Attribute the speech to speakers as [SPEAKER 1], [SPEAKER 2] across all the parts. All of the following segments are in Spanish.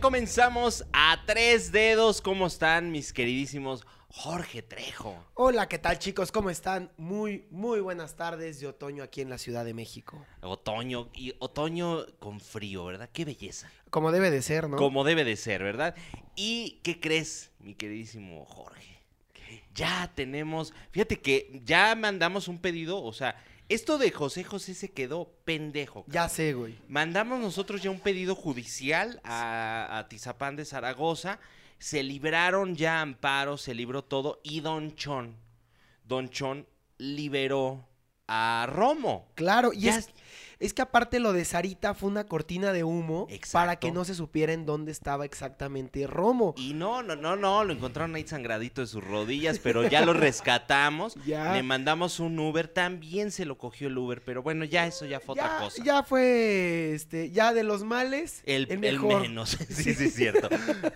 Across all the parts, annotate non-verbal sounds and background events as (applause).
[SPEAKER 1] comenzamos a tres dedos. ¿Cómo están mis queridísimos Jorge Trejo?
[SPEAKER 2] Hola, ¿qué tal chicos? ¿Cómo están? Muy, muy buenas tardes de otoño aquí en la Ciudad de México.
[SPEAKER 1] Otoño, y otoño con frío, ¿verdad? Qué belleza.
[SPEAKER 2] Como debe de ser, ¿no?
[SPEAKER 1] Como debe de ser, ¿verdad? ¿Y qué crees, mi queridísimo Jorge? Ya tenemos, fíjate que ya mandamos un pedido, o sea, esto de José José se quedó pendejo.
[SPEAKER 2] Ya sé, güey.
[SPEAKER 1] Mandamos nosotros ya un pedido judicial a, a Tizapán de Zaragoza. Se libraron ya amparos, se libró todo. Y Don Chon, Don Chon liberó a Romo.
[SPEAKER 2] Claro, y
[SPEAKER 1] Ya
[SPEAKER 2] es, es que aparte lo de Sarita fue una cortina de humo para
[SPEAKER 1] Exacto.
[SPEAKER 2] que no se supiera en dónde estaba exactamente Romo.
[SPEAKER 1] Y no, no, no, no, lo encontraron ahí sangradito de sus rodillas, pero ya lo rescatamos.
[SPEAKER 2] Ya.
[SPEAKER 1] Le mandamos un Uber, también se lo cogió el Uber, pero bueno, ya eso ya fue otra
[SPEAKER 2] Ya,
[SPEAKER 1] cosa.
[SPEAKER 2] ya fue, este, ya de los males,
[SPEAKER 1] El,
[SPEAKER 2] el,
[SPEAKER 1] el
[SPEAKER 2] mejor.
[SPEAKER 1] menos, (laughs) sí,
[SPEAKER 2] (laughs)
[SPEAKER 1] sí, es cierto.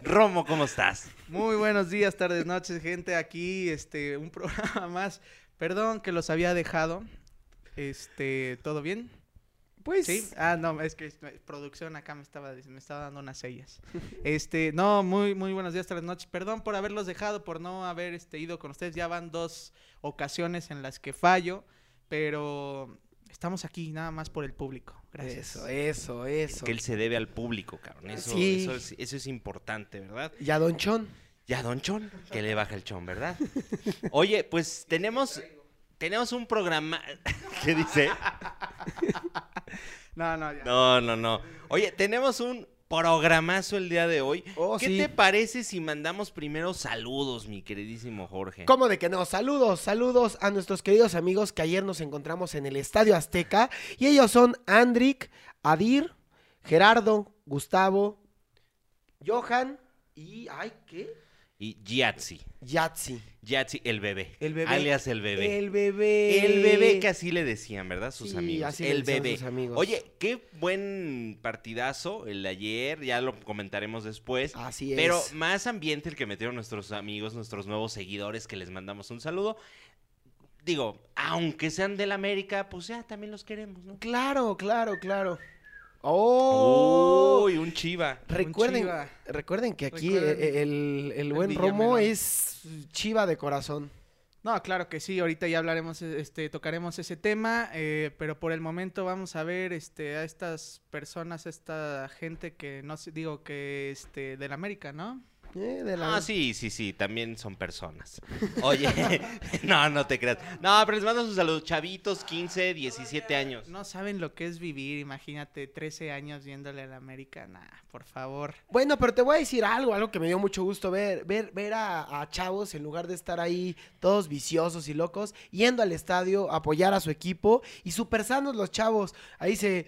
[SPEAKER 1] Romo, ¿cómo estás?
[SPEAKER 3] Muy buenos días, tardes, noches, gente. Aquí, este, un (laughs) programa más. Perdón que los había dejado. Este, ¿todo bien?
[SPEAKER 2] Pues,
[SPEAKER 3] Sí. Ah, no, es que es- producción acá me estaba, dic- me estaba dando unas
[SPEAKER 1] (laughs)
[SPEAKER 3] sellas. Este, no, muy, muy buenos días, tardes, noches. Perdón por haberlos dejado, por no haber este, ido con ustedes. Ya van dos ocasiones en las que fallo, pero estamos aquí nada más por el público. Gracias.
[SPEAKER 1] eh.
[SPEAKER 2] eso, eso, eso.
[SPEAKER 1] Que él se debe al público, cabrón. Eso,
[SPEAKER 2] Sí.
[SPEAKER 1] eso, es, eso es importante, ¿verdad?
[SPEAKER 2] Ya Don Chon.
[SPEAKER 1] Ya, don Chon, que le baja el chon, ¿verdad? Oye, pues tenemos, tenemos un programa. (laughs) ¿Qué dice?
[SPEAKER 3] No, no, ya.
[SPEAKER 1] No, no, no. Oye, tenemos un programazo el día de hoy.
[SPEAKER 2] Oh,
[SPEAKER 1] ¿Qué
[SPEAKER 2] sí.
[SPEAKER 1] te parece si mandamos primero saludos, mi queridísimo Jorge?
[SPEAKER 2] ¿Cómo de que no? Saludos, saludos a nuestros queridos amigos que ayer nos encontramos en el Estadio Azteca. Y ellos son Andric, Adir, Gerardo, Gustavo, Johan y. ¡Ay, qué!
[SPEAKER 1] Y Yatsi.
[SPEAKER 2] Yatsi.
[SPEAKER 1] Yatsi, el bebé.
[SPEAKER 2] El bebé.
[SPEAKER 1] Alias el bebé.
[SPEAKER 2] El bebé.
[SPEAKER 1] El bebé, que así le decían, ¿verdad? Sus
[SPEAKER 2] Sí,
[SPEAKER 1] amigos.
[SPEAKER 2] así le
[SPEAKER 1] el
[SPEAKER 2] decían
[SPEAKER 1] bebé.
[SPEAKER 2] sus amigos.
[SPEAKER 1] Oye, qué buen partidazo el de ayer, ya lo comentaremos después.
[SPEAKER 2] Así es.
[SPEAKER 1] Pero más ambiente el que metieron nuestros amigos, nuestros nuevos seguidores, que les mandamos un saludo. Digo, aunque sean del América, pues ya también los queremos, ¿no?
[SPEAKER 2] Claro, claro, claro. ¡Oh!
[SPEAKER 1] Uy, un chiva.
[SPEAKER 2] Recuerden,
[SPEAKER 3] Chiva.
[SPEAKER 2] recuerden que aquí
[SPEAKER 3] Recuerden.
[SPEAKER 2] eh, el, el buen
[SPEAKER 3] Villamelón.
[SPEAKER 2] Romo es chiva de corazón.
[SPEAKER 3] No, claro que sí, ahorita ya hablaremos, eh, este, tocaremos ese tema, eh, pero por el momento vamos a ver este, a estas personas, a esta gente que no sé, digo que este, del América, ¿no?
[SPEAKER 2] Eh, de la-
[SPEAKER 1] Ah, sí, sí, sí, también son personas.
[SPEAKER 2] (laughs)
[SPEAKER 1] Oye, (laughs) no, no te creas. No, pero les mando un saludo. Chavitos, 15, 17 años.
[SPEAKER 3] No saben lo que es vivir, imagínate, 13 años viéndole al América, nah, por favor.
[SPEAKER 2] Bueno, pero te voy a decir algo, algo que me dio mucho gusto ver, ver, ver a, a chavos en lugar de estar ahí todos viciosos y locos, yendo al estadio a apoyar a su equipo y super sanos los chavos. Ahí se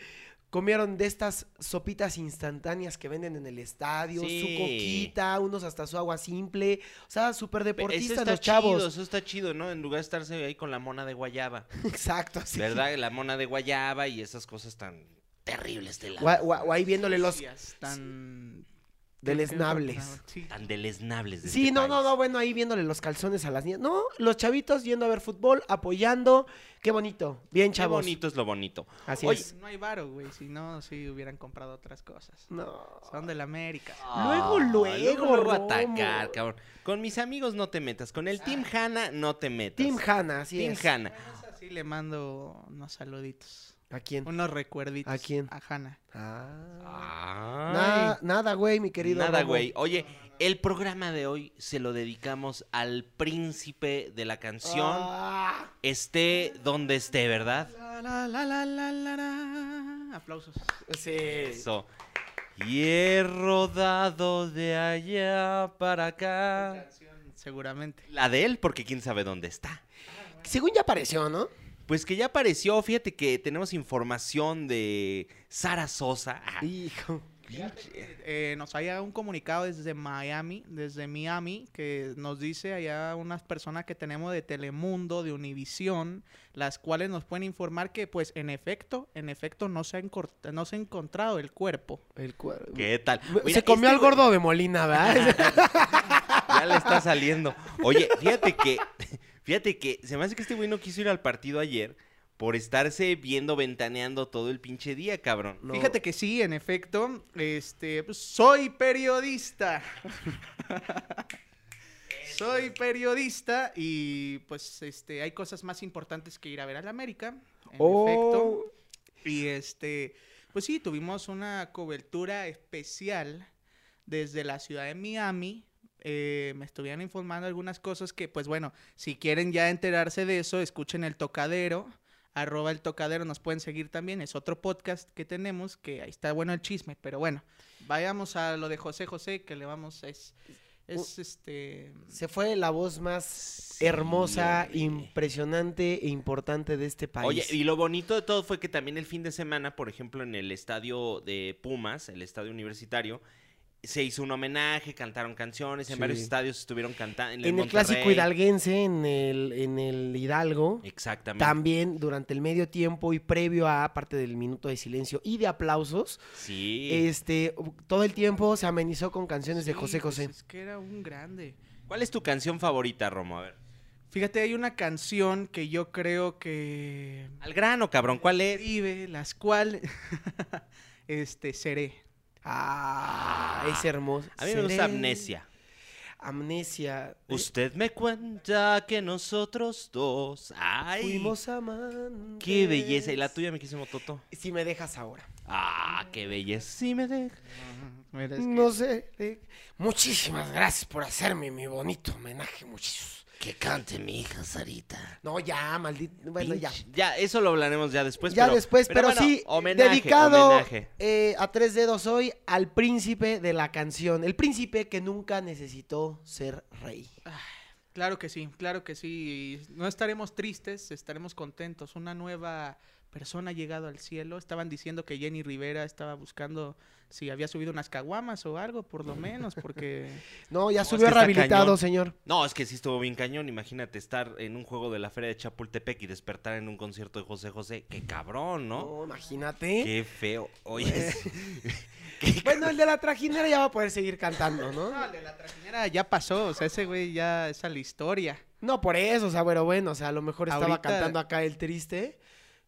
[SPEAKER 2] comieron de estas sopitas instantáneas que venden en el estadio,
[SPEAKER 1] Sí.
[SPEAKER 2] su coquita, unos hasta su agua simple, o sea, súper
[SPEAKER 1] Pe- Eso
[SPEAKER 2] deportistas
[SPEAKER 1] está
[SPEAKER 2] los chavos.
[SPEAKER 1] chido, eso está chido, ¿no? En lugar de estarse ahí con la mona de guayaba,
[SPEAKER 2] (laughs) Exacto, sí.
[SPEAKER 1] ¿verdad? La mona de guayaba y esas cosas tan terribles de la...
[SPEAKER 2] O, a- o a- o ahí viéndole los
[SPEAKER 3] Noticias Tan...
[SPEAKER 2] deleznables.
[SPEAKER 3] Sí.
[SPEAKER 1] tan deleznables de
[SPEAKER 2] Sí,
[SPEAKER 1] este
[SPEAKER 2] no, no,
[SPEAKER 1] país.
[SPEAKER 2] no, bueno, ahí viéndole los calzones a las niñas. No, los chavitos yendo a ver fútbol, apoyando. Qué bonito. Bien,
[SPEAKER 1] Qué
[SPEAKER 2] chavos.
[SPEAKER 1] bonito es lo bonito.
[SPEAKER 2] Así
[SPEAKER 1] Oye,
[SPEAKER 2] es.
[SPEAKER 3] No hay varo, güey, si no, sí hubieran comprado otras cosas.
[SPEAKER 2] No.
[SPEAKER 3] Son del América.
[SPEAKER 2] Luego, luego,
[SPEAKER 1] Ah, luego
[SPEAKER 2] Romo.
[SPEAKER 1] atacar, cabrón. Con mis amigos no te metas, con el Team Hanna no te metas.
[SPEAKER 2] Team Hanna, así
[SPEAKER 1] Team
[SPEAKER 2] es.
[SPEAKER 1] Hanna.
[SPEAKER 3] Así le mando unos saluditos.
[SPEAKER 2] ¿A quién?
[SPEAKER 3] Unos recuerditos.
[SPEAKER 2] ¿A quién?
[SPEAKER 3] A Hanna.
[SPEAKER 2] Ah.
[SPEAKER 1] Ay.
[SPEAKER 2] Na- nada, güey, mi querido.
[SPEAKER 1] Nada,
[SPEAKER 2] Romo.
[SPEAKER 1] güey. Oye, el programa de hoy se lo dedicamos al príncipe de la canción,
[SPEAKER 2] Ah,
[SPEAKER 1] esté donde esté, ¿verdad?
[SPEAKER 3] La, la, la, la, la, la, la. Aplausos.
[SPEAKER 2] sí.
[SPEAKER 1] Eso. Y he rodado de allá para acá.
[SPEAKER 3] Seguramente.
[SPEAKER 1] La de él, porque quién sabe dónde está.
[SPEAKER 2] Según ya apareció, ¿no?
[SPEAKER 1] Pues que ya apareció, fíjate que tenemos información de Sara Sosa. Ah,
[SPEAKER 2] Hijo.
[SPEAKER 3] Eh, nos ha llegado un comunicado desde Miami, desde Miami, que nos dice allá unas personas que tenemos de Telemundo, de Univisión, las cuales nos pueden informar que, pues, en efecto, en efecto, no se ha, encort- no se ha encontrado el cuerpo.
[SPEAKER 2] El cuervo.
[SPEAKER 1] ¿Qué tal? Mira,
[SPEAKER 2] Se comió
[SPEAKER 1] este
[SPEAKER 2] al
[SPEAKER 1] güey-
[SPEAKER 2] gordo de
[SPEAKER 1] (laughs)
[SPEAKER 2] Molina, ¿verdad? (laughs)
[SPEAKER 1] Ya le está (laughs) saliendo. Oye, fíjate que, fíjate que se me hace que este güey no quiso ir al partido ayer por estarse viendo, ventaneando todo el pinche día, cabrón.
[SPEAKER 2] No.
[SPEAKER 3] Fíjate que sí, en efecto, este, pues, soy periodista. soy periodista y pues este, hay cosas más importantes que ir a ver al América, en efecto.
[SPEAKER 2] Oh,
[SPEAKER 3] Y este, pues sí, tuvimos una cobertura especial desde la ciudad de Miami. Eh, me estuvieron informando algunas cosas que, pues bueno, si quieren ya enterarse de eso, escuchen el tocadero. Arroba el tocadero, nos pueden seguir también. Es otro podcast que tenemos, que ahí está bueno el chisme. Pero bueno, vayamos a lo de José José, que le vamos, es, es este...
[SPEAKER 2] se fue la voz más hermosa,
[SPEAKER 1] oye.
[SPEAKER 2] impresionante e importante de este país.
[SPEAKER 1] Oye, y lo bonito de todo fue que también el fin de semana, por ejemplo, en el estadio de Pumas, el estadio universitario, se hizo un homenaje, cantaron canciones, en
[SPEAKER 2] Sí.
[SPEAKER 1] varios estadios estuvieron cantando. En el,
[SPEAKER 2] en el clásico
[SPEAKER 1] Monterrey.
[SPEAKER 2] hidalguense, en el, en el Hidalgo,
[SPEAKER 1] Exactamente.
[SPEAKER 2] también durante el medio tiempo y previo a parte del minuto de silencio y de aplausos,
[SPEAKER 1] Sí.
[SPEAKER 2] este, todo el tiempo se amenizó con canciones de
[SPEAKER 3] Sí,
[SPEAKER 2] José
[SPEAKER 3] pues,
[SPEAKER 2] José.
[SPEAKER 3] es que era un grande.
[SPEAKER 1] ¿Cuál es tu canción favorita, Romo? A ver.
[SPEAKER 3] Fíjate, hay una canción que yo creo que
[SPEAKER 1] Al grano, cabrón, ¿cuál es?
[SPEAKER 3] vive, las cuales (laughs) este seré.
[SPEAKER 2] Ah, es hermoso.
[SPEAKER 1] A mí me gusta
[SPEAKER 2] Seré-
[SPEAKER 1] Amnesia.
[SPEAKER 2] Amnesia. eh,
[SPEAKER 1] Usted me cuenta que nosotros dos. ¡Ay!
[SPEAKER 2] Fuimos amantes.
[SPEAKER 1] ¡Qué belleza! ¿Y la tuya, mi quisimo Toto?
[SPEAKER 2] Si me dejas ahora.
[SPEAKER 1] ¡Ah, qué belleza! Sí, me deja.
[SPEAKER 3] Mira, es que-
[SPEAKER 2] No sé. eh, Muchísimas gracias por hacerme mi bonito homenaje, muchísimos.
[SPEAKER 1] Que cante mi hija Sarita.
[SPEAKER 2] No, ya, maldito. Bueno, ya.
[SPEAKER 1] Ya, eso lo hablaremos ya después.
[SPEAKER 2] ya
[SPEAKER 1] pero,
[SPEAKER 2] después, pero,
[SPEAKER 1] bueno,
[SPEAKER 2] sí,
[SPEAKER 1] homenaje,
[SPEAKER 2] dedicado
[SPEAKER 1] homenaje.
[SPEAKER 2] eh, a tres dedos hoy al príncipe de la canción, el príncipe que nunca necesitó ser rey.
[SPEAKER 3] Claro que sí, claro que sí. No estaremos tristes, estaremos contentos. Una nueva persona ha llegado al cielo. Estaban diciendo que Jenny Rivera estaba buscando si había subido unas caguamas o algo, por lo menos, porque
[SPEAKER 2] No, ya
[SPEAKER 1] es
[SPEAKER 2] subió
[SPEAKER 1] que está
[SPEAKER 2] rehabilitado,
[SPEAKER 1] cañón.
[SPEAKER 2] señor.
[SPEAKER 1] No, es que sí estuvo bien cañón. Imagínate estar en un juego de la Feria de Chapultepec y despertar en un concierto de José José. ¡Qué cabrón, no!
[SPEAKER 2] No, imagínate.
[SPEAKER 1] ¡Qué feo! Oye,
[SPEAKER 2] Pues.
[SPEAKER 1] sí.
[SPEAKER 2] (laughs) Bueno, el de la trajinera ya va a poder seguir cantando, ¿no?
[SPEAKER 3] (laughs) No, el de la trajinera ya pasó, o sea, ese güey ya es a la historia.
[SPEAKER 2] No por eso, o sea, bueno, bueno, o sea, a lo mejor estaba
[SPEAKER 3] Ahorita-
[SPEAKER 2] cantando acá el triste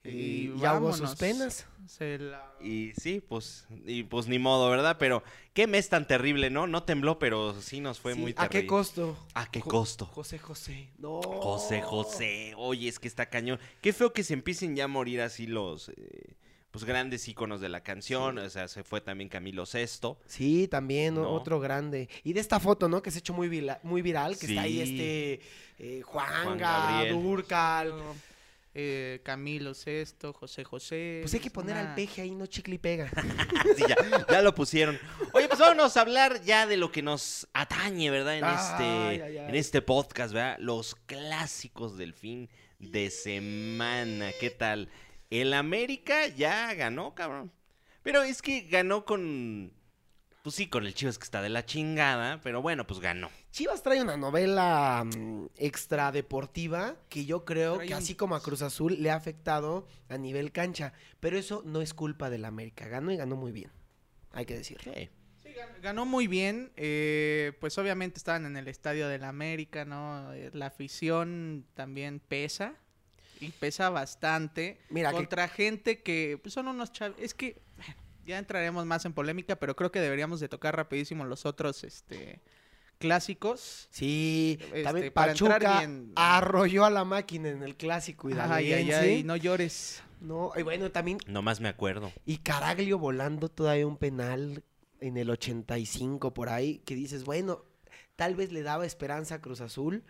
[SPEAKER 2] y,
[SPEAKER 3] Y
[SPEAKER 2] ya hubo sus
[SPEAKER 3] vámonos.
[SPEAKER 2] penas.
[SPEAKER 3] Se la-
[SPEAKER 1] (laughs) y sí, pues, y pues ni modo, ¿verdad? Pero qué mes tan terrible, ¿no? No tembló, pero sí nos fue
[SPEAKER 2] Sí,
[SPEAKER 1] muy
[SPEAKER 2] ¿A
[SPEAKER 1] terrible.
[SPEAKER 2] qué costo?
[SPEAKER 1] ¿A qué
[SPEAKER 2] Jo-
[SPEAKER 1] costo?
[SPEAKER 2] José José. No.
[SPEAKER 1] José, José, oye, es que está cañón. Qué feo que se empiecen ya a morir así los eh, pues grandes íconos de la canción. O sea, se fue también Camilo Sesto.
[SPEAKER 2] Sí, también o-
[SPEAKER 1] No.
[SPEAKER 2] otro grande. Y de esta foto, ¿no? Que se ha hecho muy, vila- muy viral, que está ahí
[SPEAKER 1] Sí.
[SPEAKER 2] este eh, Juanga,
[SPEAKER 1] Gabriel.
[SPEAKER 2] Durcal.
[SPEAKER 3] eh, Camilo Sesto, José José.
[SPEAKER 2] Pues hay que
[SPEAKER 3] es
[SPEAKER 2] poner
[SPEAKER 3] una-
[SPEAKER 2] al peje ahí, no chicle y pega. (laughs)
[SPEAKER 1] Sí, ya, ya lo pusieron. Oye, pues vámonos a hablar ya de lo que nos atañe, ¿verdad? En,
[SPEAKER 2] Ay,
[SPEAKER 1] este,
[SPEAKER 2] ay, ay.
[SPEAKER 1] en este podcast, ¿verdad? Los clásicos del fin de semana. ¿Qué tal? El América ya ganó, cabrón. Pero es que ganó con. Pues sí, con el Chivas que está de la chingada. Pero bueno, pues ganó.
[SPEAKER 2] Chivas trae una novela extra deportiva que yo creo
[SPEAKER 3] Trae
[SPEAKER 2] que
[SPEAKER 3] un-
[SPEAKER 2] así como a Cruz Azul le ha afectado a nivel cancha, pero eso no es culpa del América, ganó y ganó muy bien, hay que decirlo.
[SPEAKER 1] Sí.
[SPEAKER 3] Sí, gan- ganó muy bien. eh, pues obviamente estaban en el estadio del América, ¿no? Eh, La afición también pesa. Y pesa bastante.
[SPEAKER 2] Mira que-
[SPEAKER 3] contra gente que pues, son unos chav... Es que bueno, ya entraremos más en polémica, pero creo que deberíamos de tocar rapidísimo los otros este, clásicos.
[SPEAKER 2] Sí,
[SPEAKER 3] Este,
[SPEAKER 2] también
[SPEAKER 3] para entrar
[SPEAKER 2] Pachuca
[SPEAKER 3] bien-
[SPEAKER 2] arrolló a la máquina en el clásico
[SPEAKER 3] Ay, ay,
[SPEAKER 2] hidalguense.
[SPEAKER 3] ay, no llores.
[SPEAKER 2] No, y bueno, también
[SPEAKER 1] Nomás me acuerdo.
[SPEAKER 2] y Caraglio volando todavía un penal en el 85 por ahí, que dices, bueno, tal vez le daba esperanza a Cruz Azul,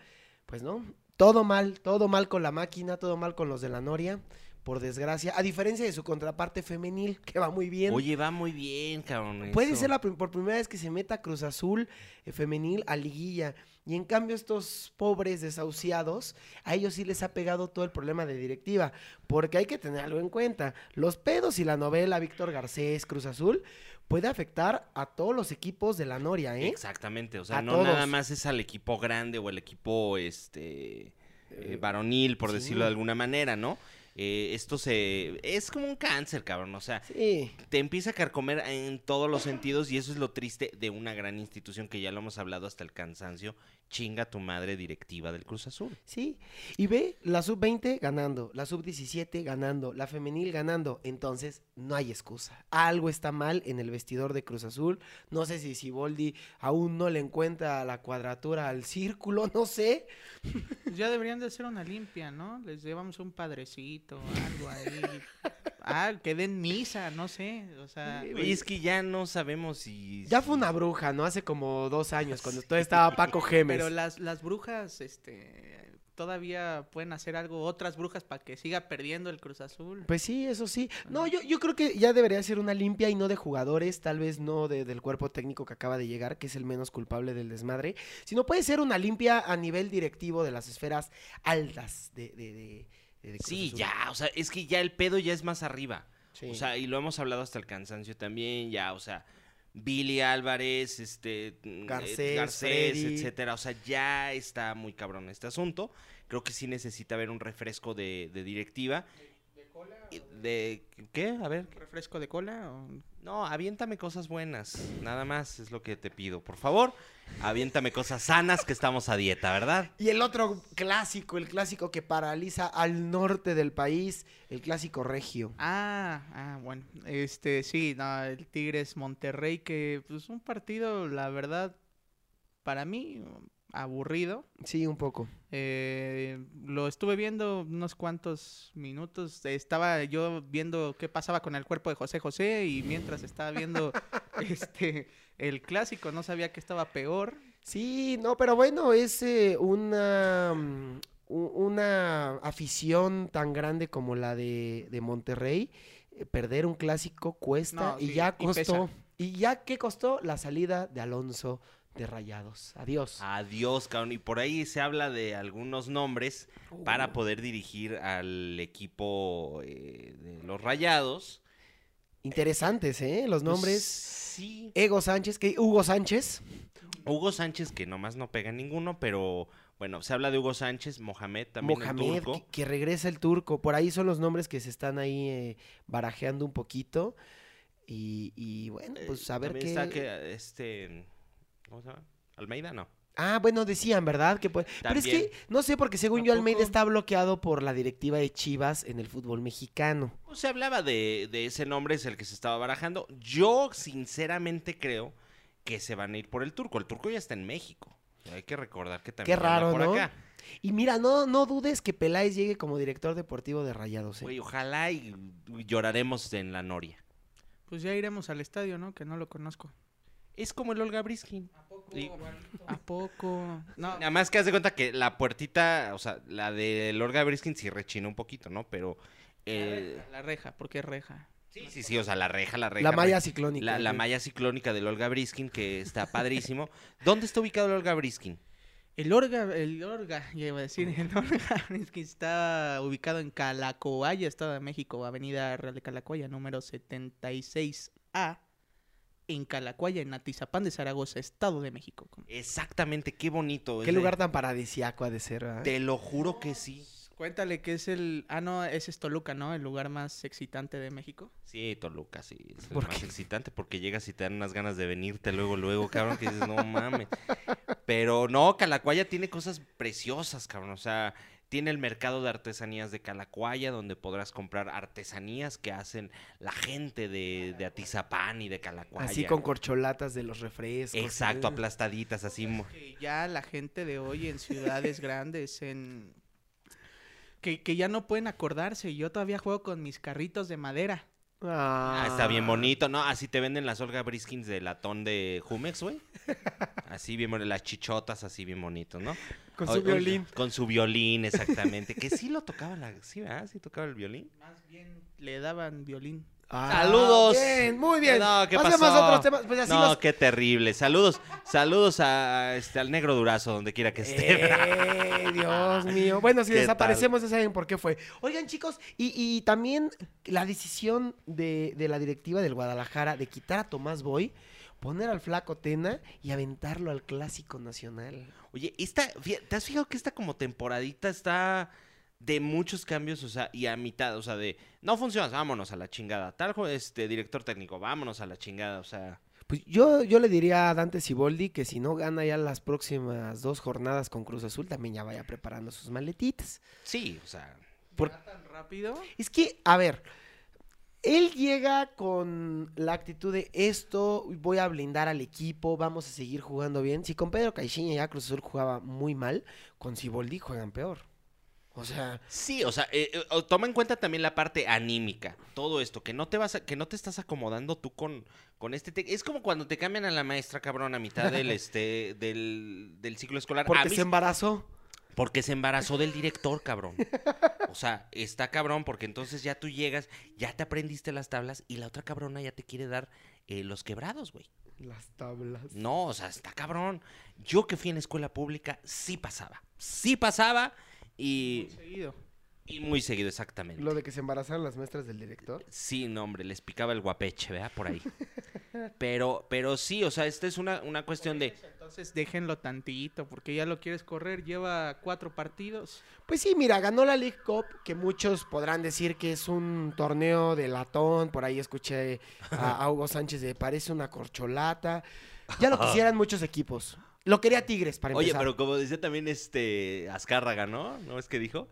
[SPEAKER 2] pues no, todo mal, todo mal con la máquina, todo mal con los de la Noria, por desgracia, a diferencia de su contraparte femenil, que va muy bien.
[SPEAKER 1] Oye, va muy bien, cabrón.
[SPEAKER 2] Puede
[SPEAKER 1] eso.
[SPEAKER 2] ser la prim- por primera vez que se meta Cruz Azul eh, femenil a liguilla. Y en cambio estos pobres desahuciados, a ellos sí les ha pegado todo el problema de directiva. Porque hay que tener algo en cuenta. Los pedos y la novela Víctor Garcés, Cruz Azul, puede afectar a todos los equipos de la Noria, ¿eh?
[SPEAKER 1] Exactamente, o sea,
[SPEAKER 2] A
[SPEAKER 1] no
[SPEAKER 2] todos.
[SPEAKER 1] nada más es al equipo grande o el equipo este eh, varonil, por
[SPEAKER 2] sí.
[SPEAKER 1] decirlo de alguna manera, ¿no? Eh, esto se es como un cáncer, cabrón, o sea,
[SPEAKER 2] Sí.
[SPEAKER 1] te empieza a carcomer en todos los sentidos y eso es lo triste de una gran institución que ya lo hemos hablado hasta el cansancio, chinga tu madre directiva del Cruz Azul.
[SPEAKER 2] Sí. Y ve la sub-20 ganando, la sub-17 ganando, la femenil ganando. Entonces, no hay excusa. Algo está mal en el vestidor de Cruz Azul. No sé si Siboldi aún no le encuentra la cuadratura al círculo, no sé.
[SPEAKER 3] Pues Ya deberían de hacer una limpia, ¿no? Les llevamos un padrecito, algo ahí.
[SPEAKER 2] (laughs)
[SPEAKER 3] Ah, que den misa, no sé. O sea,
[SPEAKER 2] Sí,
[SPEAKER 1] Y es que ya no sabemos si...
[SPEAKER 2] Ya fue una bruja, ¿no? Hace como dos años, cuando todavía estaba Paco Gemes.
[SPEAKER 3] pero las, las brujas, este, todavía pueden hacer algo, otras brujas para que siga perdiendo el Cruz Azul.
[SPEAKER 2] Pues sí, eso sí. No, yo, yo creo que ya debería ser una limpia y no de jugadores, tal vez no de- del cuerpo técnico que acaba de llegar, que es el menos culpable del desmadre, sino puede ser una limpia a nivel directivo de las esferas altas de... de- de- de- de Cruz
[SPEAKER 1] Sí,
[SPEAKER 2] Azul.
[SPEAKER 1] ya, o sea, es que ya el pedo ya es más arriba.
[SPEAKER 2] Sí.
[SPEAKER 1] O sea, y lo hemos hablado hasta el cansancio también, ya, o sea, Billy Álvarez, este, mm, eh,
[SPEAKER 2] Garcés, Freddy.
[SPEAKER 1] etcétera. O sea, ya está muy cabrón este asunto. Creo que sí necesita haber un refresco de, de directiva. ¿De, qué? A ver.
[SPEAKER 3] ¿Refresco de cola? o-
[SPEAKER 1] No, aviéntame cosas buenas. Nada más es lo que te pido. Por favor, aviéntame cosas sanas que estamos a dieta, ¿verdad?
[SPEAKER 2] Y el otro clásico, el clásico que paraliza al norte del país, el clásico regio.
[SPEAKER 3] Ah, ah, bueno, este, sí, no, el Tigres Monterrey, que pues un partido, la verdad, para mí, aburrido.
[SPEAKER 2] Sí, un poco.
[SPEAKER 3] Eh, lo estuve viendo unos cuantos minutos. Estaba yo viendo qué pasaba con el cuerpo de José José y mientras estaba viendo (laughs) este el clásico, no sabía que estaba peor.
[SPEAKER 2] Sí, no, pero bueno, es eh, una, mm, u- una afición tan grande como la de, de Monterrey. eh, Perder un clásico cuesta
[SPEAKER 3] No,
[SPEAKER 2] y
[SPEAKER 3] sí,
[SPEAKER 2] ya
[SPEAKER 3] y pesa.
[SPEAKER 2] costó. ¿Y ya qué costó? La salida de Alonso de Rayados. Adiós.
[SPEAKER 1] Ah, Adiós, cabrón. Y por ahí se habla de algunos nombres
[SPEAKER 2] Uh,
[SPEAKER 1] para poder dirigir al equipo eh, de los Rayados.
[SPEAKER 2] Interesantes, ¿eh?
[SPEAKER 1] Pues,
[SPEAKER 2] Los nombres.
[SPEAKER 1] sí.
[SPEAKER 2] Ego Sánchez, que Hugo Sánchez.
[SPEAKER 1] Hugo Sánchez, que nomás no pega ninguno, pero bueno, se habla de Hugo Sánchez, Mohamed también el
[SPEAKER 2] Mohamed,
[SPEAKER 1] turco.
[SPEAKER 2] Que, que regresa el turco. Por ahí son los nombres que se están ahí eh, barajeando un poquito. Y, y bueno,
[SPEAKER 1] Eh,
[SPEAKER 2] pues a ver
[SPEAKER 1] también
[SPEAKER 2] qué.
[SPEAKER 1] está que, este, ¿cómo se llama? Almeida, no.
[SPEAKER 2] Ah, bueno, decían, ¿verdad? Que puede- Pero es que,
[SPEAKER 1] También.
[SPEAKER 2] no sé, porque según
[SPEAKER 3] ¿A
[SPEAKER 2] yo Almeida
[SPEAKER 3] poco?
[SPEAKER 2] está bloqueado por la directiva de Chivas en el fútbol mexicano.
[SPEAKER 1] Pues se hablaba de, de ese nombre, es el que se estaba barajando. Yo sinceramente creo que se van a ir por el turco. El turco ya está en México. Hay que recordar que también
[SPEAKER 2] Qué
[SPEAKER 1] anda
[SPEAKER 2] raro,
[SPEAKER 1] por
[SPEAKER 2] ¿no?
[SPEAKER 1] acá.
[SPEAKER 2] Y mira, no, no dudes que Peláez llegue como director deportivo de Rayados. ¿eh?
[SPEAKER 1] Güey, ojalá y y lloraremos en la noria.
[SPEAKER 3] Pues ya iremos al estadio, ¿no? Que no lo conozco.
[SPEAKER 1] Es como el Olga Briskin.
[SPEAKER 3] ¿A poco?
[SPEAKER 1] Sí.
[SPEAKER 3] ¿A poco? No,
[SPEAKER 1] Nada más que haz de cuenta que la puertita, o sea, la del Olga Briskin sí rechina un poquito, ¿no? Pero. eh,
[SPEAKER 3] la reja, porque es reja.
[SPEAKER 1] sí, sí, sí, o sea, la reja, la reja.
[SPEAKER 2] la malla
[SPEAKER 1] reja.
[SPEAKER 2] ciclónica.
[SPEAKER 1] La, la
[SPEAKER 2] ¿eh?
[SPEAKER 1] malla ciclónica del Olga Briskin, que está
[SPEAKER 2] (laughs)
[SPEAKER 1] padrísimo. ¿Dónde está ubicado el Olga Briskin?
[SPEAKER 3] El Orga, el Orga, (laughs) ya iba a decir, el Orga, (laughs) es que está ubicado en Calacoaya, Estado de México, Avenida Real de Calacoaya, número 76A, en Calacoaya, en Atizapán de Zaragoza, Estado de México.
[SPEAKER 1] Exactamente, qué bonito.
[SPEAKER 2] Qué
[SPEAKER 1] es pues, de-
[SPEAKER 2] lugar tan paradisiaco ha de ser, ¿verdad?
[SPEAKER 1] Te lo juro que sí.
[SPEAKER 3] Cuéntale que es el, ah no, ese es Toluca, ¿no? El lugar más excitante de México.
[SPEAKER 1] Sí, Toluca, sí. Es el
[SPEAKER 2] ¿Por
[SPEAKER 1] más
[SPEAKER 2] qué?
[SPEAKER 1] excitante porque llegas y te dan unas ganas de venirte luego, luego, cabrón, que dices, no mames. Pero no, Calacuaya tiene cosas preciosas, cabrón. O sea, tiene el mercado de artesanías de Calacuaya, donde podrás comprar artesanías que hacen la gente de, de Atizapán y de Calacuaya.
[SPEAKER 2] Así con corcholatas de los refrescos.
[SPEAKER 1] Exacto,
[SPEAKER 2] ¿eh?
[SPEAKER 1] aplastaditas, así. mo-
[SPEAKER 3] que ya la gente de hoy
[SPEAKER 2] (laughs)
[SPEAKER 3] en ciudades grandes, en... Que, que ya no pueden acordarse, yo todavía juego con mis carritos de madera.
[SPEAKER 1] Ah, está bien bonito, ¿no? Así te venden las Olga Briskins de latón de Jumex, güey. Así bien bonito, las chichotas así bien bonito, ¿no?
[SPEAKER 2] Ah, Con
[SPEAKER 1] Oye,
[SPEAKER 2] su
[SPEAKER 1] oye,
[SPEAKER 2] violín.
[SPEAKER 1] Con su violín, exactamente. Que sí lo tocaba, la, sí, ¿verdad? Sí tocaba el violín.
[SPEAKER 3] Más bien le daban violín.
[SPEAKER 2] Ah,
[SPEAKER 1] ¡Saludos!
[SPEAKER 2] Bien, muy bien.
[SPEAKER 1] No, ¿qué
[SPEAKER 2] Pasemos
[SPEAKER 1] pasó?
[SPEAKER 2] a otros temas. Pues así
[SPEAKER 1] no,
[SPEAKER 2] los...
[SPEAKER 1] qué terrible. Saludos, saludos a, este, al negro durazo, donde quiera que esté.
[SPEAKER 2] Eh, Dios mío. Bueno, si
[SPEAKER 1] Este, ¿Qué
[SPEAKER 2] desaparecemos, ya saben por qué fue. Oigan, chicos, y, y también la decisión de, de la directiva del Guadalajara de quitar a Tomás Boy, poner al flaco Tena y aventarlo al clásico nacional.
[SPEAKER 1] Oye, esta, fí- ¿te has fijado que esta como temporadita está de muchos cambios, o sea, y a mitad, o sea, de no funciona, vámonos a la chingada. Tal jue- este director técnico, vámonos a la chingada, o sea.
[SPEAKER 2] Pues yo, yo le diría a Dante Siboldi que si no gana ya las próximas dos jornadas con Cruz Azul, también ya vaya preparando sus maletitas.
[SPEAKER 1] Sí, o sea,
[SPEAKER 2] Por-
[SPEAKER 3] ¿Será tan rápido?
[SPEAKER 2] Es que, a ver, él llega con la actitud de esto, voy a blindar al equipo, vamos a seguir jugando bien. Si con Pedro Caixinha ya Cruz Azul jugaba muy mal, con Siboldi juegan peor. O sea,
[SPEAKER 1] Sí, o sea, eh, eh, o- toma en cuenta también la parte anímica, todo esto, que no te vas a- que no te estás acomodando tú con, con este te- es como cuando te cambian a la maestra cabrón a mitad
[SPEAKER 2] (laughs)
[SPEAKER 1] del este del, del ciclo escolar, A
[SPEAKER 2] porque
[SPEAKER 1] mí
[SPEAKER 2] se em- embarazó.
[SPEAKER 1] porque se embarazó del director, cabrón. O sea, está cabrón, porque entonces ya tú llegas, ya te aprendiste las tablas y la otra cabrona ya te quiere dar eh, los quebrados, güey.
[SPEAKER 2] Las tablas.
[SPEAKER 1] No, o sea, está cabrón. Yo que fui en escuela pública, sí pasaba. Sí pasaba y,
[SPEAKER 3] Seguido.
[SPEAKER 1] y muy seguido, exactamente.
[SPEAKER 2] Lo de que se embarazaron las maestras del director.
[SPEAKER 1] Sí, no, hombre, les picaba el guapeche, ¿verdad? Por ahí. Pero, pero sí, o sea, esta es una, una cuestión de.
[SPEAKER 3] Entonces déjenlo tantito, porque ya lo quieres correr, lleva cuatro partidos.
[SPEAKER 2] Pues sí, mira, ganó la League Cup, que muchos podrán decir que es un torneo de latón. Por ahí escuché a, a Hugo Sánchez de parece una corcholata.
[SPEAKER 1] (laughs)
[SPEAKER 2] Ya lo quisieran muchos equipos. Lo quería Tigres, para
[SPEAKER 1] Oye,
[SPEAKER 2] empezar.
[SPEAKER 1] pero como decía también este Azcárraga, ¿no? ¿No es que dijo?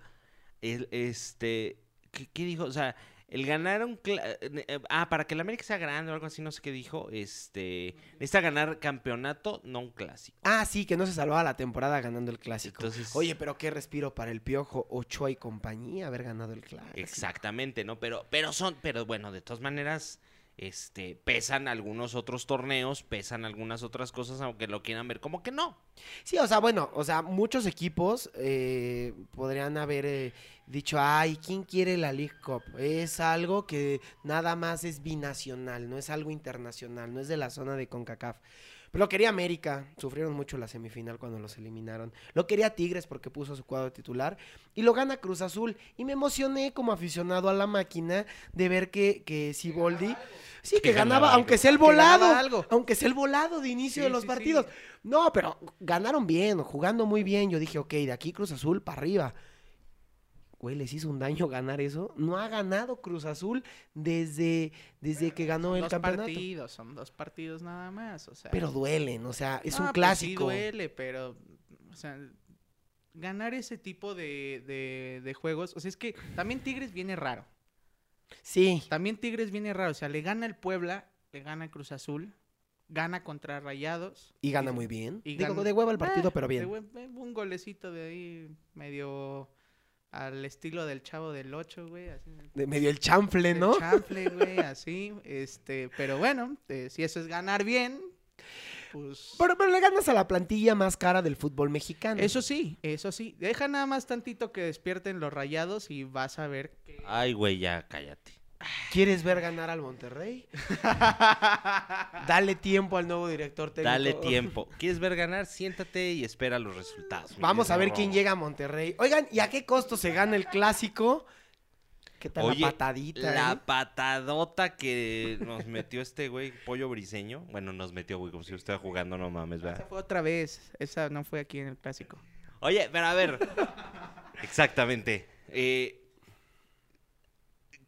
[SPEAKER 1] El, este, ¿qué, qué dijo? O sea, el ganar un... cla- eh, eh, Ah, para que el América sea grande o algo así, no sé qué dijo. Este, necesita ganar campeonato, no un clásico.
[SPEAKER 2] Ah, sí, que no se salvaba la temporada ganando el clásico.
[SPEAKER 1] Entonces-
[SPEAKER 2] Oye, pero qué respiro para el Piojo, Ochoa y compañía haber ganado el clásico.
[SPEAKER 1] Exactamente, ¿no? Pero, pero son, pero bueno, de todas maneras, este, pesan algunos otros torneos, pesan algunas otras cosas, aunque lo quieran ver como que no.
[SPEAKER 2] Sí, o sea, bueno, o sea, muchos equipos eh, podrían haber eh, dicho, ay, ¿quién quiere la League Cup? Es algo que nada más es binacional, no es algo internacional, no es de la zona de CONCACAF. Pero lo quería América, sufrieron mucho la semifinal cuando los eliminaron. Lo quería Tigres porque puso su cuadro titular y lo gana Cruz Azul. Y me emocioné como aficionado a la máquina de ver que, que Siboldi, sí, que,
[SPEAKER 1] Que ganaba
[SPEAKER 2] ganaba,
[SPEAKER 1] algo.
[SPEAKER 2] aunque sea el
[SPEAKER 3] Que ganaba
[SPEAKER 2] volado,
[SPEAKER 3] algo.
[SPEAKER 2] aunque sea el volado de inicio
[SPEAKER 3] Sí,
[SPEAKER 2] de los
[SPEAKER 3] sí, sí.
[SPEAKER 2] partidos. No, pero ganaron bien, jugando muy bien. Yo dije, ok, de aquí Cruz Azul para arriba. Güey, les hizo un daño ganar eso. No ha ganado Cruz Azul desde, desde que ganó el
[SPEAKER 3] dos
[SPEAKER 2] campeonato.
[SPEAKER 3] partidos, son dos partidos nada más. O sea,
[SPEAKER 2] Pero duelen, o sea, es
[SPEAKER 3] No,
[SPEAKER 2] un
[SPEAKER 3] pues sí
[SPEAKER 2] clásico.
[SPEAKER 3] duele, pero. O sea, ganar ese tipo de, de- de juegos. O sea, es que también Tigres viene raro.
[SPEAKER 2] sí.
[SPEAKER 3] También Tigres viene raro. O sea, le gana el Puebla, le gana el Cruz Azul, gana contra Rayados.
[SPEAKER 2] Y gana muy bien.
[SPEAKER 3] y
[SPEAKER 2] Digo,
[SPEAKER 3] gana-
[SPEAKER 2] de hueva el partido,
[SPEAKER 3] Eh,
[SPEAKER 2] pero
[SPEAKER 3] de
[SPEAKER 2] bien.
[SPEAKER 3] buen- eh, un golecito de ahí medio al estilo del chavo del 8, güey. Así,
[SPEAKER 2] De medio el chanfle,
[SPEAKER 3] del
[SPEAKER 2] ¿Eh, ¿no?
[SPEAKER 3] chanfle, güey, así. Este, pero bueno, eh, si eso es ganar bien, pues...
[SPEAKER 2] Pero, pero le ganas a la plantilla más cara del fútbol mexicano.
[SPEAKER 3] Eso sí, eso sí. Deja nada más tantito que despierten los rayados y vas a ver
[SPEAKER 1] (laughs)
[SPEAKER 3] que...
[SPEAKER 1] Ay, güey, ya cállate.
[SPEAKER 2] ¿Quieres ver ganar al
[SPEAKER 3] (laughs)
[SPEAKER 2] Monterrey? Dale tiempo al nuevo director técnico.
[SPEAKER 1] Dale tiempo. ¿Quieres ver ganar? Siéntate y espera los resultados. mi
[SPEAKER 2] Vamos a
[SPEAKER 1] querido
[SPEAKER 2] ver quién
[SPEAKER 1] Romo.
[SPEAKER 2] llega a Monterrey. Oigan, ¿y a qué costo se gana el clásico? ¿Qué tal
[SPEAKER 1] Oye,
[SPEAKER 2] la patadita?
[SPEAKER 1] La
[SPEAKER 2] eh?
[SPEAKER 1] patadota que nos metió este güey, pollo briseño. Bueno, nos metió, güey, como si usted jugando, no mames,
[SPEAKER 3] Esa
[SPEAKER 1] ¿verdad?
[SPEAKER 3] fue otra vez. Esa no fue aquí en el clásico.
[SPEAKER 1] Oye, pero a ver. Exactamente. Eh,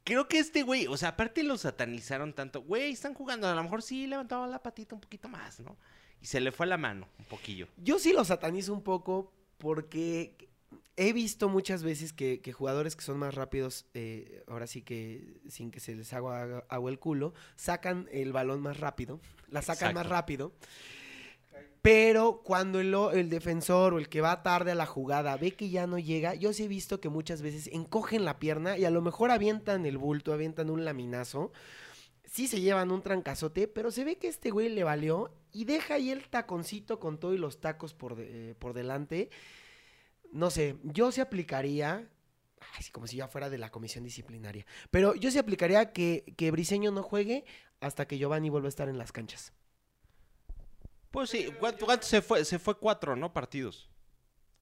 [SPEAKER 1] creo que este güey, o sea, aparte lo satanizaron tanto. Güey, están jugando, a lo mejor sí levantaba la patita un poquito más, ¿no? Y se le fue la mano, un poquillo.
[SPEAKER 2] Yo sí lo satanizo un poco porque he visto muchas veces que, que jugadores que son más rápidos, eh, ahora sí que sin que se les haga haga agua el culo, sacan el balón más rápido, (laughs) la sacan más
[SPEAKER 1] Exacto.
[SPEAKER 2] rápido. Pero cuando el, o- el defensor o el que va tarde a la jugada ve que ya no llega, yo sí he visto que muchas veces encogen la pierna y a lo mejor avientan el bulto, avientan un laminazo. Sí se llevan un trancazote, pero se ve que este güey le valió y deja ahí el taconcito con todo y los tacos por, de- eh, por delante. No sé, yo se aplicaría, ay, como si yo fuera de la comisión disciplinaria, pero yo se aplicaría que, que Briseño no juegue hasta que Giovanni vuelva a estar en las canchas.
[SPEAKER 1] Pues sí, ¿cuánto, cuánto se fue? Se fue cuatro, ¿no? Partidos.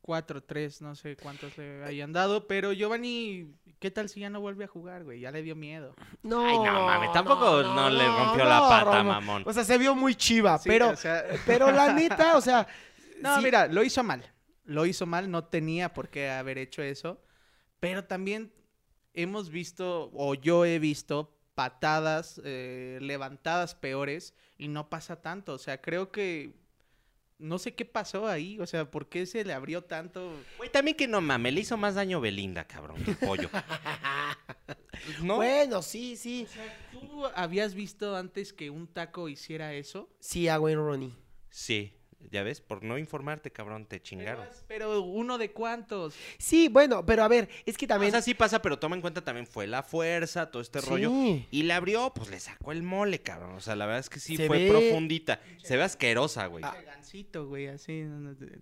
[SPEAKER 3] Cuatro, tres, no sé cuántos le hayan dado. Pero Giovanni, ¿qué tal si ya no vuelve a jugar, güey? Ya le dio miedo.
[SPEAKER 2] No,
[SPEAKER 1] Ay, no mames, tampoco no, Pues- le rompió la pata,
[SPEAKER 2] Romo.
[SPEAKER 1] mamón.
[SPEAKER 2] O sea, se vio muy chiva,
[SPEAKER 3] Sí,
[SPEAKER 2] Ah, pero,
[SPEAKER 1] (laughs)
[SPEAKER 3] o sea,
[SPEAKER 2] pero la neta, o sea,
[SPEAKER 3] No,
[SPEAKER 2] sí-
[SPEAKER 3] mira, lo hizo mal. Lo hizo mal, no tenía por qué haber hecho eso. Pero también hemos visto, o yo he visto, patadas, eh, levantadas peores y no pasa tanto. O sea, creo que no sé qué pasó ahí. O sea, ¿por qué se le abrió tanto?
[SPEAKER 1] Güey, también que no mames, le hizo más daño Belinda, cabrón, que el (laughs) pollo. ¿No?
[SPEAKER 2] Bueno, sí, sí.
[SPEAKER 3] ¿Tú habías visto antes que un taco hiciera eso?
[SPEAKER 2] Sí, a Wayne Rooney.
[SPEAKER 1] Sí, ya ves, por no informarte, cabrón, te chingaron.
[SPEAKER 3] Pero uno de cuántos.
[SPEAKER 2] Sí, bueno, pero a ver, es que
[SPEAKER 1] También...
[SPEAKER 2] también.
[SPEAKER 1] sí pasa, pero toma en cuenta también fue la fuerza, todo este
[SPEAKER 2] Sí.
[SPEAKER 1] rollo. Y la abrió, pues le sacó el mole, cabrón. O sea, la verdad es que sí
[SPEAKER 2] Se
[SPEAKER 1] fue
[SPEAKER 2] ve-
[SPEAKER 1] profundita. Se ve asquerosa, güey.
[SPEAKER 2] Ah.
[SPEAKER 3] Ese gancito, güey, así.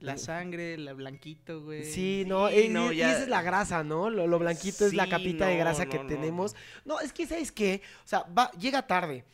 [SPEAKER 3] La sangre, la blanquito, güey.
[SPEAKER 2] Sí, no,
[SPEAKER 1] Sí,
[SPEAKER 2] y,
[SPEAKER 1] no,
[SPEAKER 2] y- y
[SPEAKER 1] ya-
[SPEAKER 2] esa es la grasa, ¿no? Lo, lo blanquito es la
[SPEAKER 1] Sí,
[SPEAKER 2] capita de
[SPEAKER 1] no,
[SPEAKER 2] grasa
[SPEAKER 1] no,
[SPEAKER 2] que
[SPEAKER 1] no,
[SPEAKER 2] tenemos. No. es que, ¿sabes qué? O sea, va, llega tarde,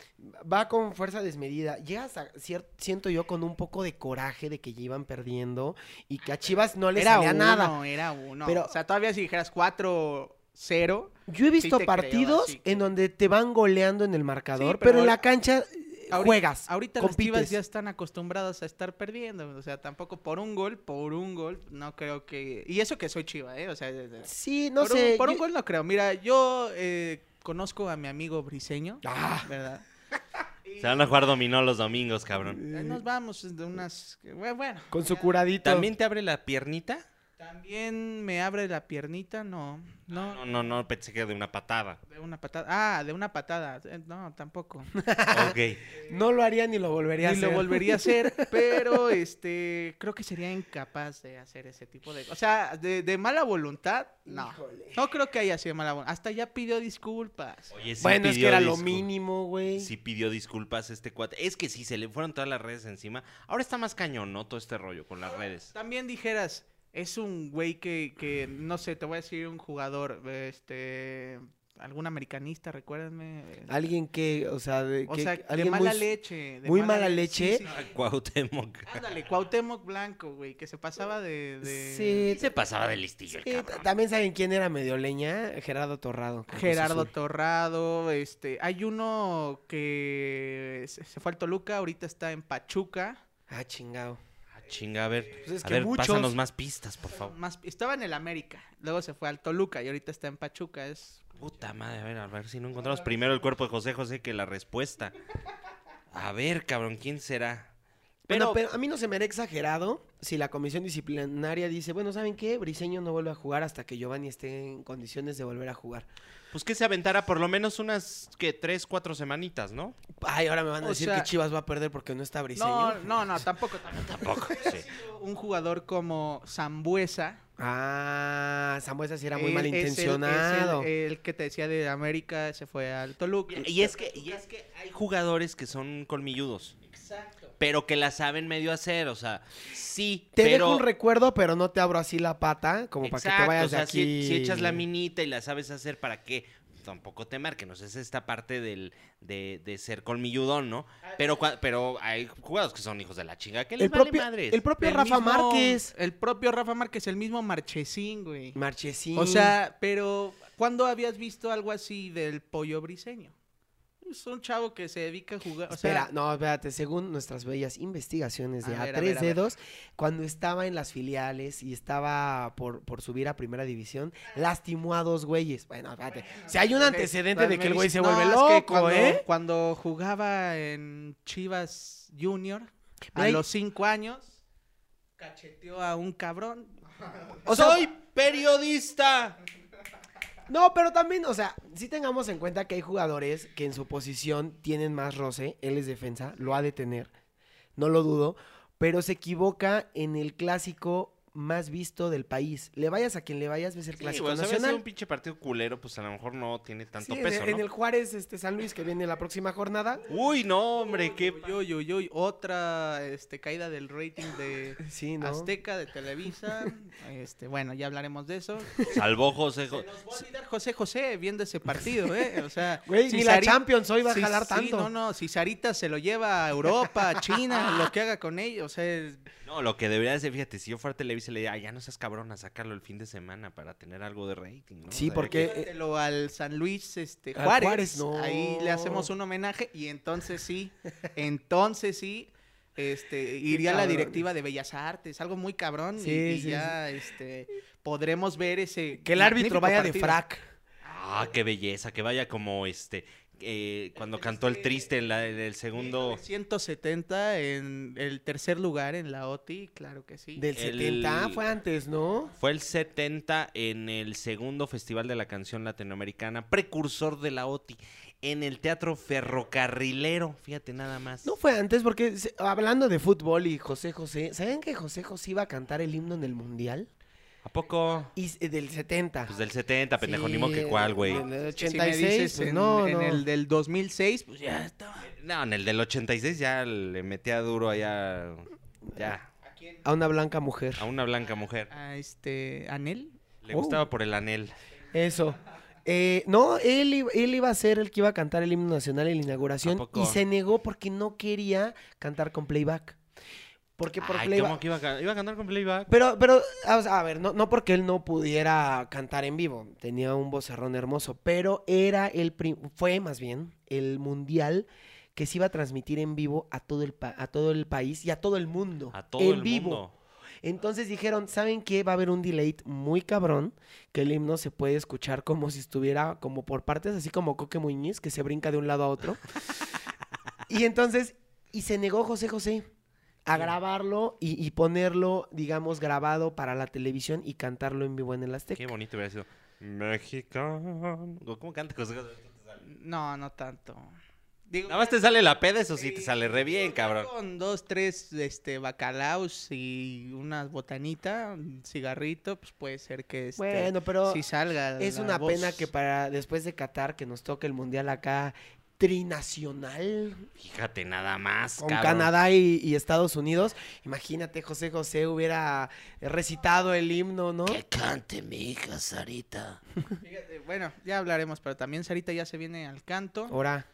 [SPEAKER 2] va con fuerza desmedida, llegas a, cier- siento yo, con un poco de coraje de que ya iban perdiendo y que a Chivas no les
[SPEAKER 3] Era
[SPEAKER 2] salía
[SPEAKER 3] uno,
[SPEAKER 2] nada.
[SPEAKER 3] era uno.
[SPEAKER 2] Pero-
[SPEAKER 3] o sea, todavía si dijeras 4-0,
[SPEAKER 2] Yo he visto
[SPEAKER 3] te creo,
[SPEAKER 2] partidos
[SPEAKER 3] así
[SPEAKER 2] en donde te van goleando en el marcador,
[SPEAKER 3] Sí,
[SPEAKER 2] pero,
[SPEAKER 3] pero
[SPEAKER 2] en la
[SPEAKER 3] ahora-
[SPEAKER 2] cancha eh,
[SPEAKER 3] ahorita-
[SPEAKER 2] juegas.
[SPEAKER 3] ahorita
[SPEAKER 2] compites.
[SPEAKER 3] las Chivas ya están acostumbradas a estar perdiendo. O sea, tampoco por un gol, por un gol, no creo que... Y eso que soy Chiva, ¿eh? O sea, de- de-
[SPEAKER 2] Sí, no
[SPEAKER 3] por,
[SPEAKER 2] sé.
[SPEAKER 3] un, por un
[SPEAKER 2] yo-
[SPEAKER 3] gol no creo. Mira, yo eh, conozco a mi amigo Briseño,
[SPEAKER 2] Ah,
[SPEAKER 3] ¿verdad? (laughs)
[SPEAKER 1] Se van a jugar dominó los domingos, cabrón.
[SPEAKER 3] Ahí nos vamos de unas... Bueno, bueno.
[SPEAKER 2] Mm, con su curadito.
[SPEAKER 1] ¿También te abre la piernita?
[SPEAKER 3] También me abre la piernita, no. No,
[SPEAKER 1] No, no, no, pensé que de una
[SPEAKER 2] (laughs)
[SPEAKER 1] patada.
[SPEAKER 3] de una patada. Ah, de una patada. Eh, No, tampoco.
[SPEAKER 1] Ok.
[SPEAKER 2] No lo haría ni lo volvería
[SPEAKER 3] Y
[SPEAKER 2] a hacer.
[SPEAKER 3] lo volvería a
[SPEAKER 2] (laughs)
[SPEAKER 3] hacer, pero este creo que sería incapaz de hacer ese tipo de... O sea, de, de mala voluntad, no.
[SPEAKER 2] Híjole.
[SPEAKER 3] No creo que haya sido mala voluntad. Hasta ya pidió disculpas.
[SPEAKER 1] Oye, sí
[SPEAKER 2] bueno, es que
[SPEAKER 1] pidió
[SPEAKER 2] era lo
[SPEAKER 1] discul-
[SPEAKER 2] mínimo, güey.
[SPEAKER 1] Sí pidió disculpas este cuate. Es que sí, se le fueron todas las redes encima. Ahora está más cañón, ¿no? Todo este rollo con las redes.
[SPEAKER 3] También dijeras, es un güey que, que, no sé, te voy a decir un jugador, este... Algún americanista, recuérdenme.
[SPEAKER 2] Alguien que, o sea, de,
[SPEAKER 3] O
[SPEAKER 2] que-
[SPEAKER 3] sea, de
[SPEAKER 2] alguien
[SPEAKER 3] mala
[SPEAKER 2] muy-
[SPEAKER 3] leche. de
[SPEAKER 2] muy mala
[SPEAKER 3] le-
[SPEAKER 2] leche.
[SPEAKER 3] sí, sí, sí.
[SPEAKER 1] (laughs) Cuauhtémoc.
[SPEAKER 3] Ándale, Cuauhtémoc Blanco, güey, que se pasaba de... de-
[SPEAKER 1] Sí,
[SPEAKER 2] Sí,
[SPEAKER 1] se pasaba de listillo el
[SPEAKER 2] sí,
[SPEAKER 1] cabrón.
[SPEAKER 2] eh, también saben quién era medio leña, Gerardo Torrado. con Cruz
[SPEAKER 3] Gerardo
[SPEAKER 2] Azul.
[SPEAKER 3] Torrado, este, hay uno que se se fue al Toluca, ahorita está en Pachuca.
[SPEAKER 2] Ah, chingado.
[SPEAKER 1] Ah, Chinga, a ver.
[SPEAKER 2] Pues es
[SPEAKER 1] a
[SPEAKER 2] que
[SPEAKER 1] ver,
[SPEAKER 2] muchos-
[SPEAKER 1] pásanos más pistas, por favor.
[SPEAKER 3] Más, estaba en el América, luego se fue al Toluca y ahorita está en Pachuca. Es
[SPEAKER 1] Puta madre, a ver, a ver si no encontramos primero el cuerpo de José José que la respuesta. A ver, cabrón, ¿quién será?
[SPEAKER 2] Pero,
[SPEAKER 1] Pero,
[SPEAKER 2] pero a mí no se me hará exagerado si la comisión disciplinaria dice, bueno, ¿saben qué? Briseño no vuelve a jugar hasta que Giovanni esté en condiciones de volver a jugar.
[SPEAKER 1] pues que se aventara por lo menos unas, que Tres, cuatro semanitas, ¿no?
[SPEAKER 2] Ay, ahora me van a
[SPEAKER 3] O
[SPEAKER 2] decir
[SPEAKER 3] sea-
[SPEAKER 2] que Chivas va a perder porque no está Briseño.
[SPEAKER 3] no, no, no, tampoco, tampoco.
[SPEAKER 1] (laughs) Tampoco, sí.
[SPEAKER 3] Un jugador como Zambuesa.
[SPEAKER 2] Ah, Samuel sí era muy
[SPEAKER 3] él Eh, es el- eh, es el-
[SPEAKER 2] malintencionado.
[SPEAKER 3] El, que te decía de América se fue al Toluca.
[SPEAKER 1] Y es que, y es que hay jugadores que son colmilludos,
[SPEAKER 3] Exacto.
[SPEAKER 1] pero que la saben medio hacer, o sea, sí,
[SPEAKER 2] Te
[SPEAKER 1] pero...
[SPEAKER 2] dejo un recuerdo, pero no te abro así la pata, como para que te
[SPEAKER 1] Exacto,
[SPEAKER 2] vayas
[SPEAKER 1] o sea,
[SPEAKER 2] de aquí.
[SPEAKER 1] Si, si echas la minita y la sabes hacer, ¿para qué? Pues, Tampoco te marquen, o sea, es esta parte del, de, de ser colmilludón, ¿no? Pero, cua- pero hay jugadores que son hijos de la chinga, que les
[SPEAKER 2] El
[SPEAKER 1] vale
[SPEAKER 2] propio,
[SPEAKER 1] madres.
[SPEAKER 2] el propio
[SPEAKER 3] El
[SPEAKER 2] Rafa
[SPEAKER 3] mismo-
[SPEAKER 2] Márquez.
[SPEAKER 3] El propio Rafa Márquez, el mismo Marchesín, güey.
[SPEAKER 2] Marchesín.
[SPEAKER 3] O sea, pero ¿cuándo habías visto algo así del pollo briseño? Es un chavo que se dedica a jugar. O
[SPEAKER 2] Espera,
[SPEAKER 3] sea,
[SPEAKER 2] no, espérate, según nuestras bellas investigaciones de
[SPEAKER 3] A
[SPEAKER 2] A,
[SPEAKER 3] ver, a
[SPEAKER 2] Tres
[SPEAKER 3] ver, a ver.
[SPEAKER 2] Dedos, cuando estaba en las filiales y estaba por, por subir a primera división, lastimó a dos güeyes. Bueno, espérate. Si hay un antecedente de que el güey se
[SPEAKER 3] No,
[SPEAKER 2] vuelve
[SPEAKER 3] es que
[SPEAKER 2] loco,
[SPEAKER 3] cuando,
[SPEAKER 2] ¿eh?
[SPEAKER 3] Cuando jugaba en Chivas Junior, a
[SPEAKER 2] Mira, y-
[SPEAKER 3] los cinco años, cacheteó a un cabrón.
[SPEAKER 2] O sea,
[SPEAKER 1] ¡Soy periodista!
[SPEAKER 2] No, pero también, o sea, sí tengamos en cuenta que hay jugadores que en su posición tienen más roce, él es defensa, lo ha de tener, no lo dudo, pero se equivoca en el clásico más visto del país. Le vayas a quien le vayas, ves el
[SPEAKER 1] Sí,
[SPEAKER 2] clásico
[SPEAKER 1] bueno, si hubiera sido
[SPEAKER 2] nacional.
[SPEAKER 1] un pinche partido culero, pues a lo mejor no tiene tanto
[SPEAKER 2] Sí, en-
[SPEAKER 1] peso,
[SPEAKER 2] en,
[SPEAKER 1] ¿no?
[SPEAKER 2] el Juárez este San Luis que viene la próxima jornada.
[SPEAKER 1] Uy, no, hombre, qué...
[SPEAKER 3] Uy, uy, uy, uy, otra este, caída del rating de
[SPEAKER 2] Sí, (laughs) ¿no?
[SPEAKER 3] Azteca,
[SPEAKER 2] (laughs)
[SPEAKER 3] de Televisa. este, bueno, ya hablaremos de eso.
[SPEAKER 1] Salvó José
[SPEAKER 3] Se
[SPEAKER 1] Jo-
[SPEAKER 3] nos va a olvidar José José viendo ese partido, ¿eh? O sea,
[SPEAKER 2] Güey,
[SPEAKER 3] si
[SPEAKER 2] ni la
[SPEAKER 3] Sari-
[SPEAKER 2] Champions hoy va a
[SPEAKER 3] si-
[SPEAKER 2] jalar
[SPEAKER 3] sí,
[SPEAKER 2] tanto.
[SPEAKER 3] no, no, si Sarita se lo lleva a Europa, a China,
[SPEAKER 2] (laughs)
[SPEAKER 3] lo que haga con ellos, o sea,
[SPEAKER 2] Eh,
[SPEAKER 3] es-
[SPEAKER 1] No, lo que debería de ser, fíjate, si yo fuera a Televisa le diría, "Ay, ya no seas cabrón a sacarlo el fin de semana para tener algo de rating, ¿no?
[SPEAKER 2] Sí,
[SPEAKER 1] O sea,
[SPEAKER 2] porque-
[SPEAKER 1] que-
[SPEAKER 3] llévatelo al San Luis este,
[SPEAKER 2] Al
[SPEAKER 3] Juárez,
[SPEAKER 2] Juárez, no.
[SPEAKER 3] ahí le hacemos un homenaje y entonces sí,
[SPEAKER 2] (laughs)
[SPEAKER 3] entonces sí, este, iría a la
[SPEAKER 2] cabrón.
[SPEAKER 3] directiva de Bellas Artes, algo muy cabrón y-
[SPEAKER 2] Sí,
[SPEAKER 3] y,
[SPEAKER 2] sí,
[SPEAKER 3] ya este, podremos ver ese
[SPEAKER 2] Que el árbitro
[SPEAKER 3] magnífico
[SPEAKER 2] vaya de
[SPEAKER 3] partido.
[SPEAKER 2] frac.
[SPEAKER 1] Ah, qué belleza, que vaya como este... eh, cuando cantó el triste en, la, en el segundo.
[SPEAKER 3] 170 en el tercer lugar en la OTI, claro que sí.
[SPEAKER 2] Del
[SPEAKER 1] El-
[SPEAKER 2] 70 fue antes, ¿no?
[SPEAKER 1] Fue el 70 en el segundo Festival de la Canción Latinoamericana, precursor de la OTI, en el Teatro Ferrocarrilero, fíjate nada más.
[SPEAKER 2] No fue antes porque se- hablando de fútbol y José José, ¿saben que José José iba a cantar el himno en el Mundial?
[SPEAKER 1] ¿A poco?
[SPEAKER 2] Y s- eh, del 70.
[SPEAKER 1] Pues del 70, pendejo,
[SPEAKER 2] Sí,
[SPEAKER 1] ni modo que cuál, güey.
[SPEAKER 2] En el
[SPEAKER 3] Si me
[SPEAKER 2] 86,
[SPEAKER 3] dices
[SPEAKER 2] pues
[SPEAKER 3] en,
[SPEAKER 2] no,
[SPEAKER 3] en
[SPEAKER 2] no.
[SPEAKER 3] el del 2006, pues ya estaba.
[SPEAKER 1] No, en el del 86 ya le metía duro allá, ya,
[SPEAKER 3] ¿A quién?
[SPEAKER 2] A una blanca mujer.
[SPEAKER 1] a una blanca mujer.
[SPEAKER 3] A este, Anel.
[SPEAKER 1] Le
[SPEAKER 2] Oh.
[SPEAKER 1] gustaba por el anel.
[SPEAKER 2] Eso. Eh, no, él, iba- él iba a ser el que iba a cantar el himno nacional en la
[SPEAKER 1] ¿A
[SPEAKER 2] inauguración
[SPEAKER 1] poco?
[SPEAKER 2] y se negó porque no quería cantar con playback. Porque por
[SPEAKER 1] Ay,
[SPEAKER 2] playback...
[SPEAKER 1] ¿cómo que iba a, ca- iba a cantar con playback?
[SPEAKER 2] Pero, pero, a- o sea, a ver, no, no porque él no pudiera cantar en vivo, tenía un vocerrón hermoso, pero era el pri- fue más bien el mundial que se iba a transmitir en vivo a todo el, pa- a todo el país y a todo el mundo.
[SPEAKER 1] A todo
[SPEAKER 2] en
[SPEAKER 1] el
[SPEAKER 2] vivo.
[SPEAKER 1] mundo.
[SPEAKER 2] Entonces dijeron, ¿saben qué? Va a haber un delay muy cabrón, que el himno se puede escuchar como si estuviera como por partes, así como Coque Muñiz, que se brinca de un lado a otro.
[SPEAKER 3] (laughs)
[SPEAKER 2] y entonces, y se negó José José a grabarlo y, y ponerlo, digamos, grabado para la televisión y cantarlo en vivo en el Azteca.
[SPEAKER 1] Qué bonito hubiera sido. Mexicano. ¿Cómo canta? José José?
[SPEAKER 3] No, no tanto. Digo,
[SPEAKER 1] Nada más te sale la peda, eso sí, te sale re bien,
[SPEAKER 3] ya
[SPEAKER 1] cabrón.
[SPEAKER 3] Con dos, tres este, bacalaos y una botanita, un cigarrito, pues puede ser que este,
[SPEAKER 2] Bueno, pero
[SPEAKER 3] sí salga.
[SPEAKER 2] es
[SPEAKER 3] la
[SPEAKER 2] una
[SPEAKER 3] voz.
[SPEAKER 2] pena que para después de Qatar, que nos toque el Mundial acá trinacional,
[SPEAKER 1] Fíjate nada más,
[SPEAKER 2] con
[SPEAKER 1] Pues, cabrón.
[SPEAKER 2] Canadá y, y Estados Unidos. Imagínate, José José hubiera recitado el himno, ¿no?
[SPEAKER 1] cante mi hija Sarita.
[SPEAKER 3] Fíjate, bueno, ya hablaremos, pero también Sarita ya se viene al canto.
[SPEAKER 2] Ahora,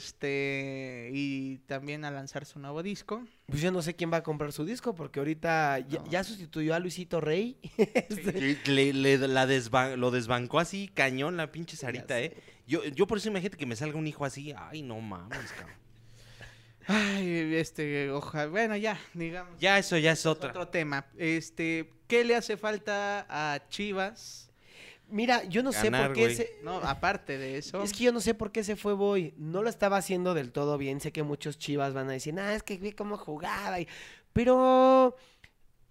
[SPEAKER 3] Este, y también a lanzar su nuevo disco.
[SPEAKER 2] pues yo no sé quién va a comprar su disco porque ahorita ya,
[SPEAKER 3] No.
[SPEAKER 2] ya sustituyó a Luisito Rey. (laughs)
[SPEAKER 1] Le, le- la desba- lo desbancó así, cañón, la pinche Sarita,
[SPEAKER 3] sé.
[SPEAKER 1] ¿eh? Yo, yo por eso imagínate que me salga un hijo así. Ay, no mames, cabrón.
[SPEAKER 3] Ay, este, ojalá, bueno, ya, digamos.
[SPEAKER 1] Ya, eso ya es
[SPEAKER 3] es
[SPEAKER 1] otra.
[SPEAKER 3] Otro tema. Este, ¿qué le hace falta a Chivas?
[SPEAKER 2] Mira, yo no sé
[SPEAKER 1] Ganar,
[SPEAKER 2] por qué
[SPEAKER 1] güey.
[SPEAKER 2] ese-
[SPEAKER 3] No, aparte de eso.
[SPEAKER 2] Es que yo no sé por qué se fue Boy. No lo estaba haciendo del todo bien. Sé que muchos chivas van a decir, ah, es que vi cómo jugaba. y- Pero,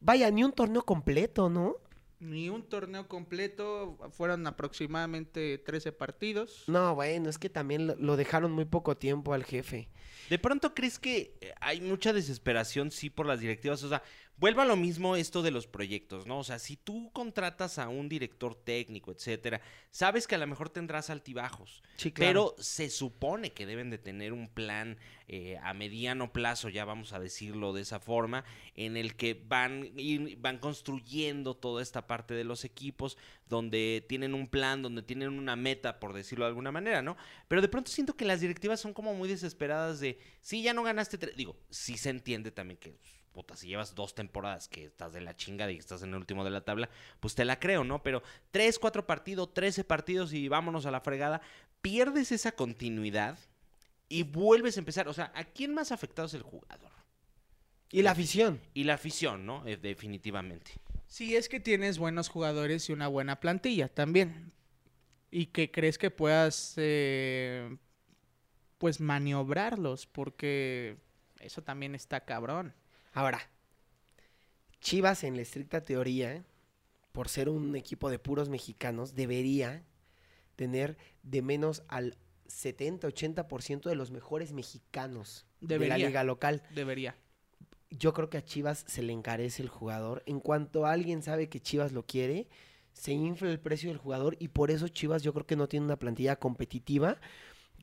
[SPEAKER 2] vaya, ni un torneo completo, ¿no?
[SPEAKER 3] Ni un torneo completo, fueron aproximadamente 13
[SPEAKER 1] Pues
[SPEAKER 3] partidos.
[SPEAKER 2] No, bueno, es que también lo- lo dejaron muy poco tiempo al jefe.
[SPEAKER 1] De pronto crees que eh, hay mucha desesperación, sí, por las directivas. O sea, vuelva a lo mismo esto de los proyectos, ¿no? O sea, si tú contratas a un director técnico, etcétera, sabes que a lo mejor tendrás altibajos.
[SPEAKER 2] Sí,
[SPEAKER 1] Pero se supone que deben de tener un plan eh, a mediano plazo, ya vamos a decirlo de esa forma, en el que van, ir- van construyendo toda esta parte de los equipos, donde tienen un plan, donde tienen una meta, por decirlo de alguna manera, ¿no? Pero de pronto siento que las directivas son como muy desesperadas de, sí, ya no ganaste tres, digo, sí se entiende también que... pues, Puta, si llevas dos temporadas que estás de la chingada y que estás en el último de la tabla, pues te la creo, ¿no? Pero tres, cuatro partidos, trece partidos y vámonos a la fregada pierdes esa continuidad y vuelves a empezar. O sea, ¿a quién más afectado es el jugador?
[SPEAKER 2] Y la afición.
[SPEAKER 1] Y la afición, ¿no? Eh, definitivamente.
[SPEAKER 3] Sí, es que tienes buenos jugadores y una buena plantilla también. Y que crees que puedas, eh, pues, maniobrarlos, porque eso también está cabrón.
[SPEAKER 2] Ahora, Chivas en la estricta teoría, por ser un equipo de puros mexicanos, debería tener de menos al 70-80% de los mejores mexicanos de
[SPEAKER 3] Debería.
[SPEAKER 2] la liga local.
[SPEAKER 3] Debería.
[SPEAKER 2] Yo creo que a Chivas se le encarece el jugador. En cuanto alguien sabe que Chivas lo quiere, se infla el precio del jugador y por eso Chivas yo creo que no tiene una plantilla competitiva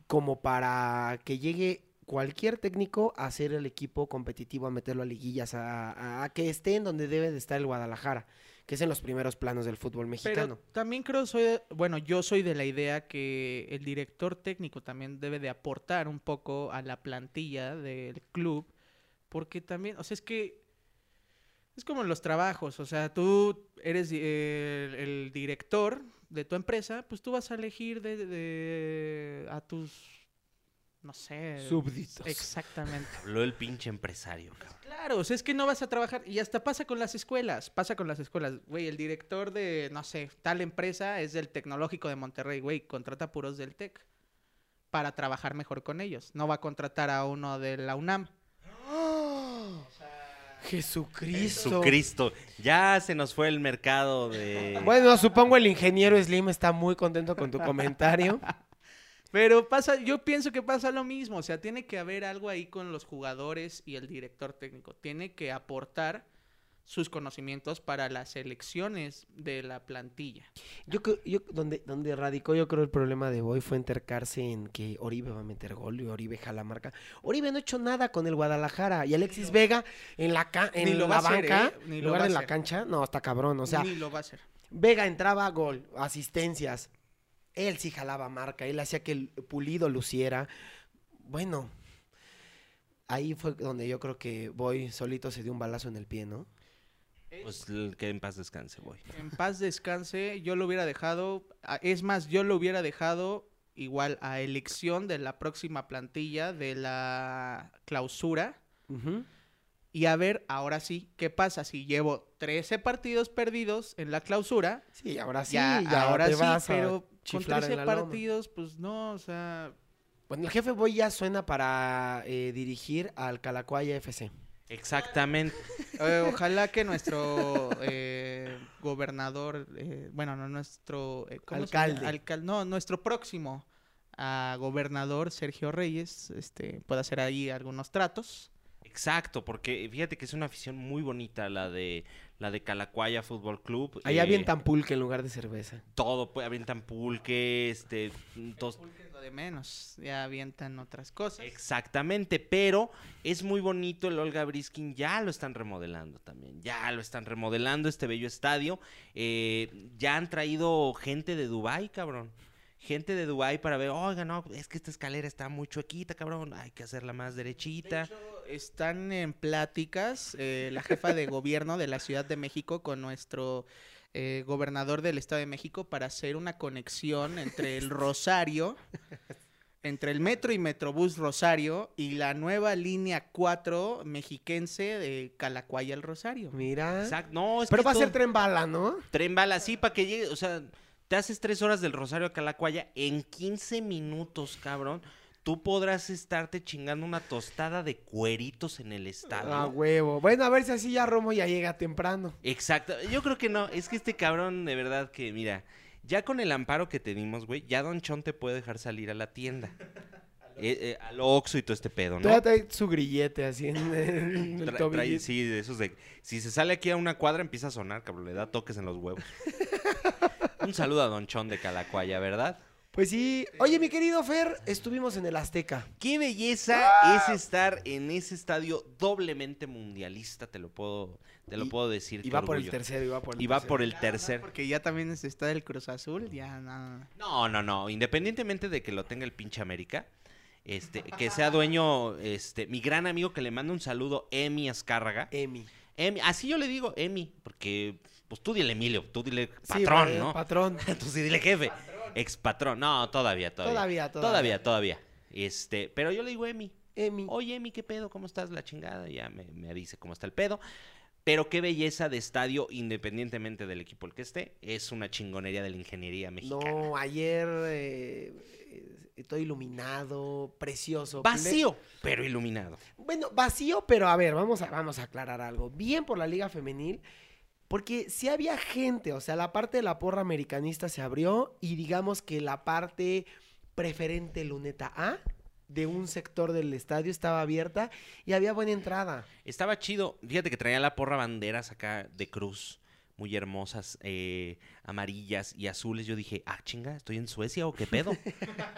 [SPEAKER 2] como para que llegue cualquier técnico a hacer el equipo competitivo, a meterlo a liguillas, a, a- a que esté en donde debe de estar el Guadalajara, que es en los primeros planos del fútbol mexicano.
[SPEAKER 3] Pero también creo, soy, de- bueno, yo soy de la idea que el director técnico también debe de aportar un poco a la plantilla del club, porque también, o sea, es que es como en los trabajos, o sea, tú eres di- el, el director de tu empresa, pues tú vas a elegir de, de- a tus, no sé,
[SPEAKER 2] Súbditos.
[SPEAKER 3] exactamente.
[SPEAKER 1] Habló el pinche empresario, cabrón.
[SPEAKER 3] Claro, o sea, es que no vas a trabajar. Y hasta pasa con las escuelas. Pasa con las escuelas. Güey, el director de, no sé, tal empresa es del Tecnológico de Monterrey. Güey, contrata puros del TEC. para trabajar mejor con ellos. No va a contratar a uno de la UNAM.
[SPEAKER 2] Jesucristo.
[SPEAKER 1] Jesucristo. Ya se nos fue el mercado
[SPEAKER 2] (laughs)
[SPEAKER 1] de.
[SPEAKER 2] Bueno, supongo el ingeniero Slim está muy contento con tu comentario.
[SPEAKER 3] Pero pasa, yo pienso que pasa lo mismo, o sea, tiene que haber algo ahí con los jugadores y el director técnico, tiene que aportar sus conocimientos para las elecciones de la plantilla.
[SPEAKER 2] Yo, creo- yo donde, donde radicó yo creo el problema de Boy fue entercarse en que Oribe va a meter gol y Oribe jala marca. Oribe no ha hecho nada con el Guadalajara y Alexis Vega en la ca-
[SPEAKER 3] Ni
[SPEAKER 2] en
[SPEAKER 3] lo
[SPEAKER 2] la
[SPEAKER 3] va a hacer,
[SPEAKER 2] banca,
[SPEAKER 3] ¿eh? Ni
[SPEAKER 2] en
[SPEAKER 3] lo
[SPEAKER 2] lugar
[SPEAKER 3] va a
[SPEAKER 2] de en la
[SPEAKER 3] hacer.
[SPEAKER 2] cancha, no, está cabrón, o sea,
[SPEAKER 3] Ni lo va a hacer.
[SPEAKER 2] Vega entraba gol, asistencias. Él sí jalaba marca, él hacía que el pulido luciera. Bueno, ahí fue donde yo creo que Boy solito se dio un balazo en el pie, ¿no?
[SPEAKER 1] Pues l- que en paz descanse, voy.
[SPEAKER 3] En paz descanse, yo lo hubiera dejado, a- es más, yo lo hubiera dejado igual a elección de la próxima plantilla de la clausura y a ver ahora sí qué pasa si llevo 13 partidos perdidos en la clausura
[SPEAKER 2] Sí, ahora Ah, sí,
[SPEAKER 3] ya,
[SPEAKER 2] ya
[SPEAKER 3] ahora
[SPEAKER 2] te
[SPEAKER 3] sí,
[SPEAKER 2] vas a
[SPEAKER 3] pero con
[SPEAKER 2] chiflar en
[SPEAKER 3] 13
[SPEAKER 2] la loma.
[SPEAKER 3] partidos, pues no, o sea,
[SPEAKER 2] Bueno, el jefe Boy ya suena para eh, dirigir al Calacuaya FC.
[SPEAKER 1] Exactamente.
[SPEAKER 3] eh, ojalá que nuestro eh, gobernador, eh, bueno, no nuestro eh, ¿cómo se llama?
[SPEAKER 2] Alcalde.
[SPEAKER 3] Alcal- no, nuestro próximo a gobernador Sergio Reyes, este, pueda hacer ahí algunos tratos.
[SPEAKER 1] Exacto, porque fíjate que es una afición muy bonita la de la de Calacuaya Fútbol Club.
[SPEAKER 2] Allá
[SPEAKER 1] bien
[SPEAKER 2] avientan pulque en lugar de cerveza.
[SPEAKER 1] todo, pues, avientan pulque, este, tos-
[SPEAKER 3] Porque es lo de menos, ya avientan otras cosas.
[SPEAKER 1] Exactamente, pero es muy bonito el Olga Briskin, ya lo están remodelando también, ya lo están remodelando este bello estadio, eh, ya han traído gente de Dubai, cabrón, gente de Dubai para ver, oiga, no, es que esta escalera está muy chuequita, cabrón, hay que hacerla más
[SPEAKER 3] De
[SPEAKER 1] derechita.
[SPEAKER 3] hecho, están en pláticas eh, la jefa de gobierno de la Ciudad de México con nuestro eh, gobernador del Estado de México para hacer una conexión entre el Rosario, entre el metro y Metrobús Rosario y la nueva línea 4 mexiquense de Calacuaya al Rosario.
[SPEAKER 2] Mira.
[SPEAKER 1] Exacto, no, es
[SPEAKER 2] Pero
[SPEAKER 1] que
[SPEAKER 2] va a ser
[SPEAKER 1] esto-
[SPEAKER 2] tren bala, ¿no?
[SPEAKER 1] tren bala, sí, para que llegue, o sea, te haces tres horas del Rosario a Calacuaya en 15 minutos, cabrón. Tú podrás estarte chingando una tostada de cueritos en el estadio.
[SPEAKER 2] A huevo. Bueno, a ver si así ya Romo ya llega temprano.
[SPEAKER 1] Exacto. Yo creo que no. Es que este cabrón, de verdad, que mira, ya con el amparo que te dimos, güey, ya Don Chon te puede dejar salir a la
[SPEAKER 2] (laughs)
[SPEAKER 1] tienda. Eh, eh, al Oxxo y todo este pedo, ¿no?
[SPEAKER 2] Todavía trae su grillete así en el,
[SPEAKER 1] Tra-
[SPEAKER 2] tobillo.
[SPEAKER 1] trae- sí, de esos de. Si se sale aquí a una cuadra, empieza a sonar, cabrón. Le da toques en los
[SPEAKER 2] (laughs)
[SPEAKER 1] huevos. Un saludo a Don Chon de Calacuaya, ¿verdad?
[SPEAKER 2] Pues sí. Oye, mi querido Fer, estuvimos en el Azteca.
[SPEAKER 1] Qué belleza
[SPEAKER 2] ¡Ah!
[SPEAKER 1] es estar en ese estadio doblemente mundialista, te lo puedo, te lo
[SPEAKER 2] Y-
[SPEAKER 1] puedo decir.
[SPEAKER 2] Y
[SPEAKER 1] qué
[SPEAKER 2] va por el
[SPEAKER 1] orgullo.
[SPEAKER 2] tercero, y va por el
[SPEAKER 1] Y va
[SPEAKER 2] tercero.
[SPEAKER 1] por el tercer.
[SPEAKER 3] Porque ya también es- está el Cruz Azul, ya nada.
[SPEAKER 1] No, no, no. Independientemente de que lo tenga el pinche América, este, que sea dueño, este, mi gran amigo que le manda un saludo, Emi Azcárraga.
[SPEAKER 2] Emi.
[SPEAKER 1] Emi, así yo le digo, Emi, porque, pues tú dile Emilio, tú dile
[SPEAKER 2] Sí,
[SPEAKER 1] patrón,
[SPEAKER 2] eh,
[SPEAKER 1] ¿no?
[SPEAKER 2] Patrón.
[SPEAKER 1] (laughs) Tú sí dile jefe, ex patrón. No, todavía, todavía.
[SPEAKER 2] Todavía, todavía.
[SPEAKER 1] Todavía, todavía. Este, pero yo le digo Emi.
[SPEAKER 2] Emi.
[SPEAKER 1] Oye, Emi, ¿qué pedo? ¿Cómo estás? La chingada. Ya me, me dice cómo está el pedo. Pero qué belleza de estadio, independientemente del equipo el que esté, es una chingonería de la ingeniería mexicana.
[SPEAKER 2] No, ayer eh, eh, estoy iluminado, precioso.
[SPEAKER 1] Vacío, pero iluminado.
[SPEAKER 2] Bueno, vacío, pero a ver, vamos a, vamos a aclarar algo. Bien por la Liga Femenil, porque si había gente, o sea, la parte de la porra americanista se abrió y digamos que la parte preferente luneta A de un sector del estadio estaba abierta y había buena entrada.
[SPEAKER 1] Estaba chido. Fíjate que traía la porra banderas acá de cruz, muy hermosas, eh, amarillas y azules. Yo dije, ah, chinga, ¿estoy en Suecia o qué pedo?
[SPEAKER 2] (laughs)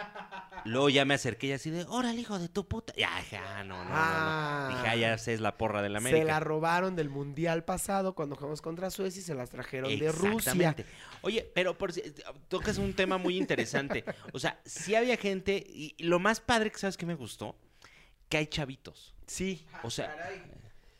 [SPEAKER 1] Luego ya me acerqué y así de, órale, hijo de tu puta. Ya, dije, ah, no, no, no, no.
[SPEAKER 2] Ah.
[SPEAKER 1] Dije, ah, ya sé, es la porra de la
[SPEAKER 2] Se la
[SPEAKER 1] América.
[SPEAKER 2] robaron del Mundial pasado cuando jugamos contra Suecia y se las trajeron de Rusia.
[SPEAKER 1] Exactamente. Oye, pero por si- tocas un tema muy interesante. O sea, sí había gente y lo más padre que sabes que me gustó, que hay chavitos.
[SPEAKER 2] Sí.
[SPEAKER 1] O sea,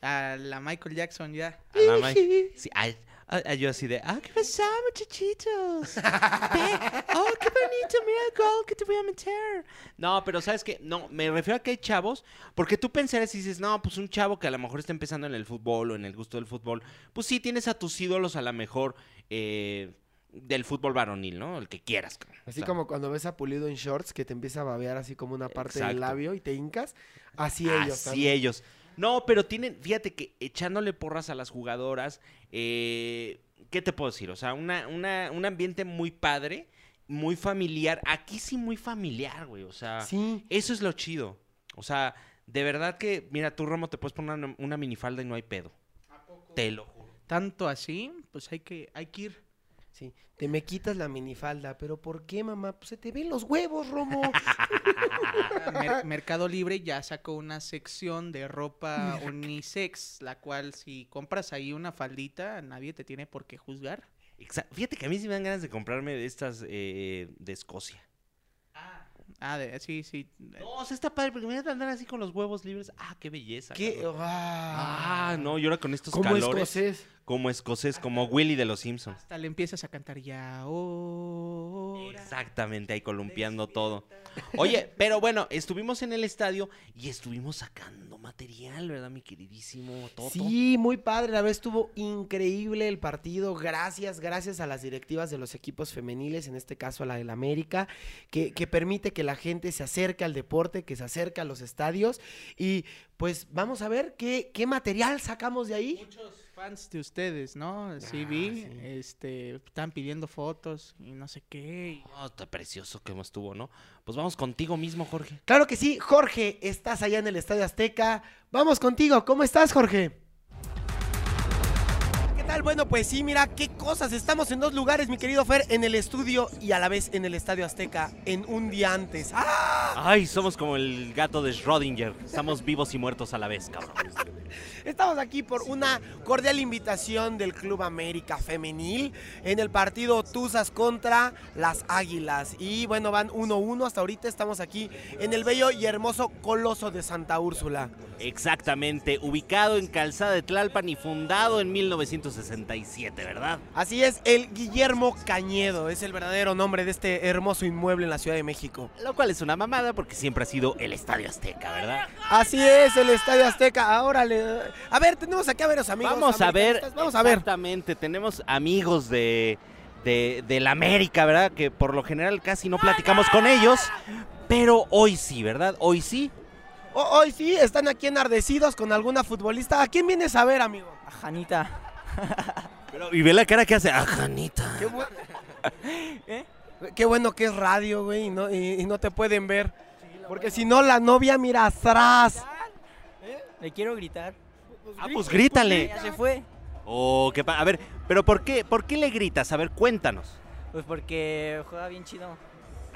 [SPEAKER 3] A la Michael Jackson ya.
[SPEAKER 1] A la
[SPEAKER 2] (laughs)
[SPEAKER 1] ma- Sí, ay, ay, ay, yo así de, ah, ¿qué pasa, muchachitos? Ve, oh, qué bonito, mira el gol que te voy a meter. No, pero ¿sabes qué? No, me refiero a que hay chavos, porque tú pensarías y dices, no, pues un chavo que a lo mejor está empezando en el fútbol o en el gusto del fútbol, pues sí, tienes a tus ídolos a lo mejor, eh, del fútbol varonil, ¿no? El que quieras. cabrón.
[SPEAKER 2] Así
[SPEAKER 1] O sea,
[SPEAKER 2] como cuando ves a Pulido en shorts que te empieza a babear así como una parte del
[SPEAKER 1] Exacto.
[SPEAKER 2] labio y te hincas. Así ellos.
[SPEAKER 1] Así
[SPEAKER 2] también.
[SPEAKER 1] ellos. No, pero tienen, fíjate que echándole porras a las jugadoras, eh, ¿qué te puedo decir? O sea, una, una- un ambiente muy padre, muy familiar. Aquí sí muy familiar, güey. O sea,
[SPEAKER 2] Sí.
[SPEAKER 1] eso es lo chido. O sea, de verdad que, mira, tú, Romo, te puedes poner una, una minifalda y no hay pedo. Te lo juro.
[SPEAKER 3] Tanto así, pues hay que, hay que ir.
[SPEAKER 2] Sí, te me quitas la minifalda, pero ¿por qué, mamá? Pues se te ven los huevos,
[SPEAKER 1] (laughs)
[SPEAKER 2] Romo.
[SPEAKER 3] Ah, Mer- Mercado Libre ya sacó una sección de ropa unisex, la cual si compras ahí una faldita, nadie te tiene por qué juzgar.
[SPEAKER 1] Exa- Fíjate que a mí sí me dan ganas de comprarme de estas eh, de Escocia.
[SPEAKER 3] Ah, de- sí, sí. eh,
[SPEAKER 1] No, o sea, está padre, porque me voy a andar así con los huevos libres. Ah, qué belleza.
[SPEAKER 2] ¿Qué?
[SPEAKER 1] cabrón.
[SPEAKER 2] Ah,
[SPEAKER 1] Ah, no, y ahora con estos
[SPEAKER 2] ¿Cómo
[SPEAKER 1] calores.
[SPEAKER 2] escocés?
[SPEAKER 1] Como escocés, como Willy de los Simpsons.
[SPEAKER 3] Hasta le empiezas a cantar ya ahora.
[SPEAKER 1] Exactamente, ahí columpiando todo. Oye, pero bueno, estuvimos en el estadio y estuvimos sacando material, ¿verdad, mi queridísimo Toto?
[SPEAKER 2] Sí, muy padre. La verdad estuvo increíble el partido. Gracias, gracias a las directivas de los equipos femeniles, en este caso a la del América, que, que permite que la gente se acerque al deporte, que se acerque a los estadios. Y pues vamos a ver qué, qué material sacamos de ahí.
[SPEAKER 3] Muchos fans de ustedes, ¿no? Sí
[SPEAKER 2] Ah,
[SPEAKER 3] vi,
[SPEAKER 2] sí.
[SPEAKER 3] este, están pidiendo fotos y no sé qué.
[SPEAKER 1] Oh, está precioso que estuvo, ¿no? Pues vamos contigo mismo, Jorge.
[SPEAKER 2] Claro que sí, Jorge, estás allá en el Estadio Azteca. Vamos contigo, ¿cómo estás, Jorge? ¿Qué tal? Bueno, pues sí, mira qué cosas. Estamos en dos lugares, mi querido Fer, en el estudio y a la vez en el Estadio Azteca, en un día antes. ¡Ah!
[SPEAKER 1] Ay, somos como el gato de Schrödinger. Estamos vivos y muertos a la vez, cabrón.
[SPEAKER 2] Estamos aquí por una cordial invitación del Club América Femenil en el partido Tuzas contra las Águilas. Y bueno, van 1-1 hasta ahorita. Estamos aquí en el bello y hermoso Coloso de Santa Úrsula.
[SPEAKER 1] Exactamente, ubicado en Calzada de Tlalpan y fundado en 1967, ¿verdad?
[SPEAKER 2] Así es, el Guillermo Cañedo es el verdadero nombre de este hermoso inmueble en la Ciudad de México.
[SPEAKER 1] Lo cual es una mamada porque siempre ha sido el Estadio Azteca, ¿verdad?
[SPEAKER 2] Así es, el Estadio Azteca. Ahora le... A ver, tenemos aquí a ver a los amigos.
[SPEAKER 1] Vamos a ver,
[SPEAKER 2] americanistas, Vamos a ver.
[SPEAKER 1] Exactamente, tenemos amigos de, de, de la América, ¿verdad? Que por lo general casi no platicamos con ellos, pero hoy sí, ¿verdad? Hoy sí.
[SPEAKER 2] O- hoy sí, están aquí enardecidos con alguna futbolista. ¿A quién vienes a ver, amigo?
[SPEAKER 4] Janita.
[SPEAKER 1] Pero, y ve la cara que hace, ah, Janita. (laughs)
[SPEAKER 2] Qué, bu-
[SPEAKER 1] ¿Eh?
[SPEAKER 2] Qué bueno que es radio, güey, y no, y- y no te pueden ver. Porque si no, la novia mira atrás.
[SPEAKER 4] Le quiero gritar.
[SPEAKER 1] Ah, pues grítale.
[SPEAKER 4] Ya se fue.
[SPEAKER 1] Oh, qué pa- A ver, pero ¿por qué, ¿por qué le gritas? A ver, cuéntanos.
[SPEAKER 4] Pues porque juega bien chido.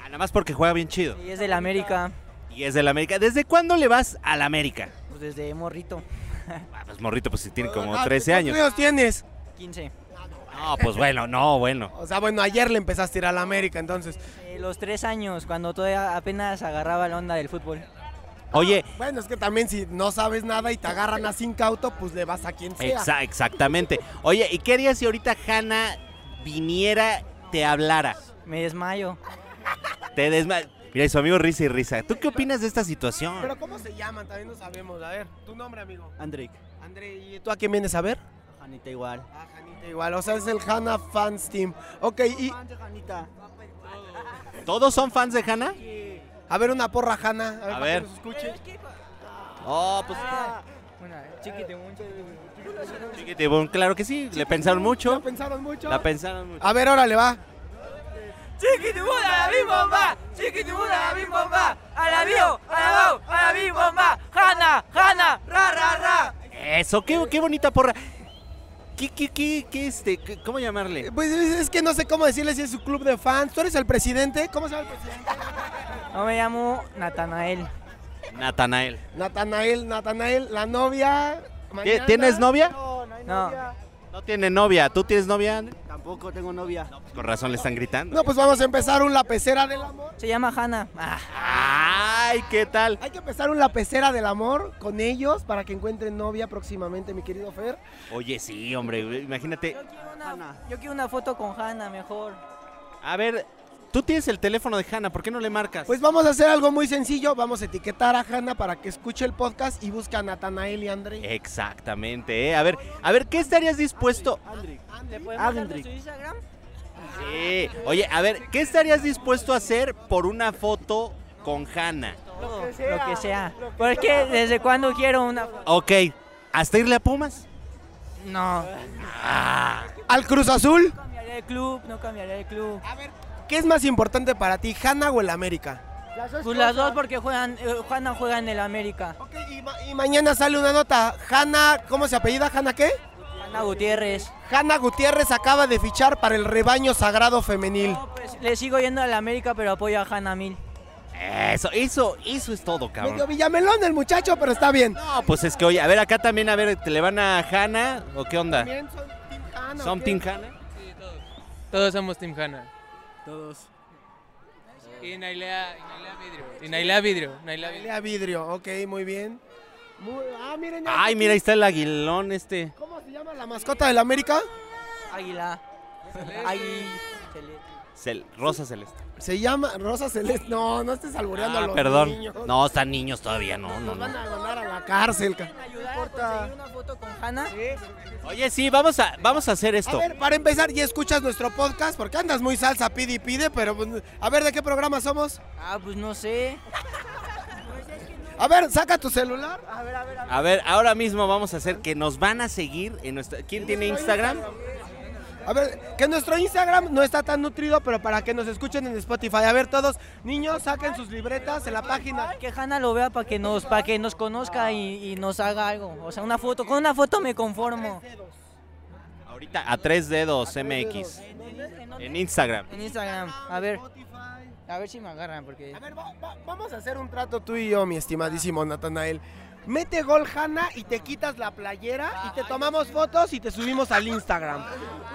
[SPEAKER 1] Ah, nada más porque juega bien chido.
[SPEAKER 4] Y es del América.
[SPEAKER 1] Y es del América. ¿Desde cuándo le vas al América?
[SPEAKER 4] Pues desde morrito.
[SPEAKER 1] Ah, pues morrito, pues si tiene como
[SPEAKER 2] Ah,
[SPEAKER 1] 13 años.
[SPEAKER 2] ¿Cuántos tienes?
[SPEAKER 4] 15.
[SPEAKER 1] No, pues bueno, no, bueno.
[SPEAKER 2] O sea, bueno, ayer le empezaste a ir a la América, entonces.
[SPEAKER 4] Eh, los tres años, cuando todavía apenas agarraba la onda del fútbol.
[SPEAKER 1] Oye,
[SPEAKER 2] Bueno, es que también si no sabes nada y te agarran así incauto, pues le vas a quien sea.
[SPEAKER 1] Exa- exactamente. Oye, ¿y qué harías si ahorita Hanna viniera, te hablara?
[SPEAKER 4] Me desmayo.
[SPEAKER 1] Te desma... Mira, y su amigo risa y risa. ¿Tú qué opinas de esta situación?
[SPEAKER 2] Pero ¿cómo se llaman? También no sabemos. A ver, tu nombre, amigo.
[SPEAKER 4] Andrick.
[SPEAKER 2] André, ¿y tú a quién vienes a ver?
[SPEAKER 4] Janita igual.
[SPEAKER 2] A Janita igual, o sea, es el Hanna Fans Team. Ok, y
[SPEAKER 4] Janita.
[SPEAKER 1] ¿Todos son fans de Hanna?
[SPEAKER 2] a ver una porra, Hanna. A
[SPEAKER 1] A
[SPEAKER 2] ver, para
[SPEAKER 1] ver.
[SPEAKER 2] que nos escuche.
[SPEAKER 1] Oh, pues
[SPEAKER 4] Una, chiquite mucho.
[SPEAKER 1] chiquitibum, claro que sí. Le pensaron mucho.
[SPEAKER 2] ¿La pensaron mucho?
[SPEAKER 1] La pensaron mucho.
[SPEAKER 2] a ver, órale, va.
[SPEAKER 4] ¡Chiquitibuna, la bim bomba! ¡Chiquitibuna, la bim bomba! ¡A la bio! ¡A la bao! ¡A la bim bomba! ¡Jana! ¡Jana! ¡Ra, ra, ra!
[SPEAKER 1] Eso, qué, qué bonita porra. ¿Qué, qué, qué, qué, este, qué- ¿Cómo llamarle?
[SPEAKER 2] Pues es es que no sé cómo decirle si es su club de fans. ¿Tú eres el presidente? ¿Cómo se llama el presidente?
[SPEAKER 4] No me llamo Natanael.
[SPEAKER 1] Natanael.
[SPEAKER 2] Natanael, Natanael, la novia. mañana.
[SPEAKER 1] ¿Tienes novia?
[SPEAKER 4] No.
[SPEAKER 1] No tiene novia. ¿Tú tienes novia? André?
[SPEAKER 5] Tampoco tengo novia.
[SPEAKER 1] Con razón le están gritando.
[SPEAKER 2] No, pues vamos a empezar un lapecera del amor.
[SPEAKER 4] Se llama Hanna. Ah.
[SPEAKER 1] Ay, ¿qué tal?
[SPEAKER 2] Hay que empezar un lapecera del amor con ellos para que encuentren novia próximamente, mi querido Fer.
[SPEAKER 1] Oye, sí, hombre. Imagínate.
[SPEAKER 4] Yo quiero, una, yo quiero una foto con Hanna mejor.
[SPEAKER 1] A ver, tú tienes el teléfono de Hanna, ¿por qué no le marcas?
[SPEAKER 2] Pues vamos a hacer algo muy sencillo. Vamos a etiquetar a Hanna para que escuche el podcast y busca a Natanael y André.
[SPEAKER 1] eh, Exactamente, ¿eh? A ver, a ver, ¿qué estarías dispuesto?
[SPEAKER 4] ¿Le podemos dar de su Instagram?
[SPEAKER 1] Sí. Oye, a ver, ¿qué estarías dispuesto a hacer por una foto con Hanna?
[SPEAKER 4] Lo que sea. Porque desde cuando quiero una.
[SPEAKER 1] Ok, ¿hasta irle a Pumas?
[SPEAKER 4] No.
[SPEAKER 2] ¿Al Cruz Azul?
[SPEAKER 4] No cambiaré de club, no cambiaré de club.
[SPEAKER 2] ¿Qué es más importante para ti, Hanna o el América?
[SPEAKER 4] Pues las dos porque juegan, eh, Juana juega en el América.
[SPEAKER 2] Ok, y, ma- y mañana sale una nota. Hanna, ¿cómo se apellida? ¿Hanna qué?
[SPEAKER 4] Ana Gutiérrez.
[SPEAKER 2] Hanna Gutiérrez acaba de fichar para el rebaño sagrado femenil.
[SPEAKER 4] No, pues, le sigo yendo al América, pero apoyo a Hanna Mil.
[SPEAKER 1] Eso, eso, eso es todo,
[SPEAKER 2] Medio
[SPEAKER 1] cabrón.
[SPEAKER 2] Villamelón el muchacho, pero está bien.
[SPEAKER 1] No, pues es que, oye, a ver, acá también, a ver, ¿te le van a Hanna o qué onda?
[SPEAKER 2] También son ah, Team Hanna, ¿o
[SPEAKER 1] ¿Something
[SPEAKER 2] qué?
[SPEAKER 1] Hanna?
[SPEAKER 5] Todos somos Team Hanna.
[SPEAKER 2] Todos.
[SPEAKER 5] Y Nailea, y Nailea Vidrio. Y Nailea Vidrio. Nailea Vidrio.
[SPEAKER 2] Lea vidrio, ok, muy bien. Muy- ah, miren. ya-
[SPEAKER 1] Ay, mira, ahí está el aguilón este.
[SPEAKER 2] ¿Cómo se llama la mascota del América?
[SPEAKER 4] Águila. Águila.
[SPEAKER 1] Cel- Rosa Celeste.
[SPEAKER 2] Se llama Rosa Celeste. No, no estés albureando a
[SPEAKER 1] Ah,
[SPEAKER 2] los
[SPEAKER 1] perdón.
[SPEAKER 2] niños.
[SPEAKER 1] No, están niños todavía, no, no,
[SPEAKER 2] Nos van
[SPEAKER 1] no.
[SPEAKER 2] a mandar a la cárcel. ca-
[SPEAKER 4] ayudar a conseguir una foto con Hanna?
[SPEAKER 1] Oye, sí, vamos a, vamos a hacer
[SPEAKER 2] A
[SPEAKER 1] esto.
[SPEAKER 2] ver, para empezar, ya escuchas nuestro podcast porque andas muy salsa, pide y pide, pero pues, a ver de qué programa somos.
[SPEAKER 4] Ah, pues no sé.
[SPEAKER 2] A ver, saca tu celular.
[SPEAKER 1] A ver, ahora mismo vamos a hacer que nos van a seguir en nuestra. ¿Quién tiene Instagram?
[SPEAKER 2] A ver, que nuestro Instagram no está tan nutrido, pero para que nos escuchen en Spotify. A ver, todos, niños, saquen sus libretas en la página.
[SPEAKER 4] Que Hanna lo vea para que nos, para que nos conozca y, y nos haga algo. O sea, una foto. Con una foto me conformo.
[SPEAKER 1] Ahorita a tres dedos MX. En Instagram.
[SPEAKER 4] En Instagram. A ver. A ver si me agarran porque.
[SPEAKER 2] A ver, va- va- vamos a hacer un trato tú y yo, mi estimadísimo Natanael. Mete gol, Hanna, y te quitas la playera y te tomamos fotos y te subimos al Instagram.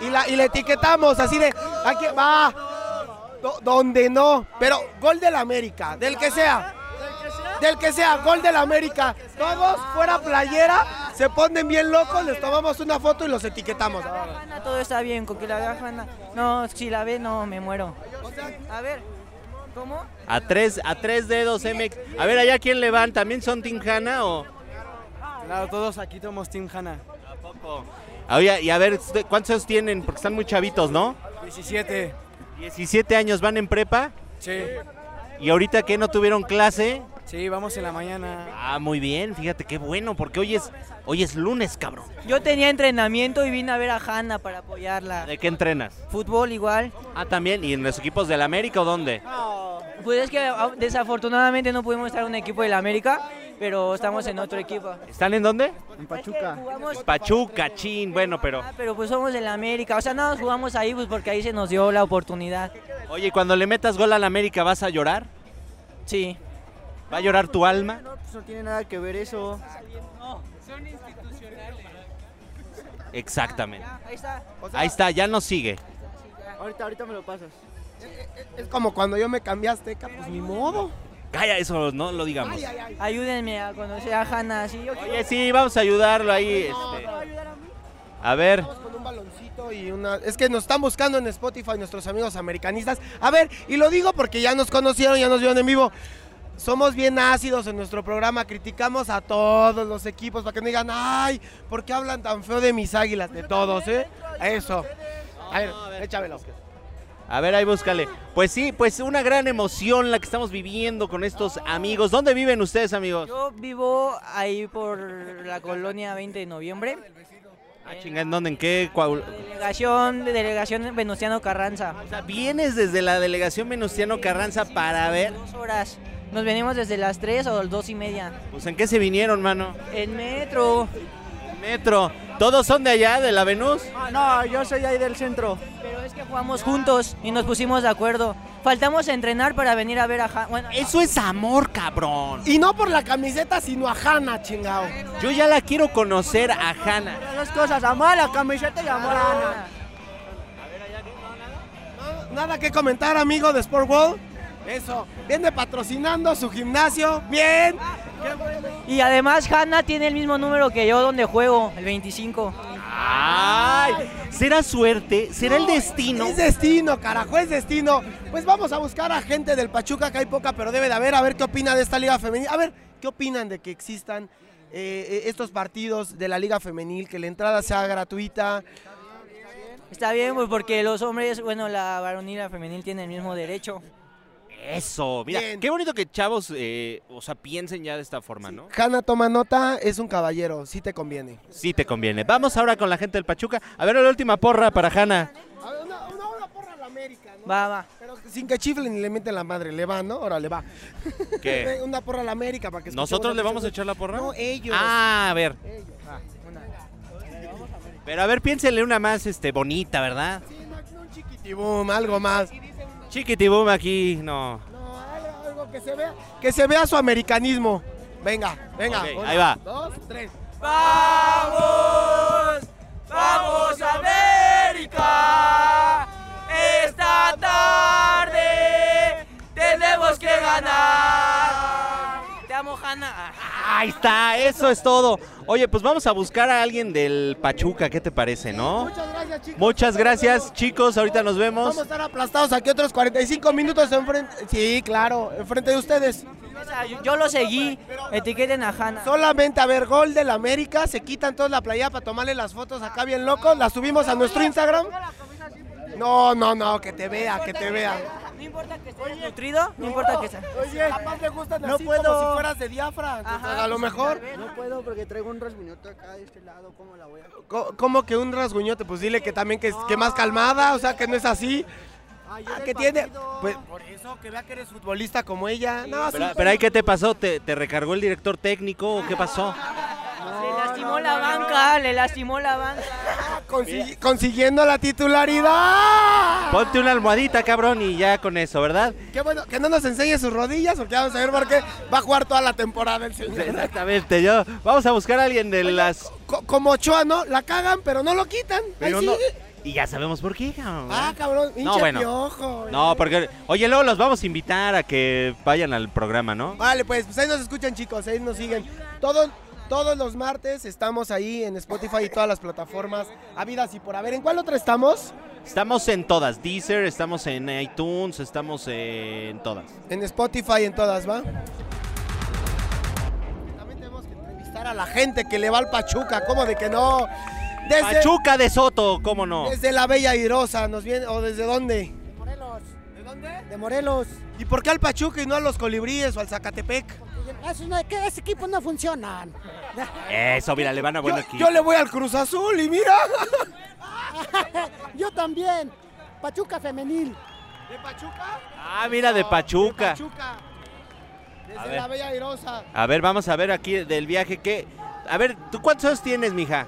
[SPEAKER 2] Y la, y la etiquetamos así de, aquí va, Do- donde no, pero gol del América, del que sea. Del que sea, gol del América. Todos fuera playera, se ponen bien locos, les tomamos una foto y los etiquetamos.
[SPEAKER 4] Hanna, todo está bien, con que la vea Hanna. No, si la ve, no, me muero. A ver, ¿cómo?
[SPEAKER 1] A tres, a tres dedos MX. A ver, allá quién le van. ¿También son Tinjana o.?
[SPEAKER 6] Claro, todos aquí somos Team Hanna.
[SPEAKER 1] Ah, Oye, y a ver, usted- ¿cuántos años tienen? Porque están muy chavitos, ¿no?
[SPEAKER 6] 17.
[SPEAKER 1] 17 años van en prepa.
[SPEAKER 6] Sí.
[SPEAKER 1] Y ahorita que no tuvieron clase.
[SPEAKER 6] Sí, vamos en la mañana.
[SPEAKER 1] Ah, muy bien, fíjate qué bueno, porque hoy es, hoy es lunes, cabrón.
[SPEAKER 4] Yo tenía entrenamiento y vine a ver a Hanna para apoyarla.
[SPEAKER 1] ¿De qué entrenas?
[SPEAKER 4] Fútbol igual.
[SPEAKER 1] Ah, también, ¿y en los equipos del América o dónde?
[SPEAKER 4] Pues es que ah, desafortunadamente no pudimos estar en un equipo del América, pero estamos en otro equipo.
[SPEAKER 1] ¿Están en dónde?
[SPEAKER 6] En
[SPEAKER 4] Es
[SPEAKER 6] Pachuca.
[SPEAKER 4] que jugamos-
[SPEAKER 1] Pachuca, chin, bueno, pero.
[SPEAKER 4] Ah, pero pues somos del América. O sea, no nos jugamos ahí pues porque ahí se nos dio la oportunidad.
[SPEAKER 1] Oye, ¿y cuando le metas gol al América, ¿vas a llorar?
[SPEAKER 4] Sí.
[SPEAKER 1] ¿Va a llorar tu alma?
[SPEAKER 6] No, pues no tiene nada que ver eso.
[SPEAKER 1] Exactamente.
[SPEAKER 4] Ahí está.
[SPEAKER 1] Ahí está, Ah, ya nos sigue.
[SPEAKER 6] Ahorita, ahorita me lo pasas.
[SPEAKER 2] Es como cuando yo me cambiaste, ca, pues ni modo.
[SPEAKER 1] Calla, eso no lo digamos.
[SPEAKER 4] Ayúdenme a conocer a Hanna. Sí, yo quiero-
[SPEAKER 1] Oye, sí, vamos a ayudarlo ahí. este. A ver,
[SPEAKER 2] Vamos con un baloncito y una. Es que nos están buscando en Spotify nuestros amigos americanistas. A ver, y lo digo porque ya nos conocieron, ya nos vieron en vivo. Somos bien ácidos en nuestro programa, criticamos a todos los equipos para que no digan, ay, ¿por qué hablan tan feo de mis
[SPEAKER 6] Pues
[SPEAKER 2] águilas? De todos, ¿eh? Eso. A ver, échamelo.
[SPEAKER 1] a ver, ahí búscale. Pues sí, pues una gran emoción la que estamos viviendo con estos amigos. ¿Dónde viven ustedes, amigos?
[SPEAKER 4] Yo vivo ahí por la colonia 20 de noviembre.
[SPEAKER 1] Ah, chinga, ¿en dónde? ¿En qué? Coahu-
[SPEAKER 4] Delegación, de delegación Venustiano Carranza.
[SPEAKER 1] O sea, vienes desde la delegación Venustiano Carranza para ver.
[SPEAKER 4] Dos horas. Nos venimos desde las 3 o las 2 y media.
[SPEAKER 1] Pues en qué se vinieron, mano.
[SPEAKER 4] En metro.
[SPEAKER 1] Metro. Todos son de allá, de la Venus.
[SPEAKER 6] No, yo soy ahí del centro.
[SPEAKER 4] Pero es que jugamos juntos y nos pusimos de acuerdo. Faltamos a entrenar para venir a ver a Hanna. Bueno,
[SPEAKER 1] Eso es amor, cabrón.
[SPEAKER 2] Y no por la camiseta, sino a Hanna, chingao.
[SPEAKER 1] Yo ya la quiero conocer a Hanna.
[SPEAKER 6] Las cosas, amor a la camiseta y amor a Ana.
[SPEAKER 2] Nada que comentar, amigo de Sport World. Eso. Viene patrocinando su gimnasio. Bien.
[SPEAKER 4] Y además Hanna tiene el mismo número que yo donde juego, el 25.
[SPEAKER 1] Ay, será suerte, será el destino.
[SPEAKER 2] Es destino, carajo, es destino. Pues vamos a buscar a gente del Pachuca, que hay poca, pero debe de haber, a ver qué opina de esta liga femenil. A ver, ¿qué opinan de que existan eh, eh, estos partidos de la liga femenil, que la entrada sea gratuita?
[SPEAKER 4] Está bien, pues porque los hombres, bueno, la varonil y la femenil tienen el mismo derecho.
[SPEAKER 1] Eso, mira,
[SPEAKER 2] Bien.
[SPEAKER 1] qué bonito que chavos, eh, o sea, piensen ya de esta forma, ¿no?
[SPEAKER 2] Hanna toma nota, es un caballero, sí te conviene.
[SPEAKER 1] Sí te conviene. Vamos ahora con la gente del Pachuca. A ver, la última porra para Hanna.
[SPEAKER 2] A ver, una, una, una porra a la América, ¿no?
[SPEAKER 4] Va, va.
[SPEAKER 2] Pero sin que chiflen ni le meten la madre, le va, ¿no? Órale, va.
[SPEAKER 1] (laughs) ¿Qué?
[SPEAKER 2] (laughs) Una porra a la América para que escuchemos
[SPEAKER 1] ¿Nosotros le
[SPEAKER 2] lo que
[SPEAKER 1] vamos a
[SPEAKER 2] se-
[SPEAKER 1] echar la porra?
[SPEAKER 2] No, ellos.
[SPEAKER 1] Ah, a ver.
[SPEAKER 2] Ellos. Ah, una.
[SPEAKER 1] Pero a ver, piénsenle una más este, bonita, ¿verdad?
[SPEAKER 2] Sí, no, no, un chiquitibum, algo más.
[SPEAKER 1] Chiquitibum aquí, no.
[SPEAKER 2] No, algo, algo que se vea. Que se vea su americanismo. Venga, venga.
[SPEAKER 1] Ok,
[SPEAKER 2] una,
[SPEAKER 1] ahí va.
[SPEAKER 2] Dos, tres.
[SPEAKER 4] ¡Vamos! ¡Vamos América! Esta tarde tenemos que ganar. Te amo, Hanna.
[SPEAKER 1] Ahí está, eso es todo. Oye, pues vamos a buscar a alguien del Pachuca, ¿qué te parece, no?
[SPEAKER 2] Muchas gracias, chicos.
[SPEAKER 1] Muchas gracias, chicos. Ahorita nos
[SPEAKER 2] Vamos
[SPEAKER 1] vemos.
[SPEAKER 2] a estar aplastados aquí otros 45 minutos enfrente. Sí, claro, enfrente de ustedes.
[SPEAKER 4] O sea, yo, yo lo seguí. Etiqueten a Hanna.
[SPEAKER 2] Solamente a ver gol del América, se quitan todos la playa para tomarle las fotos acá bien locos, las subimos a nuestro Instagram. No, no, no, que te vea, que te vea.
[SPEAKER 4] No importa que estés nutrido, no importa que sea.
[SPEAKER 2] Oye, capaz le gustan
[SPEAKER 6] no
[SPEAKER 2] así como
[SPEAKER 6] puedo.
[SPEAKER 2] si fueras de diafra.
[SPEAKER 4] Ajá,
[SPEAKER 2] a lo mejor.
[SPEAKER 6] No puedo porque traigo un rasguñoto acá de este lado, ¿cómo la voy a...?
[SPEAKER 2] Co- ¿Cómo que un rasguñote? Pues dile que también que, es- que más calmada, o sea, que no es
[SPEAKER 6] yo
[SPEAKER 2] así. Ah,
[SPEAKER 6] del
[SPEAKER 2] que tiene.
[SPEAKER 6] partido.
[SPEAKER 2] Pues por eso, que vea que eres futbolista como ella. No,
[SPEAKER 1] Pero,
[SPEAKER 2] sí,
[SPEAKER 1] pero ahí, ¿qué te pasó? ¿Te, te recargó el director técnico o qué pasó?
[SPEAKER 4] Le lastimó la banca, le lastimó la banca.
[SPEAKER 2] consigui- consiguiendo la titularidad.
[SPEAKER 1] Ponte una almohadita, cabrón, y ya con eso, ¿verdad?
[SPEAKER 2] Qué bueno, que no nos enseñe sus rodillas, porque vamos a ver por qué va a jugar toda la temporada el señor.
[SPEAKER 1] Exactamente, yo. Vamos a buscar a alguien de las.
[SPEAKER 2] Co- como Ochoa, ¿no? La cagan, pero no lo quitan. Ahí
[SPEAKER 1] Pero no-
[SPEAKER 2] sigue.
[SPEAKER 1] Y ya sabemos por qué, cabrón.
[SPEAKER 2] Ah, cabrón, pinche
[SPEAKER 1] bueno.
[SPEAKER 2] piojo.
[SPEAKER 1] No, porque. Oye, luego los vamos a invitar a que vayan al programa, ¿no?
[SPEAKER 2] Vale, pues, pues ahí nos escuchan, chicos, ahí nos siguen. Todos, todos los martes estamos ahí en Spotify y todas las plataformas habidas y por haber. ¿En cuál otra estamos?
[SPEAKER 1] Estamos en todas. Deezer, estamos en iTunes, estamos en todas.
[SPEAKER 2] En Spotify, en todas, ¿va? También tenemos que entrevistar a la gente que le va al Pachuca, ¿cómo de que no? Desde,
[SPEAKER 1] Pachuca de Soto, ¿cómo no?
[SPEAKER 2] desde la Bella Irosa, ¿nos viene? ¿O desde dónde?
[SPEAKER 7] Morelos.
[SPEAKER 2] ¿De dónde?
[SPEAKER 7] De Morelos.
[SPEAKER 2] ¿Y por qué al Pachuca y no a los colibríes o al Zacatepec?
[SPEAKER 7] Esos, no- ah, que ese equipo no funcionan.
[SPEAKER 1] Eso, mira, le van a bueno
[SPEAKER 2] yo,
[SPEAKER 1] aquí.
[SPEAKER 2] yo le voy al Cruz Azul y mira.
[SPEAKER 7] (laughs) Yo también. Pachuca femenil.
[SPEAKER 2] ¿De Pachuca?
[SPEAKER 1] Ah, mira, de Pachuca. A
[SPEAKER 2] Desde
[SPEAKER 1] ver.
[SPEAKER 2] la Bella Irosa.
[SPEAKER 1] A ver, vamos a ver aquí del viaje que... A ver, ¿tú cuántos años tienes, mija?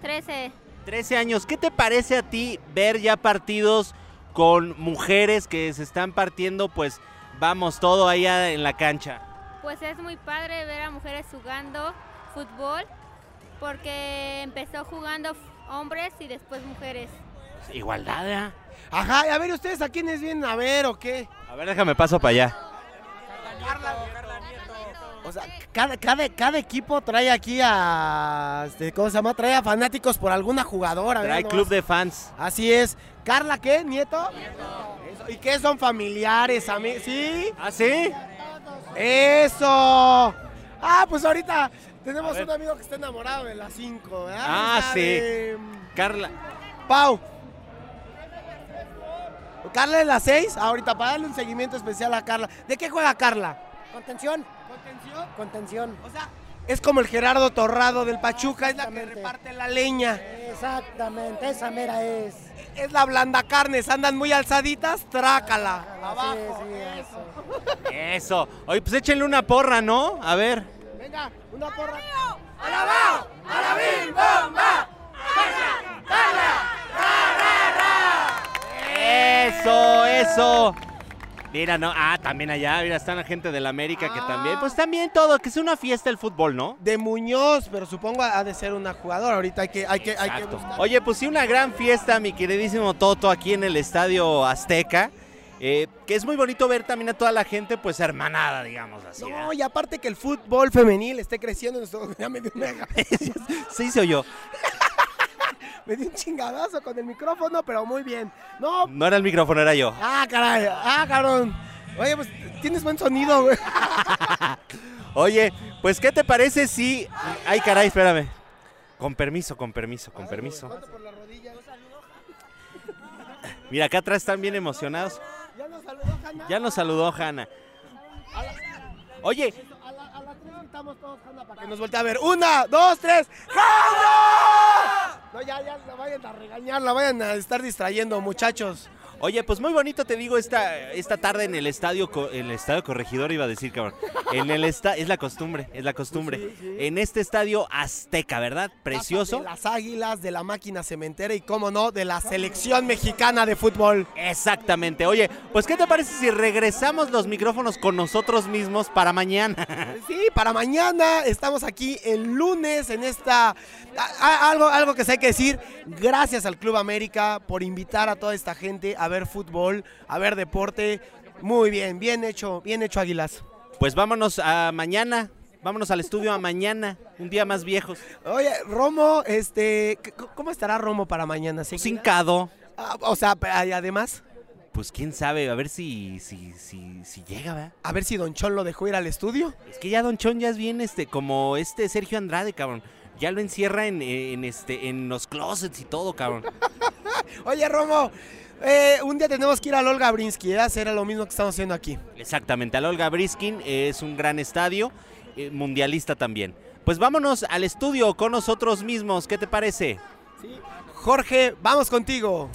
[SPEAKER 8] 13.
[SPEAKER 1] 13 años. ¿Qué te parece a ti ver ya partidos con mujeres que se están partiendo, pues, vamos, todo allá en la cancha?
[SPEAKER 8] Pues es muy padre ver a mujeres jugando fútbol porque empezó jugando f- hombres y después mujeres.
[SPEAKER 1] Igualdad, ¿eh?
[SPEAKER 2] Ajá, y a ver, ¿ustedes a quiénes vienen a ver o qué?
[SPEAKER 1] A ver, déjame paso para allá.
[SPEAKER 2] O sea, cada, cada, cada equipo trae aquí a. este, ¿Cómo se llama? Trae a fanáticos por alguna jugadora.
[SPEAKER 1] Trae
[SPEAKER 2] vean
[SPEAKER 1] club
[SPEAKER 2] nomás.
[SPEAKER 1] de fans.
[SPEAKER 2] Así es. ¿Carla qué? ¿Nieto? Eso, ¿Y qué son familiares? ami- ¿Sí?
[SPEAKER 1] ¿Ah, sí?
[SPEAKER 2] ¡Eso! Ah, pues ahorita
[SPEAKER 1] A
[SPEAKER 2] tenemos
[SPEAKER 1] ver.
[SPEAKER 2] un amigo que está enamorado de las 5, ¿verdad?
[SPEAKER 1] Ah,
[SPEAKER 2] Esa
[SPEAKER 1] sí.
[SPEAKER 2] de-
[SPEAKER 1] Carla.
[SPEAKER 2] Pau. Carla de las 6, ahorita para darle un seguimiento especial a Carla. ¿De qué juega Carla?
[SPEAKER 7] Contención.
[SPEAKER 2] Contención.
[SPEAKER 7] Contención.
[SPEAKER 2] O sea, es como el Gerardo Torrado del Pachuca, es la que
[SPEAKER 7] Exactamente.
[SPEAKER 2] reparte la leña.
[SPEAKER 7] Exactamente, esa mera es.
[SPEAKER 2] Es la blanda carnes, andan muy alzaditas, trácala. Abajo.
[SPEAKER 7] Sí, sí, eso.
[SPEAKER 1] Eso. Oye, pues échenle una porra, ¿no? A ver.
[SPEAKER 2] Venga, una porra.
[SPEAKER 1] Eso, eso. Mira, no, ah, también allá, mira, están la gente del América que
[SPEAKER 2] Ah.
[SPEAKER 1] también, pues también todo, que es una fiesta el fútbol, ¿no?
[SPEAKER 2] De Muñoz, pero supongo ha de ser una jugadora. Ahorita hay que, hay que, hay que
[SPEAKER 1] Exacto.
[SPEAKER 2] buscar.
[SPEAKER 1] Oye, pues sí, una gran fiesta, mi queridísimo Toto, aquí en el Estadio Azteca, eh, que es muy bonito ver también a toda la gente, pues, hermanada, digamos así. ¿eh?
[SPEAKER 2] No,
[SPEAKER 1] ¿verdad?
[SPEAKER 2] y aparte que el fútbol femenil esté creciendo en nuestro... (laughs) Ya me dio un mega.
[SPEAKER 1] (laughs) sí, se oyó.
[SPEAKER 2] Me di un chingadazo con el micrófono, pero muy bien. No,
[SPEAKER 1] No era el micrófono, era yo.
[SPEAKER 2] ah, caray, ah, cabrón. Oye, pues tienes buen sonido, güey.
[SPEAKER 1] Oye, pues, ¿qué te parece si... Ay, caray, espérame. Con permiso, con permiso, con permiso.
[SPEAKER 2] por la rodilla.
[SPEAKER 1] Mira, acá atrás están bien emocionados.
[SPEAKER 7] (laughs) Ya nos saludó Hanna.
[SPEAKER 1] Ya nos saludó Hanna. Oye,
[SPEAKER 7] A la, a la tres estamos todos Hanna para
[SPEAKER 2] Que
[SPEAKER 7] que
[SPEAKER 2] nos voltea a ver. Una, dos, tres. ¡Hanna!
[SPEAKER 7] No, ya, ya, la vayan a regañar.
[SPEAKER 2] Ya la vayan a estar distrayendo, muchachos.
[SPEAKER 1] Oye, pues muy bonito te digo esta, esta tarde en el estadio, Co- en el estadio corregidor iba a decir, cabrón. En el esta, es la costumbre, es la costumbre. En este estadio azteca, ¿verdad? Precioso.
[SPEAKER 2] De las águilas, de la máquina cementera y, cómo no, de la selección mexicana de fútbol.
[SPEAKER 1] Exactamente. Oye, pues ¿qué te parece si regresamos los micrófonos con nosotros mismos para mañana? (laughs)
[SPEAKER 2] Sí, para mañana estamos aquí el lunes en esta... a- a- algo, algo que sé que decir, gracias al Club América por invitar a toda esta gente a ver fútbol, a ver deporte. Muy bien, bien hecho, bien hecho Águilas.
[SPEAKER 1] Pues vámonos a mañana. Vámonos al estudio a mañana, un día más viejos.
[SPEAKER 2] Oye, Romo, este, c- c- ¿cómo estará Romo para mañana? ¿Sí?
[SPEAKER 1] Cincado.
[SPEAKER 2] Ah, o sea, pe- ay, además,
[SPEAKER 1] Pues quién sabe, a ver si, si, si, si llega, ¿verdad?
[SPEAKER 2] a ver si Don Chon lo dejó ir al estudio.
[SPEAKER 1] Es que ya Don Chon ya es bien este, como este Sergio Andrade, cabrón. Ya lo encierra en, en, este, en los closets y todo, cabrón.
[SPEAKER 2] Oye, Romo, eh, un día tenemos que ir al Olga Brinsky, ¿eh? hacer lo mismo que estamos haciendo aquí.
[SPEAKER 1] Exactamente, al Olga Briskin eh, es un gran estadio, eh, mundialista también. Pues vámonos al estudio con nosotros mismos, ¿qué te parece?
[SPEAKER 2] Jorge, vamos contigo.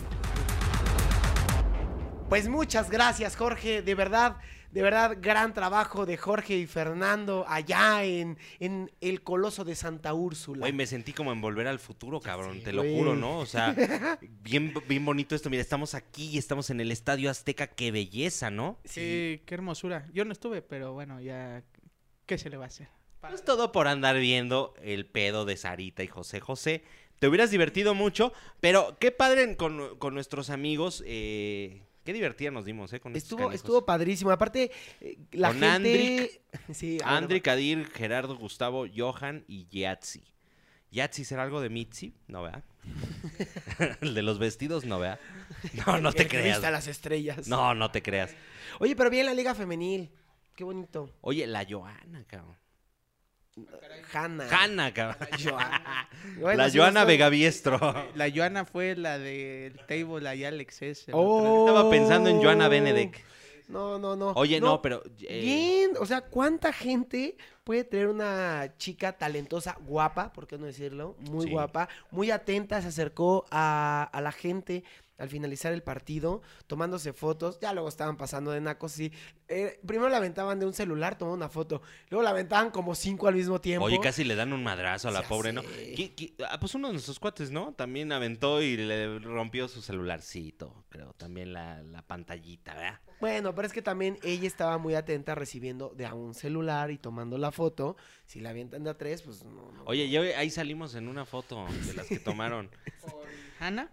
[SPEAKER 2] Pues muchas gracias, Jorge. De verdad, de verdad, gran trabajo de Jorge y Fernando allá en, en el Coloso de Santa Úrsula.
[SPEAKER 1] Güey, me sentí como en volver al futuro, cabrón,
[SPEAKER 2] sé,
[SPEAKER 1] te lo
[SPEAKER 2] güey.
[SPEAKER 1] juro, ¿no? O
[SPEAKER 2] (laughs)
[SPEAKER 1] sea, bien, bien bonito esto. Mira, estamos aquí y estamos en el Estadio Azteca, qué belleza, ¿no?
[SPEAKER 3] Sí, qué hermosura. Yo no estuve, pero bueno, ya. ¿Qué se le va a hacer?
[SPEAKER 1] Es todo por andar viendo el pedo de Sarita y José José. Te hubieras divertido mucho, pero qué padre en- con, con nuestros amigos. eh, qué divertida nos dimos, ¿eh? Con estos
[SPEAKER 2] Estuvo,
[SPEAKER 1] canijos.
[SPEAKER 2] estuvo padrísimo. Aparte, eh, la
[SPEAKER 1] Con
[SPEAKER 2] gente. (laughs) Sí, ah, bueno,
[SPEAKER 1] Andri, Kadir, Gerardo, Gustavo, Johan y Yatsi. ¿Yatsi será algo de Mitzi? No,
[SPEAKER 2] (laughs)
[SPEAKER 1] vea. (laughs) el de los vestidos, no, vea. No, no te
[SPEAKER 2] el que viste a
[SPEAKER 1] creas.
[SPEAKER 2] las (laughs) estrellas.
[SPEAKER 1] No, no te creas.
[SPEAKER 2] Oye, pero bien la Liga Femenil. Qué bonito.
[SPEAKER 1] Oye, la Joana, cabrón.
[SPEAKER 2] Hanna.
[SPEAKER 1] Hanna, cabrón.
[SPEAKER 2] Ah. Joana.
[SPEAKER 1] (laughs)
[SPEAKER 2] Bueno,
[SPEAKER 1] La
[SPEAKER 2] sí,
[SPEAKER 1] Joana
[SPEAKER 2] estoy-
[SPEAKER 1] Vegaviestro.
[SPEAKER 3] La Joana fue la del table ahí, Alex S. la
[SPEAKER 2] Oh.
[SPEAKER 1] Estaba pensando en Joana Benedek.
[SPEAKER 2] No, no, Oh, no.
[SPEAKER 1] Oye, no, pero. eh,
[SPEAKER 2] Bien, o sea, ¿cuánta gente puede tener una chica talentosa, guapa, por qué no decirlo? Muy
[SPEAKER 1] Sí.
[SPEAKER 2] guapa, muy atenta, se acercó a, a la gente al finalizar el partido, tomándose fotos, ya luego estaban pasando de nacos, sí. Eh, primero la aventaban de un celular, tomó una foto, luego la aventaban como cinco al mismo tiempo.
[SPEAKER 1] Oye, casi le dan un madrazo a la
[SPEAKER 2] Ya
[SPEAKER 1] pobre, ¿no?
[SPEAKER 2] sé.
[SPEAKER 1] ¿Qui- qui- ah, pues uno de nuestros cuates, ¿no? También aventó y le rompió su celularcito, pero también la, la pantallita, ¿verdad?
[SPEAKER 2] Bueno, pero es que también ella estaba muy atenta recibiendo de a un celular y tomando la foto. Si la avientan de a tres, pues no. no.
[SPEAKER 1] Oye, yo, ahí salimos en una foto de las que
[SPEAKER 2] (laughs)
[SPEAKER 1] tomaron.
[SPEAKER 3] Hannah.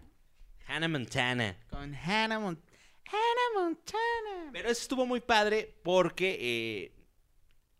[SPEAKER 1] Hannah Montana.
[SPEAKER 3] Con Hannah Mon- Hannah Montana.
[SPEAKER 1] Pero eso estuvo muy padre porque eh,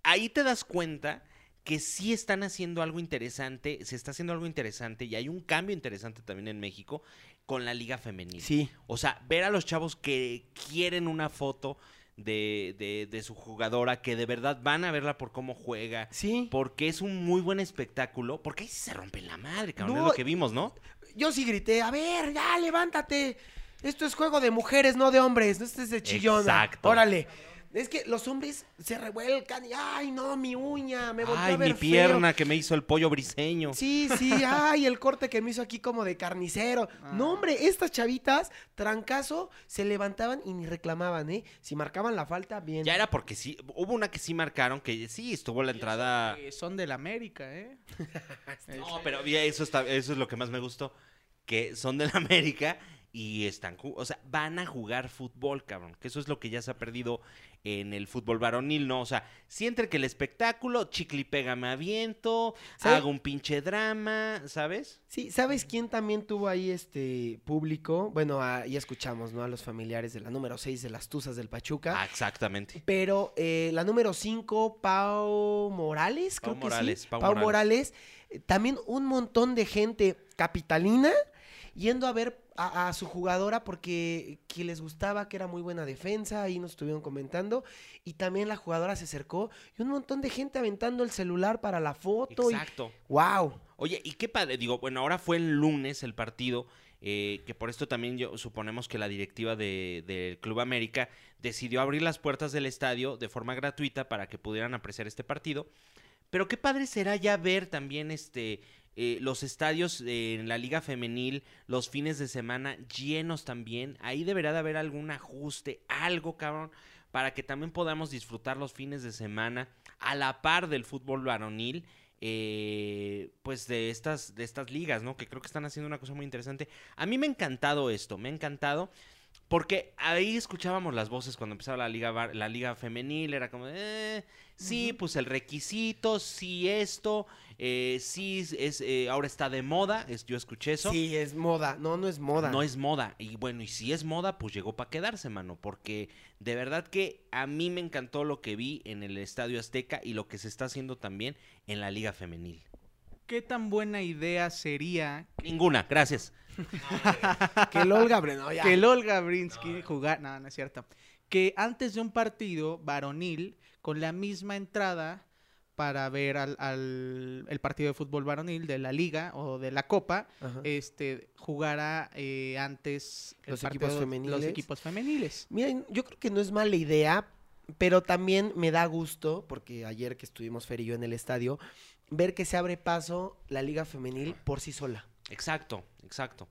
[SPEAKER 1] ahí te das cuenta que sí están haciendo algo interesante, se está haciendo algo interesante y hay un cambio interesante también en México con la liga femenil.
[SPEAKER 2] Sí.
[SPEAKER 1] O sea, ver a los chavos que quieren una foto de, de- de su jugadora, que de verdad van a verla por cómo juega,
[SPEAKER 2] Sí.
[SPEAKER 1] porque es un muy buen espectáculo, porque ahí sí se rompe la madre, cabrón,
[SPEAKER 2] No,
[SPEAKER 1] es lo que vimos, ¿no?
[SPEAKER 2] Yo sí grité, a ver, ya, levántate. Esto es juego de mujeres, no de hombres. No estés de chillona.
[SPEAKER 1] Exacto.
[SPEAKER 2] Órale. Es que los hombres se revuelcan y, ay, no, mi uña, me volvió
[SPEAKER 1] Ay,
[SPEAKER 2] a ver
[SPEAKER 1] mi
[SPEAKER 2] feo".
[SPEAKER 1] pierna que me hizo el pollo briseño.
[SPEAKER 2] Sí,
[SPEAKER 1] (laughs)
[SPEAKER 2] sí, ay, el corte que me hizo aquí como de carnicero. No, hombre, estas chavitas, trancazo, se levantaban y ni reclamaban, ¿eh? Si marcaban la falta, bien.
[SPEAKER 1] Ya era porque sí, hubo una que sí marcaron, que sí estuvo la entrada.
[SPEAKER 3] Eh, son del América, ¿eh?
[SPEAKER 1] No, pero mira, eso está, eso es lo que más me gustó, que son del (laughs) América y están, ju- o sea, van a jugar fútbol, cabrón, que eso es lo que ya se ha perdido en el fútbol varonil, ¿no? O sea, si entre que el espectáculo, chicle y pega me aviento,
[SPEAKER 2] ¿Sabe-
[SPEAKER 1] hago un pinche drama, ¿sabes?
[SPEAKER 2] Sí, ¿sabes quién también tuvo ahí este público? Bueno, ah, ya escuchamos, ¿no? A los familiares de la número 6 de las Tuzas del Pachuca.
[SPEAKER 1] Ah, exactamente.
[SPEAKER 2] Pero eh, la número 5, Pau Morales,
[SPEAKER 1] Pau
[SPEAKER 2] creo que sí.
[SPEAKER 1] Morales, Pau
[SPEAKER 2] Pau, Morales. eh, También un montón de gente capitalina yendo a ver a, a su jugadora porque que les gustaba, que era muy buena defensa, ahí nos estuvieron comentando. Y también la jugadora se acercó y un montón de gente aventando el celular para la foto.
[SPEAKER 1] Exacto.
[SPEAKER 2] Y, ¡Wow!
[SPEAKER 1] Oye, y qué padre, digo, bueno, ahora fue el lunes el partido eh, que por esto también yo, suponemos que la directiva de- del Club América decidió abrir las puertas del estadio de forma gratuita para que pudieran apreciar este partido. Pero qué padre será ya ver también este eh, los estadios eh, en la liga femenil los fines de semana llenos también. Ahí deberá de haber algún ajuste, algo cabrón, para que también podamos disfrutar los fines de semana a la par del fútbol varonil. eh, pues de estas, de estas ligas, ¿no? Que creo que están haciendo una cosa muy interesante. A mí me ha encantado esto, me ha encantado. Porque ahí escuchábamos las voces cuando empezaba la liga, var- la liga femenil, era como, eh, sí, pues el requisito, sí esto, eh, sí, es- es, eh, ahora está de moda, es- yo escuché eso.
[SPEAKER 2] Sí, es moda. No, no es moda.
[SPEAKER 1] No es moda. Y bueno, y si es moda, pues llegó para quedarse, mano. Porque de verdad que a mí me encantó lo que vi en el Estadio Azteca y lo que se está haciendo también en la Liga Femenil.
[SPEAKER 3] ¿Qué tan buena idea sería
[SPEAKER 1] Ninguna, gracias.
[SPEAKER 2] (laughs) Que el Olga, Breno, ya.
[SPEAKER 3] que el Olga Brinsky jugara? No, no es cierto. Que antes de un partido varonil, con la misma entrada para ver al, al- el partido de fútbol varonil de la liga o de la copa,
[SPEAKER 2] Ajá.
[SPEAKER 3] este jugara eh, antes el
[SPEAKER 2] Los equipos
[SPEAKER 3] partido-
[SPEAKER 2] femeniles.
[SPEAKER 3] Los equipos femeniles.
[SPEAKER 2] Miren, yo creo que no es mala idea, pero también me da gusto, porque ayer que estuvimos Fer y yo en el estadio, ver que se abre paso la liga femenil por sí sola.
[SPEAKER 1] Exacto, exacto.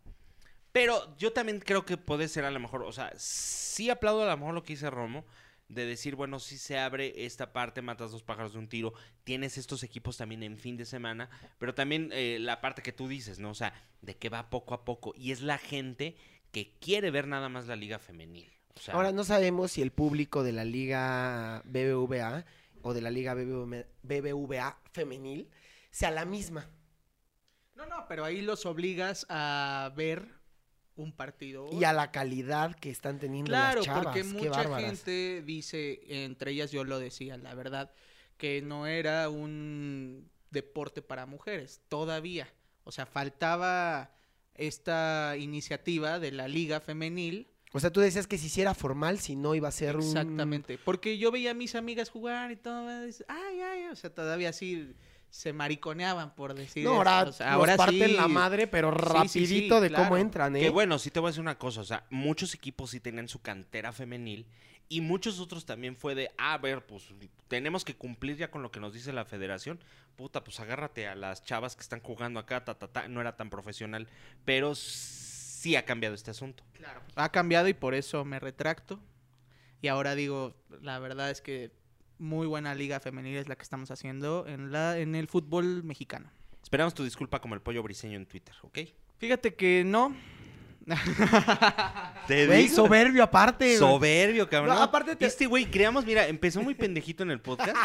[SPEAKER 1] Pero yo también creo que puede ser a lo mejor, o sea, sí aplaudo a lo mejor lo que dice Romo, de decir, bueno, si se abre esta parte, matas dos pájaros de un tiro, tienes estos equipos también en fin de semana, pero también eh, la parte que tú dices, ¿no? O sea, de que va poco a poco, y es la gente que quiere ver nada más la liga femenil. O sea,
[SPEAKER 2] Ahora no sabemos si el público de la liga BBVA o de la liga BBVA, BBVA femenil sea la misma.
[SPEAKER 3] No, no, pero ahí los obligas a ver un partido.
[SPEAKER 2] Y a la calidad que están teniendo
[SPEAKER 3] Claro,
[SPEAKER 2] las chavas.
[SPEAKER 3] porque
[SPEAKER 2] qué
[SPEAKER 3] mucha
[SPEAKER 2] bárbaras.
[SPEAKER 3] gente dice, entre ellas yo lo decía, la verdad, que no era un deporte para mujeres, todavía. O sea, faltaba esta iniciativa de la liga femenil.
[SPEAKER 2] O sea, tú decías que si hiciera formal, si no iba a ser un...
[SPEAKER 3] Exactamente. Porque yo veía a mis amigas jugar y todo, y dices, ay, ay, o sea, todavía así se mariconeaban, por decir.
[SPEAKER 2] No,
[SPEAKER 3] eso.
[SPEAKER 2] ahora,
[SPEAKER 3] O sea,
[SPEAKER 2] nos
[SPEAKER 3] ahora
[SPEAKER 2] parten
[SPEAKER 3] sí.
[SPEAKER 2] la madre, pero
[SPEAKER 3] Sí, sí, sí,
[SPEAKER 2] rapidito de
[SPEAKER 3] claro.
[SPEAKER 2] cómo entran, ¿eh?
[SPEAKER 1] Que bueno, sí te voy a decir una cosa, o sea, muchos equipos sí tenían su cantera femenil y muchos otros también fue de, a ver, pues tenemos que cumplir ya con lo que nos dice la federación. Puta, pues agárrate a las chavas que están jugando acá, ta, ta, ta. No era tan profesional, pero sí ha cambiado este asunto.
[SPEAKER 3] ha cambiado y por eso me retracto. Y ahora digo, la verdad es que muy buena liga femenil es la que estamos haciendo en, la, en el fútbol mexicano.
[SPEAKER 1] Esperamos tu disculpa como el pollo briseño en Twitter, ¿ok?
[SPEAKER 3] Fíjate que no.
[SPEAKER 1] Te
[SPEAKER 2] Güey, soberbio aparte. güey.
[SPEAKER 1] Soberbio, cabrón.
[SPEAKER 2] No, aparte te-
[SPEAKER 1] Este güey, creamos, mira, empezó muy pendejito en el podcast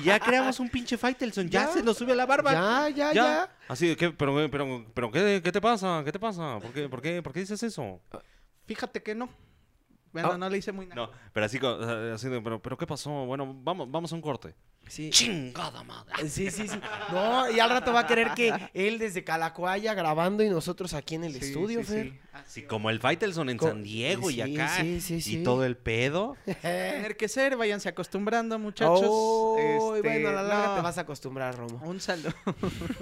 [SPEAKER 1] y ya creamos un pinche Faitelson. Ya,
[SPEAKER 2] Ya.
[SPEAKER 1] se lo sube a la barba.
[SPEAKER 2] Ya, Ah, ya, ya,
[SPEAKER 1] Así de que, pero, güey, pero, pero ¿qué, qué te pasa? ¿Qué te pasa? ¿Por qué, por qué, por qué dices eso?
[SPEAKER 3] Fíjate que no. Bueno,
[SPEAKER 2] Ah.
[SPEAKER 3] no le hice muy nada.
[SPEAKER 1] No, pero así, co- o sea, así de, pero, pero ¿qué pasó? Bueno, vamos, vamos a un corte.
[SPEAKER 2] Sí.
[SPEAKER 1] Chingada madre.
[SPEAKER 2] Sí, sí, sí. No, y al rato va a querer que él desde Calacuaya grabando y nosotros aquí en el
[SPEAKER 3] Sí,
[SPEAKER 2] estudio,
[SPEAKER 3] sí,
[SPEAKER 2] Fer.
[SPEAKER 3] sí.
[SPEAKER 1] Sí, como el Faitelson en
[SPEAKER 2] Co-
[SPEAKER 1] San Diego y
[SPEAKER 2] sí,
[SPEAKER 1] acá.
[SPEAKER 2] sí, sí,
[SPEAKER 1] Y
[SPEAKER 2] sí.
[SPEAKER 1] todo el
[SPEAKER 2] (laughs)
[SPEAKER 1] pedo.
[SPEAKER 3] Tener que ser, váyanse acostumbrando, muchachos.
[SPEAKER 2] Oh,
[SPEAKER 3] Este,
[SPEAKER 2] bueno, a la larga
[SPEAKER 3] no.
[SPEAKER 2] te vas a acostumbrar, Romo.
[SPEAKER 3] Un saludo. (laughs)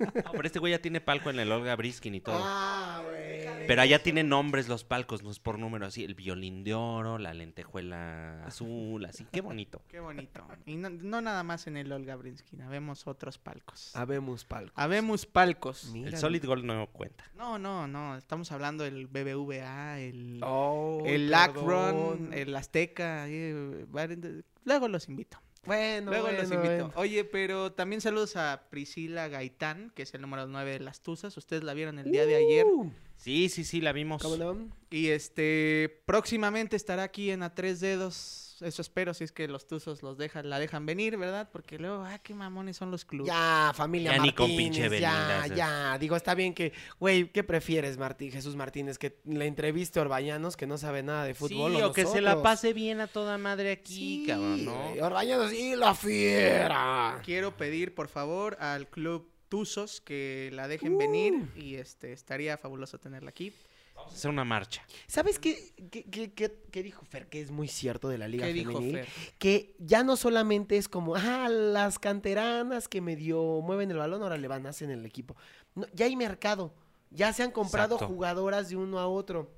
[SPEAKER 1] No, pero este güey ya tiene palco en el Olga Briskin y todo.
[SPEAKER 2] Ah, güey.
[SPEAKER 1] Pero allá tienen nombres los palcos, no es por número así. El violín de oro, la lentejuela azul, así. Qué bonito.
[SPEAKER 3] Qué bonito. Y no, no nada más en el Olga Brinskina, vemos otros palcos.
[SPEAKER 2] Habemos palco.
[SPEAKER 3] Habemos palcos.
[SPEAKER 1] El
[SPEAKER 2] Mira,
[SPEAKER 1] Solid Gold no cuenta.
[SPEAKER 3] No, no, no. Estamos hablando del BBVA, el,
[SPEAKER 2] Oh,
[SPEAKER 3] el
[SPEAKER 2] perdón.
[SPEAKER 3] Akron, el Azteca. eh, varios de- Luego los invito.
[SPEAKER 2] Bueno,
[SPEAKER 3] Luego los
[SPEAKER 2] bueno,
[SPEAKER 3] invito.
[SPEAKER 2] bueno.
[SPEAKER 3] Oye, pero también saludos a Priscila Gaitán, que es el número 9 de las Tuzas. Ustedes la vieron el día de ayer.
[SPEAKER 2] Uh,
[SPEAKER 1] Sí, sí, sí, la vimos.
[SPEAKER 2] ¿Cómo no?
[SPEAKER 3] Y este, próximamente estará aquí en A Tres Dedos. Eso espero, si es que los Tuzos los dejan, la dejan venir, ¿verdad? Porque luego, ah, qué mamones son los clubes.
[SPEAKER 2] Ya, familia
[SPEAKER 1] Ya ni
[SPEAKER 2] Martínez,
[SPEAKER 1] con pinche
[SPEAKER 2] ya,
[SPEAKER 1] Belinda, esas.
[SPEAKER 2] ya. Digo, está bien que, güey, ¿qué prefieres, Martín, Jesús Martínez? Que le entreviste a Orbañanos, que no sabe nada de fútbol.
[SPEAKER 1] sí, o que se la
[SPEAKER 2] nosotros?
[SPEAKER 1] pase bien a toda madre aquí,
[SPEAKER 2] Sí,
[SPEAKER 1] cabrón, ¿no?
[SPEAKER 2] güey, Orbañanos y la fiera.
[SPEAKER 3] Quiero pedir, por favor, al club Tuzos que la
[SPEAKER 2] Uh.
[SPEAKER 3] dejen venir. Y este, estaría fabuloso tenerla aquí.
[SPEAKER 1] Vamos a hacer una marcha.
[SPEAKER 2] ¿Sabes qué, qué, qué- qué- qué dijo Fer? Que es muy cierto de la Liga
[SPEAKER 3] ¿Qué dijo
[SPEAKER 2] Femenil.
[SPEAKER 3] Fer?
[SPEAKER 2] Que ya no solamente es como, ah, las canteranas que medio mueven el balón, ahora le van, hacen el equipo. No, ya hay mercado. ya se han comprado
[SPEAKER 1] Exacto.
[SPEAKER 2] jugadoras de uno a otro.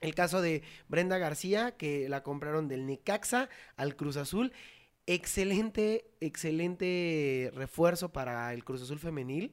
[SPEAKER 2] El caso de Brenda García, que la compraron del Necaxa al Cruz Azul. Excelente, excelente refuerzo para el Cruz Azul femenil.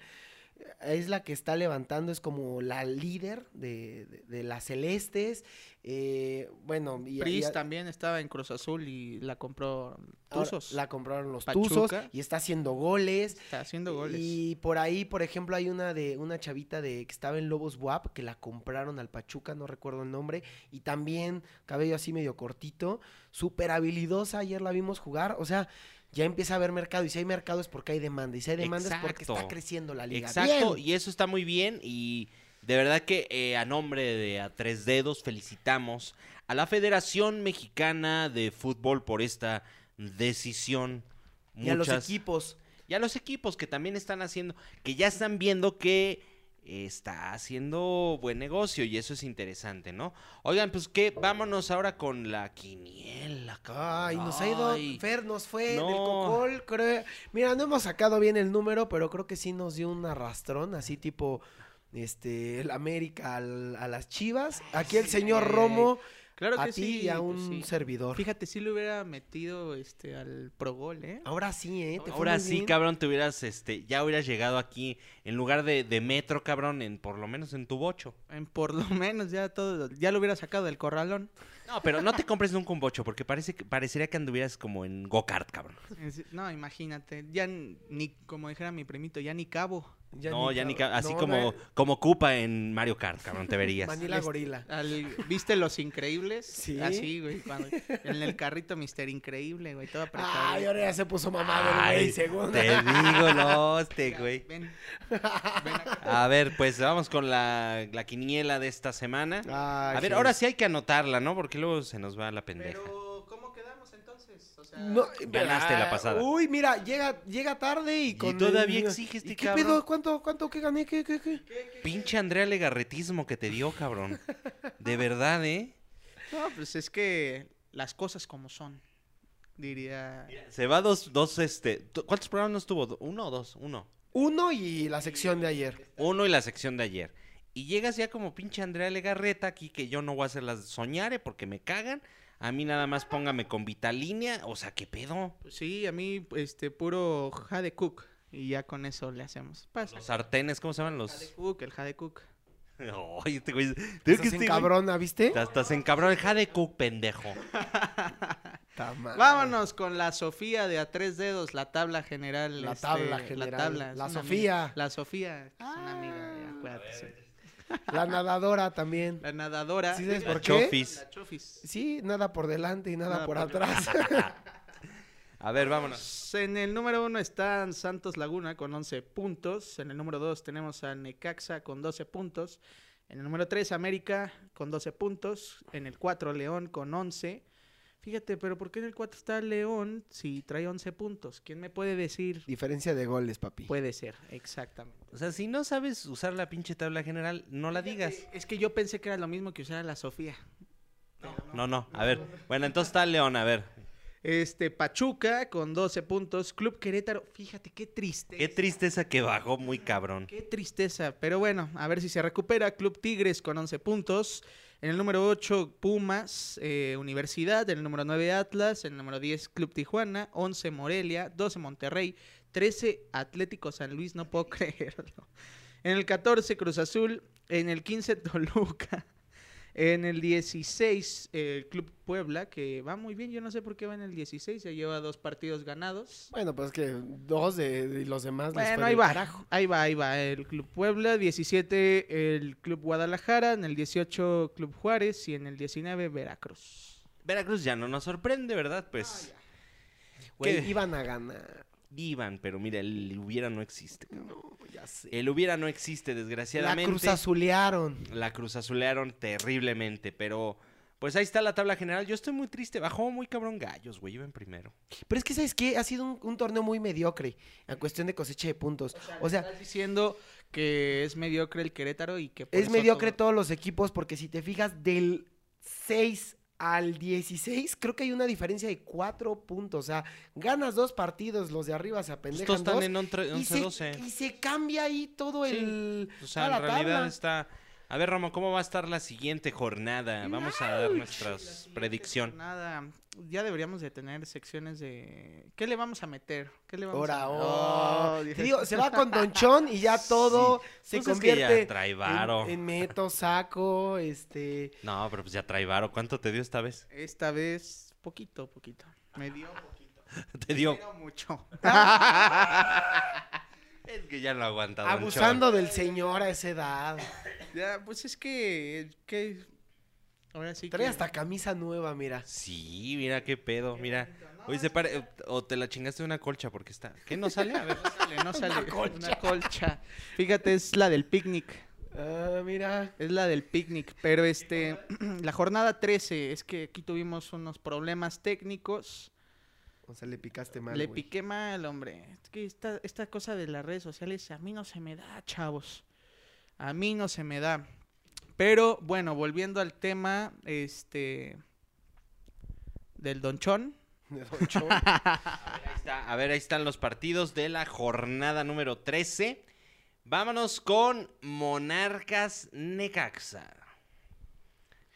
[SPEAKER 2] Es la que está levantando, es como la líder de, de- de las celestes. Eh, bueno, y, y-
[SPEAKER 3] Pris también estaba en Cruz Azul y la compró
[SPEAKER 2] ahora
[SPEAKER 3] Tuzos.
[SPEAKER 2] la compraron los
[SPEAKER 3] Pachuca.
[SPEAKER 2] Tuzos y está haciendo goles.
[SPEAKER 3] Está haciendo goles.
[SPEAKER 2] Y por ahí, por ejemplo, hay una de una chavita de que estaba en Lobos WAP que la compraron al Pachuca, no recuerdo el nombre, y también cabello así medio cortito, súper habilidosa, ayer la vimos jugar, o sea, ya empieza a haber mercado y si hay mercado es porque hay demanda y si hay demanda es porque está
[SPEAKER 1] Exacto.
[SPEAKER 2] creciendo la liga.
[SPEAKER 1] Exacto,
[SPEAKER 2] Bien.
[SPEAKER 1] y eso está muy bien y de verdad que eh, a nombre de A Tres Dedos felicitamos a la Federación Mexicana de Fútbol por esta decisión.
[SPEAKER 2] Y, a los
[SPEAKER 1] Muchas-
[SPEAKER 2] equipos.
[SPEAKER 1] Y a los equipos que también están haciendo, que ya están viendo que eh, está haciendo buen negocio y eso es interesante, ¿no? Oigan, pues que vámonos ahora con la quiniela.
[SPEAKER 2] Ay, nos ha ido,
[SPEAKER 1] Ay.
[SPEAKER 2] Fer nos fue del
[SPEAKER 1] No.
[SPEAKER 2] cocol, creo. Mira, no hemos sacado bien el número, pero creo que sí nos dio un arrastrón, así tipo, este, el América al- a las Chivas. Aquí el señor
[SPEAKER 3] sí.
[SPEAKER 2] Romo,
[SPEAKER 3] claro
[SPEAKER 2] a
[SPEAKER 3] que
[SPEAKER 2] ti
[SPEAKER 3] sí.
[SPEAKER 2] y a
[SPEAKER 3] pues
[SPEAKER 2] un
[SPEAKER 3] sí.
[SPEAKER 2] servidor.
[SPEAKER 3] Fíjate, sí le hubiera metido este al Pro Gol, ¿eh?
[SPEAKER 2] Ahora sí, ¿eh? Te fue
[SPEAKER 1] Ahora
[SPEAKER 2] muy
[SPEAKER 1] sí,
[SPEAKER 2] bien.
[SPEAKER 1] cabrón, te hubieras, este, ya hubieras llegado aquí en lugar de, de metro, cabrón, en por lo menos en tu bocho.
[SPEAKER 3] En por lo (laughs) menos ya todo, ya lo hubiera sacado del corralón.
[SPEAKER 1] No, pero no te compres nunca un bocho, porque parece que, parecería que anduvieras como en go-kart, cabrón.
[SPEAKER 3] Es- No, imagínate, ya n- ni como dijera mi primito, ya ni cabo.
[SPEAKER 2] Ya
[SPEAKER 1] no, ya ni ca-
[SPEAKER 2] cabrón.
[SPEAKER 1] así
[SPEAKER 2] No, eh,
[SPEAKER 1] como,
[SPEAKER 2] no,
[SPEAKER 1] como Cupa en Mario Kart, cabrón, te verías.
[SPEAKER 2] Manila
[SPEAKER 3] Este-
[SPEAKER 2] Gorila.
[SPEAKER 3] Al- ¿Viste los increíbles?
[SPEAKER 2] Sí.
[SPEAKER 3] Así, güey, cuando- en el carrito Mister Increíble, güey, todo apretado.
[SPEAKER 2] Ay, ahora ya se puso mamado el
[SPEAKER 1] Ay,
[SPEAKER 2] güey, según.
[SPEAKER 1] Te digo,
[SPEAKER 2] (laughs)
[SPEAKER 1] no, este
[SPEAKER 3] Ya,
[SPEAKER 1] güey.
[SPEAKER 3] Ven. Ven acá.
[SPEAKER 1] A ver, pues vamos con la, la quiniela de esta semana.
[SPEAKER 2] Ah, Ay,
[SPEAKER 1] A ver,
[SPEAKER 2] Fer.
[SPEAKER 1] ahora sí hay que anotarla, ¿no? Porque luego se nos va la pendeja.
[SPEAKER 3] Pero, ¿cómo quedamos entonces? O sea,
[SPEAKER 2] No, ah,
[SPEAKER 1] Ganaste la pasada.
[SPEAKER 2] Uy, mira, llega, llega tarde y
[SPEAKER 1] Y
[SPEAKER 2] con.
[SPEAKER 1] todavía
[SPEAKER 2] el-
[SPEAKER 1] exige este
[SPEAKER 2] ¿Y ¿Qué
[SPEAKER 1] cabrón?
[SPEAKER 2] pedo? ¿Cuánto, cuánto que gané? ¿Qué, qué, qué?
[SPEAKER 1] Pinche Andrea Legarretismo que te dio,
[SPEAKER 2] (laughs)
[SPEAKER 1] cabrón. De verdad, ¿eh?
[SPEAKER 3] no, pues es que las cosas como son, diría.
[SPEAKER 1] Se va dos, dos, este... t- ¿Cuántos programas nos tuvo? ¿Uno o dos? Uno.
[SPEAKER 2] Uno y la sección de ayer.
[SPEAKER 1] Uno y la sección de ayer. Y llegas ya como pinche Andrea Legarreta aquí, que yo no voy a hacer las soñare porque me cagan. A mí nada más póngame con Vitalínea. O sea, ¿qué pedo?
[SPEAKER 3] Pues sí, a mí, este, puro Jade Cook. Y ya con eso le hacemos. Pasa.
[SPEAKER 1] Los sartenes, ¿cómo se llaman
[SPEAKER 3] Jade
[SPEAKER 1] los...? (laughs)
[SPEAKER 3] Cook, el Jade Cook.
[SPEAKER 1] Ay, este güey... Te digo que
[SPEAKER 2] Estás
[SPEAKER 1] este
[SPEAKER 2] en
[SPEAKER 1] güey-
[SPEAKER 2] cabrona, ¿viste?
[SPEAKER 1] Hasta se encabró el Jade Cook, pendejo.
[SPEAKER 2] Ta madre.
[SPEAKER 3] Vámonos con la Sofía de a tres dedos, la tabla general.
[SPEAKER 2] La
[SPEAKER 3] este,
[SPEAKER 2] tabla general,
[SPEAKER 3] La tabla. es
[SPEAKER 2] la
[SPEAKER 3] una
[SPEAKER 2] Sofía. Ah.
[SPEAKER 3] amiga, La Sofía, es una amiga, ya, acuérdate, sí.
[SPEAKER 2] La nadadora también.
[SPEAKER 3] La nadadora.
[SPEAKER 2] ¿Sí sabes
[SPEAKER 3] La
[SPEAKER 2] por
[SPEAKER 1] qué?
[SPEAKER 3] Chofis. La Chofis.
[SPEAKER 2] Sí, nada por delante y nada,
[SPEAKER 3] Nada
[SPEAKER 2] por,
[SPEAKER 3] por
[SPEAKER 2] atrás.
[SPEAKER 1] A ver, vámonos.
[SPEAKER 3] Pues, En el número uno están Santos Laguna con 11 puntos. En el número dos tenemos a Necaxa con 12 puntos. En el número tres América con 12 puntos. En el 4 León con 11. Fíjate, pero ¿por qué en el 4 está León si trae 11 puntos? ¿Quién me puede decir?
[SPEAKER 2] (laughs) Diferencia de goles, papi.
[SPEAKER 3] Puede ser, exactamente.
[SPEAKER 1] O sea, si no sabes usar la pinche tabla general, no la digas.
[SPEAKER 3] Es que yo pensé que era lo mismo que usara la Sofía.
[SPEAKER 1] No, no. A ver. Bueno, entonces está León, a ver.
[SPEAKER 3] Este, Pachuca con 12 puntos. Club Querétaro, fíjate qué triste.
[SPEAKER 1] Qué tristeza que bajó muy cabrón.
[SPEAKER 3] Qué tristeza, pero bueno, a ver si se recupera. Club Tigres con 11 puntos. En el número 8, Pumas, eh, Universidad. En el número 9, Atlas. En el número 10, Club Tijuana. 11, Morelia. 12, Monterrey. 13, Atlético San Luis, no puedo (laughs) creerlo. En el 14, Cruz Azul. En el 15, (laughs) Toluca. En el 16, el Club Puebla, que va muy bien. Yo no sé por qué va en el 16, ya lleva dos partidos ganados.
[SPEAKER 2] Bueno, pues que dos de, de los demás. les fue
[SPEAKER 3] Bueno, ahí
[SPEAKER 2] del
[SPEAKER 3] va.
[SPEAKER 2] carajo.
[SPEAKER 3] Ahí va, ahí va. El Club Puebla, 17 el Club Guadalajara, en el 18 Club Juárez y en el 19 Veracruz.
[SPEAKER 1] Veracruz ya no nos sorprende, ¿verdad? Pues
[SPEAKER 2] Güey,
[SPEAKER 1] ¿Qué?
[SPEAKER 2] iban a ganar.
[SPEAKER 1] iban, pero mira, el hubiera no existe. cabrón.
[SPEAKER 2] Ya sé.
[SPEAKER 1] El hubiera no existe,
[SPEAKER 2] La
[SPEAKER 1] desgraciadamente.
[SPEAKER 2] cruzazulearon.
[SPEAKER 1] La cruzazulearon terriblemente, pero pues ahí está la tabla general. Yo estoy muy triste. Bajó muy cabrón gallos, güey. Iban primero.
[SPEAKER 2] Pero es que, ¿sabes qué? Ha sido un, un torneo muy mediocre en cuestión de cosecha de puntos. O sea,
[SPEAKER 3] Estás diciendo que es mediocre el Querétaro y que por
[SPEAKER 2] Es
[SPEAKER 3] eso
[SPEAKER 2] mediocre
[SPEAKER 3] todo-
[SPEAKER 2] todos los equipos porque si te fijas del 6 al 16, creo que hay una diferencia de 4 puntos. O sea, ganas dos partidos, los de arriba se
[SPEAKER 1] Pues
[SPEAKER 2] apendejan
[SPEAKER 1] Estos están
[SPEAKER 2] dos,
[SPEAKER 1] en
[SPEAKER 2] y, se,
[SPEAKER 1] 11-12.
[SPEAKER 2] y se cambia ahí todo
[SPEAKER 1] Sí.
[SPEAKER 2] el...
[SPEAKER 1] O sea,
[SPEAKER 2] toda
[SPEAKER 1] en
[SPEAKER 2] la
[SPEAKER 1] realidad
[SPEAKER 2] tabla.
[SPEAKER 1] está. A ver, Romo, ¿cómo va a estar la siguiente jornada? Vamos a dar nuestras predicción.
[SPEAKER 3] Nada, ya deberíamos de tener secciones de... ¿Qué le vamos a meter? ¿Qué le vamos
[SPEAKER 2] Ahora,
[SPEAKER 3] a
[SPEAKER 2] oh.
[SPEAKER 3] Oh,
[SPEAKER 2] Te
[SPEAKER 3] dije-
[SPEAKER 2] digo, se
[SPEAKER 1] (laughs)
[SPEAKER 2] va con Donchón y ya todo se
[SPEAKER 1] Pues es que ya
[SPEAKER 2] convierte
[SPEAKER 1] trae
[SPEAKER 2] en-
[SPEAKER 1] varo.
[SPEAKER 2] en, meto, saco, este...
[SPEAKER 1] No, pero pues ya trae varo. ¿Cuánto te dio esta vez?
[SPEAKER 3] (laughs)
[SPEAKER 1] (laughs)
[SPEAKER 3] Esta vez, poquito, poquito. Me dio poquito.
[SPEAKER 1] Te dio.
[SPEAKER 3] Pero mucho.
[SPEAKER 1] Es que ya no aguanta. Don Chon.
[SPEAKER 2] Abusando del señor a esa edad.
[SPEAKER 3] Ya, pues es que... que... Ahora sí
[SPEAKER 2] Trae
[SPEAKER 3] que-
[SPEAKER 2] hasta camisa nueva, mira.
[SPEAKER 1] Sí, mira qué pedo, mira. Oye, se pare... O te la chingaste de una colcha porque está. ¿Qué no sale? A ver.
[SPEAKER 3] No sale, no sale. Una colcha. Fíjate, es la del picnic.
[SPEAKER 2] Ah, mira.
[SPEAKER 3] Es la del picnic, pero este, (clears throat) la jornada 13, es que aquí tuvimos unos problemas técnicos.
[SPEAKER 2] O sea, le picaste mal,
[SPEAKER 3] Le
[SPEAKER 2] güey. (laughs)
[SPEAKER 3] piqué mal, hombre. Es que esta, esta cosa de las redes sociales a mí no se me da, chavos. A mí no se me da. Pero bueno, volviendo al tema, este, del donchón.
[SPEAKER 2] Donchón.
[SPEAKER 1] Ahí está. A ver, ahí están los partidos de la jornada número 13. Vámonos con Monarcas Necaxa.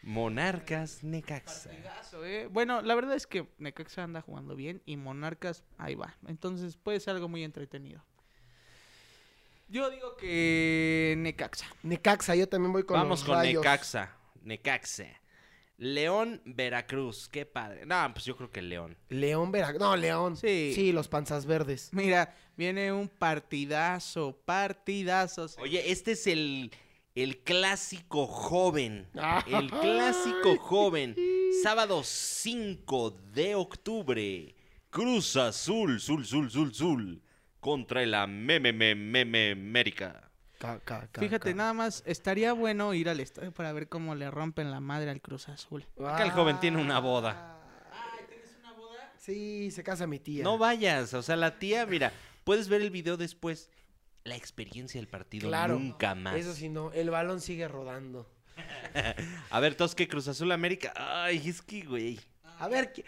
[SPEAKER 1] Monarcas Necaxa.
[SPEAKER 3] Partidazo, ¿eh? Bueno, la verdad es que Necaxa anda jugando bien y Monarcas ahí va. Entonces puede ser algo muy entretenido. Yo digo que Necaxa.
[SPEAKER 2] Necaxa, yo también voy con
[SPEAKER 1] Vamos
[SPEAKER 2] los
[SPEAKER 1] con
[SPEAKER 2] rayos.
[SPEAKER 1] Necaxa. Necaxa. León, Veracruz. Qué padre. No, pues yo creo que León.
[SPEAKER 2] León, Veracruz. No, León. Sí.
[SPEAKER 3] Sí.
[SPEAKER 2] los panzas verdes.
[SPEAKER 3] Mira, viene un partidazo, partidazo. se-
[SPEAKER 1] Oye, este es el, el clásico joven.
[SPEAKER 2] Ah.
[SPEAKER 1] El clásico joven. Sábado 5 de octubre. Cruz Azul, Zul, Zul, Zul, Zul. Contra la Meme, Meme, Meme, América.
[SPEAKER 2] Ca, ca, ca,
[SPEAKER 3] Fíjate,
[SPEAKER 2] ca.
[SPEAKER 3] nada más, estaría bueno ir al estadio para ver cómo le rompen la madre al Cruz Azul.
[SPEAKER 1] Acá el
[SPEAKER 2] Ah.
[SPEAKER 1] joven tiene una boda.
[SPEAKER 2] Sí, se casa mi tía.
[SPEAKER 1] No vayas. O sea, la tía, mira, puedes ver el video después. La experiencia del partido
[SPEAKER 2] Claro,
[SPEAKER 1] nunca más.
[SPEAKER 2] Eso sí, no. El balón sigue rodando.
[SPEAKER 1] A ver, entonces que Cruz Azul América. Ay, es que, güey.
[SPEAKER 2] A ver, qui-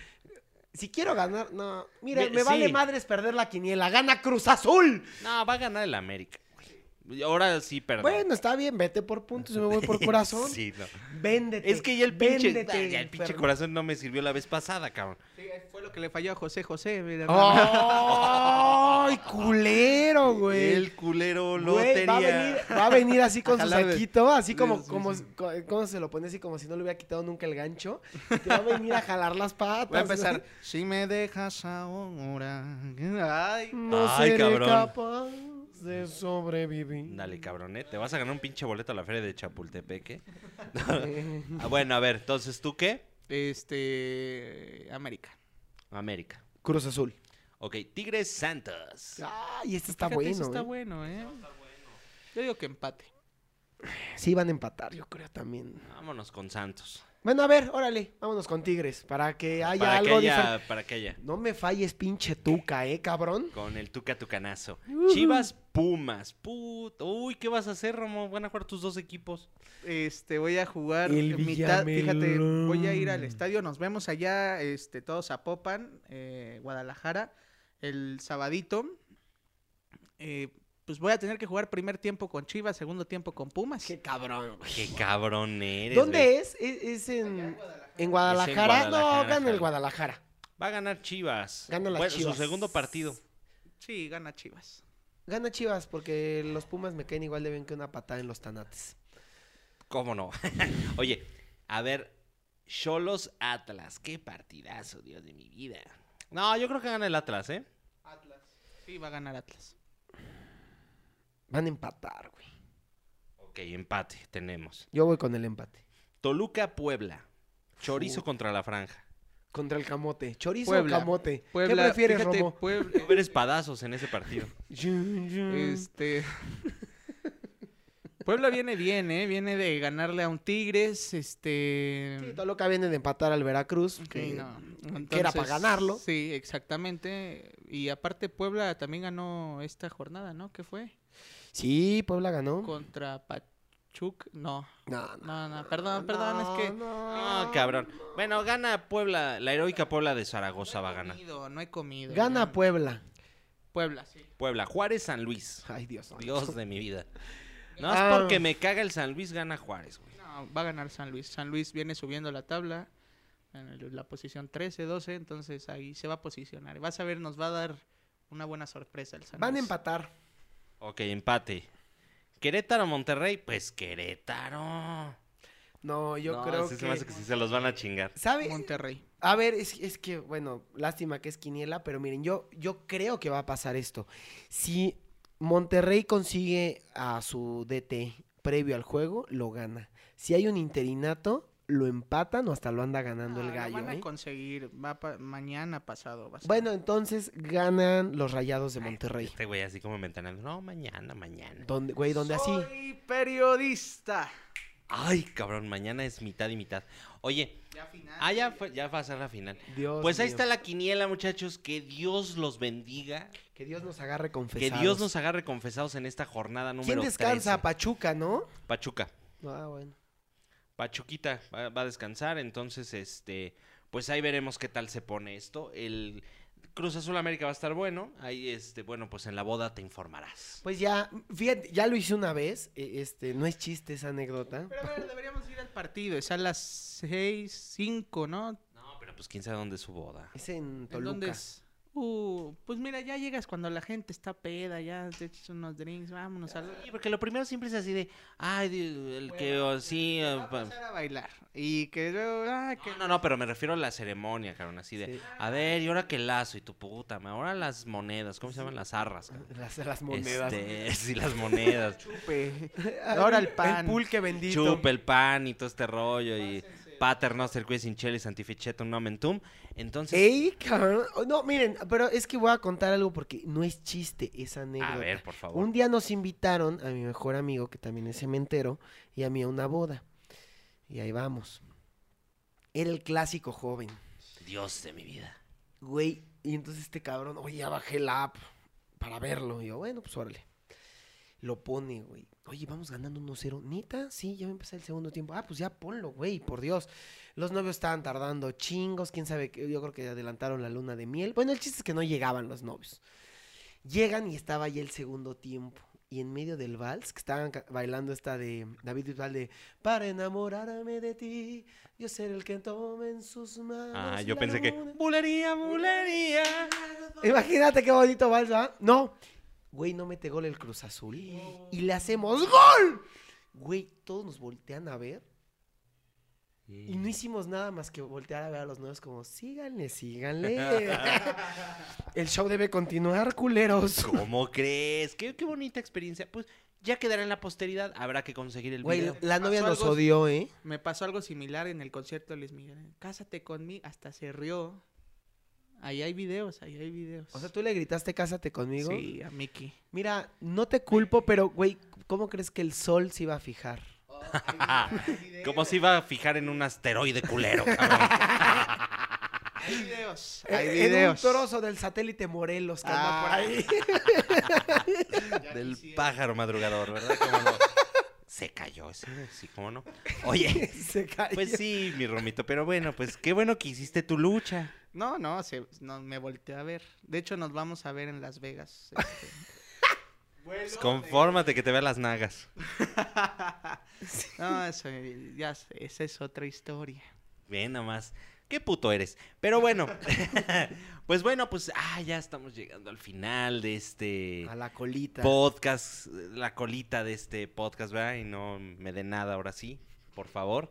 [SPEAKER 2] si quiero ganar, no. Mira,
[SPEAKER 1] Ve-
[SPEAKER 2] me vale
[SPEAKER 1] sí.
[SPEAKER 2] madres perder la quiniela. ¡Gana Cruz Azul!
[SPEAKER 1] No, va a ganar el América. güey. Ahora sí, perdón.
[SPEAKER 2] Bueno, está bien, vete por puntos, yo me
[SPEAKER 1] (laughs)
[SPEAKER 2] voy por corazón.
[SPEAKER 1] Sí,
[SPEAKER 2] (laughs)
[SPEAKER 1] no.
[SPEAKER 2] Véndete.
[SPEAKER 1] Es que ya el pinche,
[SPEAKER 2] véndete,
[SPEAKER 1] ya el pinche
[SPEAKER 2] Fer-
[SPEAKER 1] corazón no me sirvió la vez pasada, cabrón.
[SPEAKER 3] fue lo que le falló a José José. eh, mira, nada más. (laughs)
[SPEAKER 2] ¡Ay, culero, güey!
[SPEAKER 1] El culero lo
[SPEAKER 2] Güey, va, a
[SPEAKER 1] tenía.
[SPEAKER 2] venir, va a venir así con su
[SPEAKER 3] Ojalá de-
[SPEAKER 2] saquito, así
[SPEAKER 3] de-
[SPEAKER 2] como,
[SPEAKER 3] sí,
[SPEAKER 2] como,
[SPEAKER 3] sí.
[SPEAKER 2] co- ¿cómo se lo pone así como si no le hubiera quitado nunca el gancho. y te va a venir a jalar las patas.
[SPEAKER 3] Voy a empezar.
[SPEAKER 2] güey.
[SPEAKER 3] Si me dejas ahora. Ay,
[SPEAKER 2] No
[SPEAKER 1] Ay,
[SPEAKER 2] seré
[SPEAKER 1] cabrón.
[SPEAKER 2] capaz de sobrevivir.
[SPEAKER 1] Dale, cabrón, ¿eh? Te vas a ganar un pinche boleto a la feria de
[SPEAKER 2] (laughs)
[SPEAKER 1] Chapultepeque. Ah, bueno, a ver, entonces, ¿tú qué?
[SPEAKER 3] Este. América.
[SPEAKER 1] América.
[SPEAKER 2] Cruz Azul.
[SPEAKER 1] Ok, Tigres Santos.
[SPEAKER 2] Ay, este está
[SPEAKER 3] Fíjate,
[SPEAKER 2] bueno.
[SPEAKER 3] eso Está
[SPEAKER 2] eh.
[SPEAKER 3] bueno, ¿eh? Yo digo que empate.
[SPEAKER 2] Sí, van a empatar, yo creo también.
[SPEAKER 1] Vámonos con Santos.
[SPEAKER 2] Bueno, a ver, órale, vámonos con Tigres para que haya
[SPEAKER 1] para que
[SPEAKER 2] algo
[SPEAKER 1] haya,
[SPEAKER 2] diferente.
[SPEAKER 1] para que haya.
[SPEAKER 2] No me falles, pinche tuca, eh, cabrón.
[SPEAKER 1] Con el tuca tucanazo.
[SPEAKER 2] Uh-huh.
[SPEAKER 1] Chivas Pumas. Puto. Uy, ¿qué vas a hacer, Romo? Van a jugar tus dos equipos.
[SPEAKER 3] Este, voy a jugar
[SPEAKER 2] El
[SPEAKER 3] mitad. Fíjate,
[SPEAKER 2] Villamelón.
[SPEAKER 3] voy a ir al estadio. Nos vemos allá, este, todos a Popan, eh, Guadalajara, el sabadito. Eh, pues voy a tener que jugar primer tiempo con Chivas, segundo tiempo con Pumas.
[SPEAKER 2] Qué cabrón, güey.
[SPEAKER 1] Qué cabrón eres. güey.
[SPEAKER 2] ¿Dónde es? Es, es en, en Guadalajara. No,
[SPEAKER 1] Guadalajara,
[SPEAKER 2] gana el
[SPEAKER 1] Javi.
[SPEAKER 2] Guadalajara.
[SPEAKER 1] Va a ganar Chivas.
[SPEAKER 2] Gana las
[SPEAKER 1] Bueno,
[SPEAKER 2] Chivas.
[SPEAKER 1] su segundo partido.
[SPEAKER 3] Sí, gana Chivas.
[SPEAKER 2] Gana Chivas porque los Pumas me caen igual de bien que una patada en los tanates.
[SPEAKER 1] ¿Cómo no? (laughs) Oye, a ver, Cholos Atlas. Qué partidazo, Dios de mi vida. No, yo creo que gana el Atlas, ¿eh?
[SPEAKER 3] Atlas. Sí, va a ganar Atlas.
[SPEAKER 2] Van a empatar, güey.
[SPEAKER 1] Ok, empate tenemos.
[SPEAKER 2] Yo voy con el empate.
[SPEAKER 1] Toluca Puebla. Chorizo contra la franja.
[SPEAKER 2] Contra el camote. Chorizo
[SPEAKER 3] Puebla.
[SPEAKER 2] o camote.
[SPEAKER 3] Puebla,
[SPEAKER 2] ¿Qué prefieres,
[SPEAKER 3] fíjate,
[SPEAKER 2] Romo?
[SPEAKER 1] Va a
[SPEAKER 3] Puebla,
[SPEAKER 1] haber espadazos en ese partido.
[SPEAKER 2] Yun, yun.
[SPEAKER 3] Este. (laughs) Puebla viene bien, ¿eh? Viene de ganarle a un Tigres, este...
[SPEAKER 2] Sí, Toluca viene de empatar al Veracruz.
[SPEAKER 3] Sí,
[SPEAKER 2] que-
[SPEAKER 3] no.
[SPEAKER 2] que era para
[SPEAKER 3] Entonces,
[SPEAKER 2] ganarlo.
[SPEAKER 3] Sí, exactamente. Y aparte Puebla también ganó esta jornada, ¿no? ¿Qué fue?
[SPEAKER 2] Sí, Puebla ganó.
[SPEAKER 3] Contra Pachuca. Chuk, no.
[SPEAKER 2] No, no.
[SPEAKER 3] No, no, perdón, perdón, es que
[SPEAKER 2] Ah.
[SPEAKER 3] Ah,
[SPEAKER 1] No, Ah, cabrón. Bueno, gana Puebla, la heroica Puebla de Zaragoza va a
[SPEAKER 3] no he
[SPEAKER 1] ganar.
[SPEAKER 3] comido, no he comido.
[SPEAKER 2] Gana
[SPEAKER 3] ya.
[SPEAKER 2] Puebla.
[SPEAKER 3] Puebla, sí.
[SPEAKER 1] Puebla, Juárez, San Luis.
[SPEAKER 2] Ay, Dios. santo.
[SPEAKER 1] Dios de mi vida. No
[SPEAKER 2] Ah.
[SPEAKER 1] es porque me caga el San Luis, gana Juárez, güey.
[SPEAKER 3] No, va a ganar San Luis. San Luis viene subiendo la tabla en el- la posición 13, 12, entonces ahí se va a posicionar. Vas a ver, nos va a dar una buena sorpresa el San
[SPEAKER 2] Van a
[SPEAKER 3] Luis.
[SPEAKER 2] empatar.
[SPEAKER 1] Ok, empate. Querétaro, Monterrey, pues Querétaro.
[SPEAKER 2] No, yo
[SPEAKER 1] No,
[SPEAKER 2] creo
[SPEAKER 1] sí
[SPEAKER 2] que...
[SPEAKER 1] Se me hace que sí se los van a chingar.
[SPEAKER 2] ¿Sabe?
[SPEAKER 3] Monterrey.
[SPEAKER 2] A ver, es, es que, bueno, lástima que es quiniela, pero miren, yo, yo creo que va a pasar esto. Si Monterrey consigue a su DT previo al juego, lo gana. Si hay un interinato, lo empatan o hasta lo anda ganando
[SPEAKER 3] Ah,
[SPEAKER 2] el
[SPEAKER 3] lo
[SPEAKER 2] gallo.
[SPEAKER 3] van a
[SPEAKER 2] ¿eh?
[SPEAKER 3] conseguir, va pa- mañana pasado. va a ser.
[SPEAKER 2] Bueno, entonces ganan los rayados de Monterrey.
[SPEAKER 1] Este güey así como ventaneando. No, mañana, mañana.
[SPEAKER 2] Donde, güey, donde así.
[SPEAKER 3] Soy periodista.
[SPEAKER 1] Ay, cabrón, mañana es mitad y mitad. Oye,
[SPEAKER 3] Ya final.
[SPEAKER 1] ah, ya, fue- ya va a ser la final.
[SPEAKER 2] Dios
[SPEAKER 1] Pues ahí
[SPEAKER 2] mío.
[SPEAKER 1] está la quiniela, muchachos. Que Dios los bendiga.
[SPEAKER 2] Que Dios nos agarre
[SPEAKER 1] Que
[SPEAKER 2] confesados.
[SPEAKER 1] Dios nos agarre confesados en esta jornada
[SPEAKER 2] ¿Quién
[SPEAKER 1] número
[SPEAKER 2] descansa?
[SPEAKER 1] 13.
[SPEAKER 2] Pachuca, ¿no?
[SPEAKER 1] Pachuca.
[SPEAKER 2] Ah, bueno.
[SPEAKER 1] Pachuquita va, va a descansar, entonces este, pues ahí veremos qué tal se pone esto. El Cruz Azul América va a estar bueno, ahí este, bueno, pues en la boda te informarás.
[SPEAKER 2] Pues ya, fíjate, ya lo hice una vez. eh, Este, no es chiste esa anécdota.
[SPEAKER 3] Pero a ver, deberíamos ir al partido. Es a las 6, 5, ¿no?
[SPEAKER 1] No, pero pues quién sabe dónde es su boda.
[SPEAKER 2] Es en
[SPEAKER 3] ¿En
[SPEAKER 2] Toluca.
[SPEAKER 3] dónde es? Uh, pues mira, ya llegas cuando la gente está peda, ya te echas unos drinks, vámonos a...
[SPEAKER 1] Sí, porque lo primero siempre es así de, ay, di- el que o sí, eh,
[SPEAKER 3] a
[SPEAKER 1] pa-
[SPEAKER 3] pasar a bailar. Y que luego, ah, que...
[SPEAKER 1] no, no, no, pero me refiero a la ceremonia, cabrón, así de,
[SPEAKER 2] Sí.
[SPEAKER 1] a ver, y ahora que lazo y tu puta, ma, ahora las monedas, ¿cómo se llaman las arras? cabrón?
[SPEAKER 2] (laughs) Las, las monedas.
[SPEAKER 1] Este, (laughs) sí, las monedas.
[SPEAKER 3] Chupe.
[SPEAKER 2] Ay,
[SPEAKER 3] Ahora el
[SPEAKER 2] el
[SPEAKER 3] pan.
[SPEAKER 2] pulque bendito.
[SPEAKER 1] Chupa el pan y todo este rollo y pater noster qui sin cheli santificetum nomen tum. Entonces,
[SPEAKER 2] Ey, cabrón. Oh, No, miren, pero es que voy a contar algo porque no es chiste esa anécdota.
[SPEAKER 1] a ver, por favor.
[SPEAKER 2] Un día nos invitaron a mi mejor amigo, que también es cementero, y a mí a una boda. Y ahí vamos. Era el clásico joven.
[SPEAKER 1] Dios de mi vida.
[SPEAKER 2] Güey, y entonces este cabrón, oye, ya bajé la app para verlo. Y yo, bueno, pues órale. Lo pone, güey. Oye, vamos ganando 1-0. Nita, sí, ya va a empezar el segundo tiempo. Ah, pues ya ponlo, güey, por Dios. Los novios estaban tardando chingos, quién sabe, qué, yo creo que adelantaron la luna de miel. Bueno, el chiste es que no llegaban los novios. Llegan y estaba ya el segundo tiempo. Y en medio del vals, que estaban ca- bailando esta de David Bisbal de Para enamorarme de ti, yo seré el que tome en sus manos.
[SPEAKER 1] Ah, yo
[SPEAKER 2] la
[SPEAKER 1] pensé que
[SPEAKER 2] luna".
[SPEAKER 1] bulería, bulería.
[SPEAKER 2] Imagínate qué bonito vals, ¿va? No. Güey, no mete gol el Cruz Azul. Y le hacemos gol. Güey, todos nos voltean a ver. Y no hicimos nada más que voltear a ver a los nuevos como, síganle, síganle. (laughs) el show debe continuar, culeros.
[SPEAKER 1] ¿Cómo crees? Qué, qué bonita experiencia. Pues ya quedará en la posteridad. Habrá que conseguir el (laughs)
[SPEAKER 2] Güey,
[SPEAKER 1] video.
[SPEAKER 2] la
[SPEAKER 3] Pasó
[SPEAKER 2] novia nos
[SPEAKER 3] algo-
[SPEAKER 2] odió, ¿eh?
[SPEAKER 3] Me pasó algo similar en el concierto de Luis Miguel. Cásate conmigo, hasta se rió. Ahí hay videos, ahí hay videos.
[SPEAKER 2] O sea, tú le gritaste, cásate conmigo.
[SPEAKER 3] Sí, a Mickey.
[SPEAKER 2] Mira, no te culpo, pero, güey, ¿cómo crees que el sol se iba a fijar?
[SPEAKER 1] ¿Cómo Ah, se iba a fijar en un asteroide culero,
[SPEAKER 2] (laughs)
[SPEAKER 1] cabrón?
[SPEAKER 3] Hay videos, hay
[SPEAKER 2] En- En un
[SPEAKER 3] videos.
[SPEAKER 2] trozo del satélite Morelos que anda por
[SPEAKER 3] Ah.
[SPEAKER 2] ahí.
[SPEAKER 1] Del pájaro madrugador, (laughs) ¿verdad? ¿Cómo no? Se cayó, sí, sí, cómo no.
[SPEAKER 2] (laughs)
[SPEAKER 1] Oye,
[SPEAKER 2] (laughs) se cayó.
[SPEAKER 1] pues sí, mi romito, pero bueno, pues qué bueno que hiciste tu lucha.
[SPEAKER 3] No, no, se, no, me volteé a ver. De hecho, nos vamos a ver en Las Vegas. este. (laughs)
[SPEAKER 1] Pues confórmate que te vean las nagas.
[SPEAKER 3] no, eso, eh, ya sé, esa es otra historia.
[SPEAKER 1] Bien, nada más. Qué puto eres. Pero bueno, (laughs) pues bueno, pues ah, ya estamos llegando al final de este
[SPEAKER 2] A la colita.
[SPEAKER 1] podcast, la colita de este podcast, ¿verdad? Y no me dé nada ahora sí, por favor.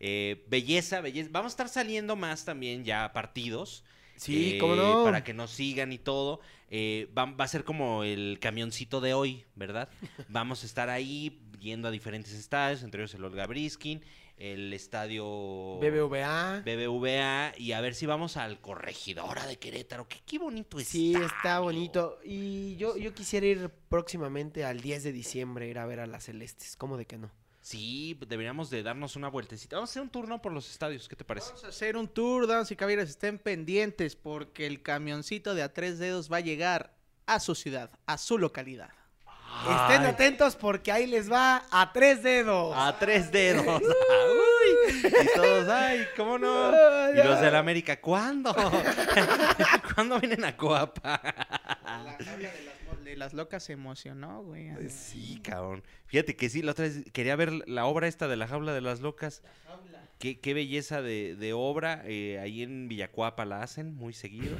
[SPEAKER 1] Eh, belleza, belleza. Vamos a estar saliendo más también ya a partidos.
[SPEAKER 2] sí,
[SPEAKER 1] eh,
[SPEAKER 2] cómo no.
[SPEAKER 1] Para que nos sigan y todo. Eh, va, va a ser como el camioncito de hoy,
[SPEAKER 2] (laughs)
[SPEAKER 1] ¿verdad? Vamos a estar ahí yendo a diferentes estadios, entre ellos el Olga Briskin, el estadio...
[SPEAKER 2] BBVA.
[SPEAKER 1] BBVA y a ver si vamos al corregidora de Querétaro. que qué bonito es.
[SPEAKER 2] Sí, está bonito. Y yo, yo quisiera ir próximamente al 10 de diciembre, ir a ver a las Celestes. ¿Cómo de que no?
[SPEAKER 1] Sí, deberíamos de darnos una vueltecita. Vamos a hacer un turno por los estadios, ¿qué te parece?
[SPEAKER 3] Vamos a hacer un tour, damas y caballeros, estén pendientes porque el camioncito de a tres dedos va a llegar a su ciudad, a su localidad.
[SPEAKER 2] Estén
[SPEAKER 1] Ay.
[SPEAKER 2] atentos porque ahí les va a tres dedos.
[SPEAKER 1] A tres
[SPEAKER 3] (laughs)
[SPEAKER 1] dedos. (laughs) Uy. Y todos, ay, ¿cómo
[SPEAKER 2] (laughs)
[SPEAKER 1] no? Y los del América, ¿cuándo? (laughs) ¿Cuándo vienen a Coapa? Ah.
[SPEAKER 3] La Claudia de las, de las locas se emocionó, güey. así.
[SPEAKER 1] Pues Sí, cabrón. Fíjate que sí, la otra vez quería ver la obra esta de la jaula de las locas. Qué, qué belleza de, de obra. eh, ahí en Villacuapa la hacen muy
[SPEAKER 2] (laughs)
[SPEAKER 1] seguido.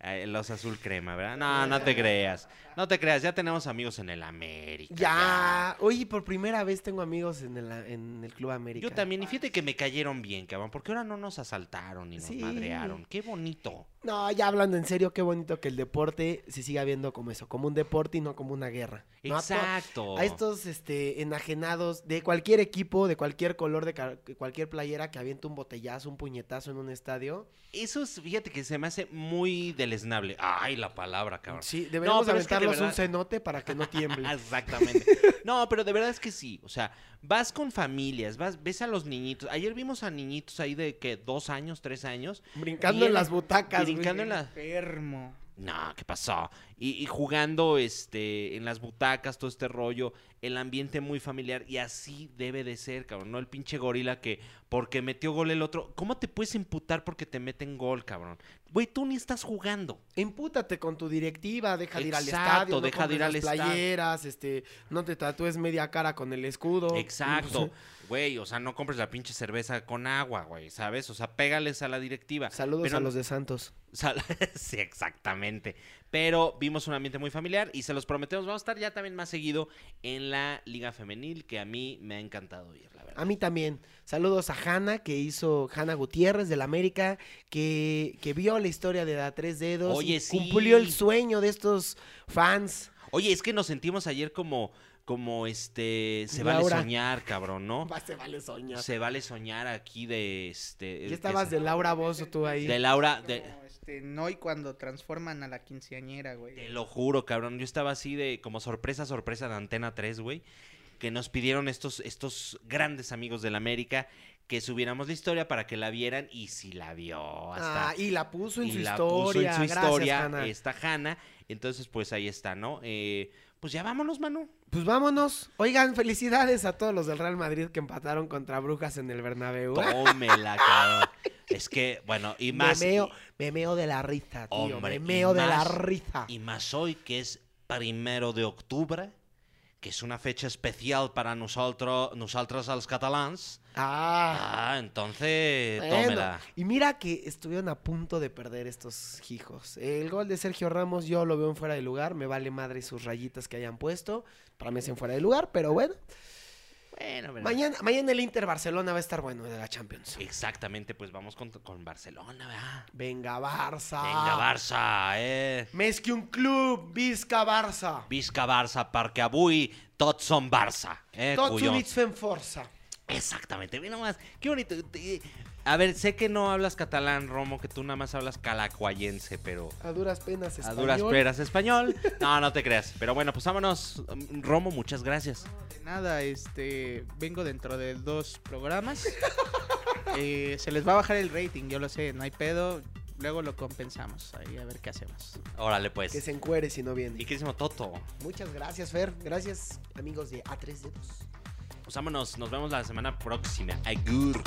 [SPEAKER 1] Eh, Los azul crema, ¿verdad? No, no te creas. No te creas, ya tenemos amigos en el América.
[SPEAKER 2] Ya. Oye, por primera vez tengo amigos en el, en el Club América.
[SPEAKER 1] Yo también, y fíjate que me cayeron bien, cabrón, porque ahora no nos asaltaron ni nos
[SPEAKER 2] Sí.
[SPEAKER 1] madrearon. Qué bonito.
[SPEAKER 2] No, ya hablando en serio, qué bonito que el deporte se siga viendo como eso, como un deporte y no como una guerra. ¿no? A to-
[SPEAKER 1] Exacto.
[SPEAKER 2] A estos este, enajenados de cualquier equipo, de cualquier color, de ca- cualquier playera que avienta un botellazo, un puñetazo en un estadio.
[SPEAKER 1] Eso es, fíjate que se me hace muy deleznable. Ay, la palabra, cabrón.
[SPEAKER 2] Sí, deberíamos
[SPEAKER 1] pero es que de
[SPEAKER 2] aventarlos un
[SPEAKER 1] verdad-
[SPEAKER 2] cenote para que no tiemble.
[SPEAKER 1] Ah, (laughs)
[SPEAKER 2] (laughs)
[SPEAKER 1] Exactamente. No, pero de verdad es que sí. O sea, vas con familias, vas, ves a los niñitos. Ayer vimos a niñitos ahí de que dos años, tres años.
[SPEAKER 2] brincando
[SPEAKER 1] Bien,
[SPEAKER 2] en las butacas. güey.
[SPEAKER 1] brincando en la-
[SPEAKER 3] Enfermo.
[SPEAKER 1] No, ¿qué pasó? Y, y jugando este, en las butacas, todo este rollo, el ambiente muy familiar, y así debe de ser, cabrón, no el pinche gorila que porque metió gol el otro. ¿Cómo te puedes imputar porque te meten gol, cabrón? Güey, tú ni estás jugando.
[SPEAKER 2] Impútate con tu directiva, deja de ir al
[SPEAKER 1] Exacto,
[SPEAKER 2] estadio, no
[SPEAKER 1] deja de
[SPEAKER 2] compres
[SPEAKER 1] ir al
[SPEAKER 2] las
[SPEAKER 1] estadio.
[SPEAKER 2] playeras, este, no te tatúes media cara con el escudo.
[SPEAKER 1] Exacto. Güey, o sea, no compres la pinche cerveza con agua, güey, ¿sabes? O sea, pégales a la directiva.
[SPEAKER 2] (laughs) Saludos
[SPEAKER 1] Pero-
[SPEAKER 2] a los de Santos.
[SPEAKER 1] Sal- (laughs) sí, exactamente. Pero vimos un ambiente muy familiar y se los prometemos, vamos a estar ya también más seguido en la Liga Femenil, que a mí me ha encantado ir, la verdad.
[SPEAKER 2] A mí también. Saludos a Hanna, que hizo Hanna Gutiérrez del América, que, que vio la historia de Da Tres Dedos.
[SPEAKER 1] Oye,
[SPEAKER 2] y
[SPEAKER 1] sí.
[SPEAKER 2] Cumplió el sueño de estos fans. (laughs)
[SPEAKER 1] Oye, es que nos sentimos ayer como, como este, se
[SPEAKER 2] Laura.
[SPEAKER 1] vale soñar, cabrón, ¿no?
[SPEAKER 2] Se vale soñar.
[SPEAKER 1] Se vale soñar aquí de este...
[SPEAKER 2] Ya estabas de Laura Bozo tú ahí.
[SPEAKER 1] De Laura, de-
[SPEAKER 3] Como, este, no, y cuando transforman a la quinceañera, güey.
[SPEAKER 1] te lo juro, cabrón. Yo estaba así de como sorpresa, sorpresa de Antena 3, güey. Que nos pidieron estos, estos grandes amigos del América que subiéramos la historia para que la vieran y si la vio hasta...
[SPEAKER 2] Ah, y la puso en
[SPEAKER 1] y
[SPEAKER 2] su
[SPEAKER 1] la
[SPEAKER 2] historia.
[SPEAKER 1] puso en su
[SPEAKER 2] Gracias,
[SPEAKER 1] historia
[SPEAKER 2] Hanna.
[SPEAKER 1] esta Hanna. Entonces, pues ahí está, ¿no? Eh, pues ya vámonos,
[SPEAKER 2] (laughs)
[SPEAKER 1] Manu.
[SPEAKER 2] Pues vámonos. Oigan, felicidades a todos los del Real Madrid que empataron contra Brujas en el Bernabéu. Ah,
[SPEAKER 1] Tómela, cabrón. Es que, bueno, y más.
[SPEAKER 2] me, meo, me meo de la risa, tío.
[SPEAKER 1] Hombre,
[SPEAKER 2] me meo
[SPEAKER 1] y
[SPEAKER 2] de la
[SPEAKER 1] más-
[SPEAKER 2] risa.
[SPEAKER 1] Y más hoy que es primero de octubre, que es una fecha especial para nosotros, nosotros los catalans.
[SPEAKER 2] Ah.
[SPEAKER 1] Ah, entonces,
[SPEAKER 2] Bueno,
[SPEAKER 1] tómela.
[SPEAKER 2] Y mira que estuvieron a punto de perder estos hijos. El gol de Sergio Ramos yo lo veo en fuera de lugar. Me vale madre sus rayitas que hayan puesto. Para mí es en fuera de lugar, pero bueno.
[SPEAKER 1] Bueno, bueno.
[SPEAKER 2] Mañana, mañana el Inter Barcelona va a estar bueno de la Champions.
[SPEAKER 1] Exactamente, pues vamos con, con Barcelona, ¿verdad?
[SPEAKER 2] Venga, Barça.
[SPEAKER 1] Venga, Barça, eh.
[SPEAKER 2] Més que un club, visca Barça.
[SPEAKER 1] Visca Barça, perquè avui tots som Barça. Eh,
[SPEAKER 2] Tots
[SPEAKER 1] collons.
[SPEAKER 2] units fent força.
[SPEAKER 1] Exactamente, ve nomás. Qué bonito. Eh, A ver, sé que no hablas catalán, Romo, que tú nada más hablas calacuayense, pero
[SPEAKER 2] A duras penas
[SPEAKER 1] a
[SPEAKER 2] español.
[SPEAKER 1] duras peras español. No, no te creas. Pero bueno, pues vámonos. Romo, muchas gracias.
[SPEAKER 3] De nada, este, vengo dentro de dos programas. Eh, se les va a bajar el rating, yo lo sé, no hay pedo. Luego lo compensamos, ahí a ver qué hacemos.
[SPEAKER 1] Órale,
[SPEAKER 2] Que
[SPEAKER 1] pues.
[SPEAKER 2] se encuere si no viene.
[SPEAKER 1] Y querísimo Toto.
[SPEAKER 2] Muchas gracias, Fer. Gracias, amigos de A3 Dedos.
[SPEAKER 1] Pues vámonos, nos vemos la semana próxima. Agur.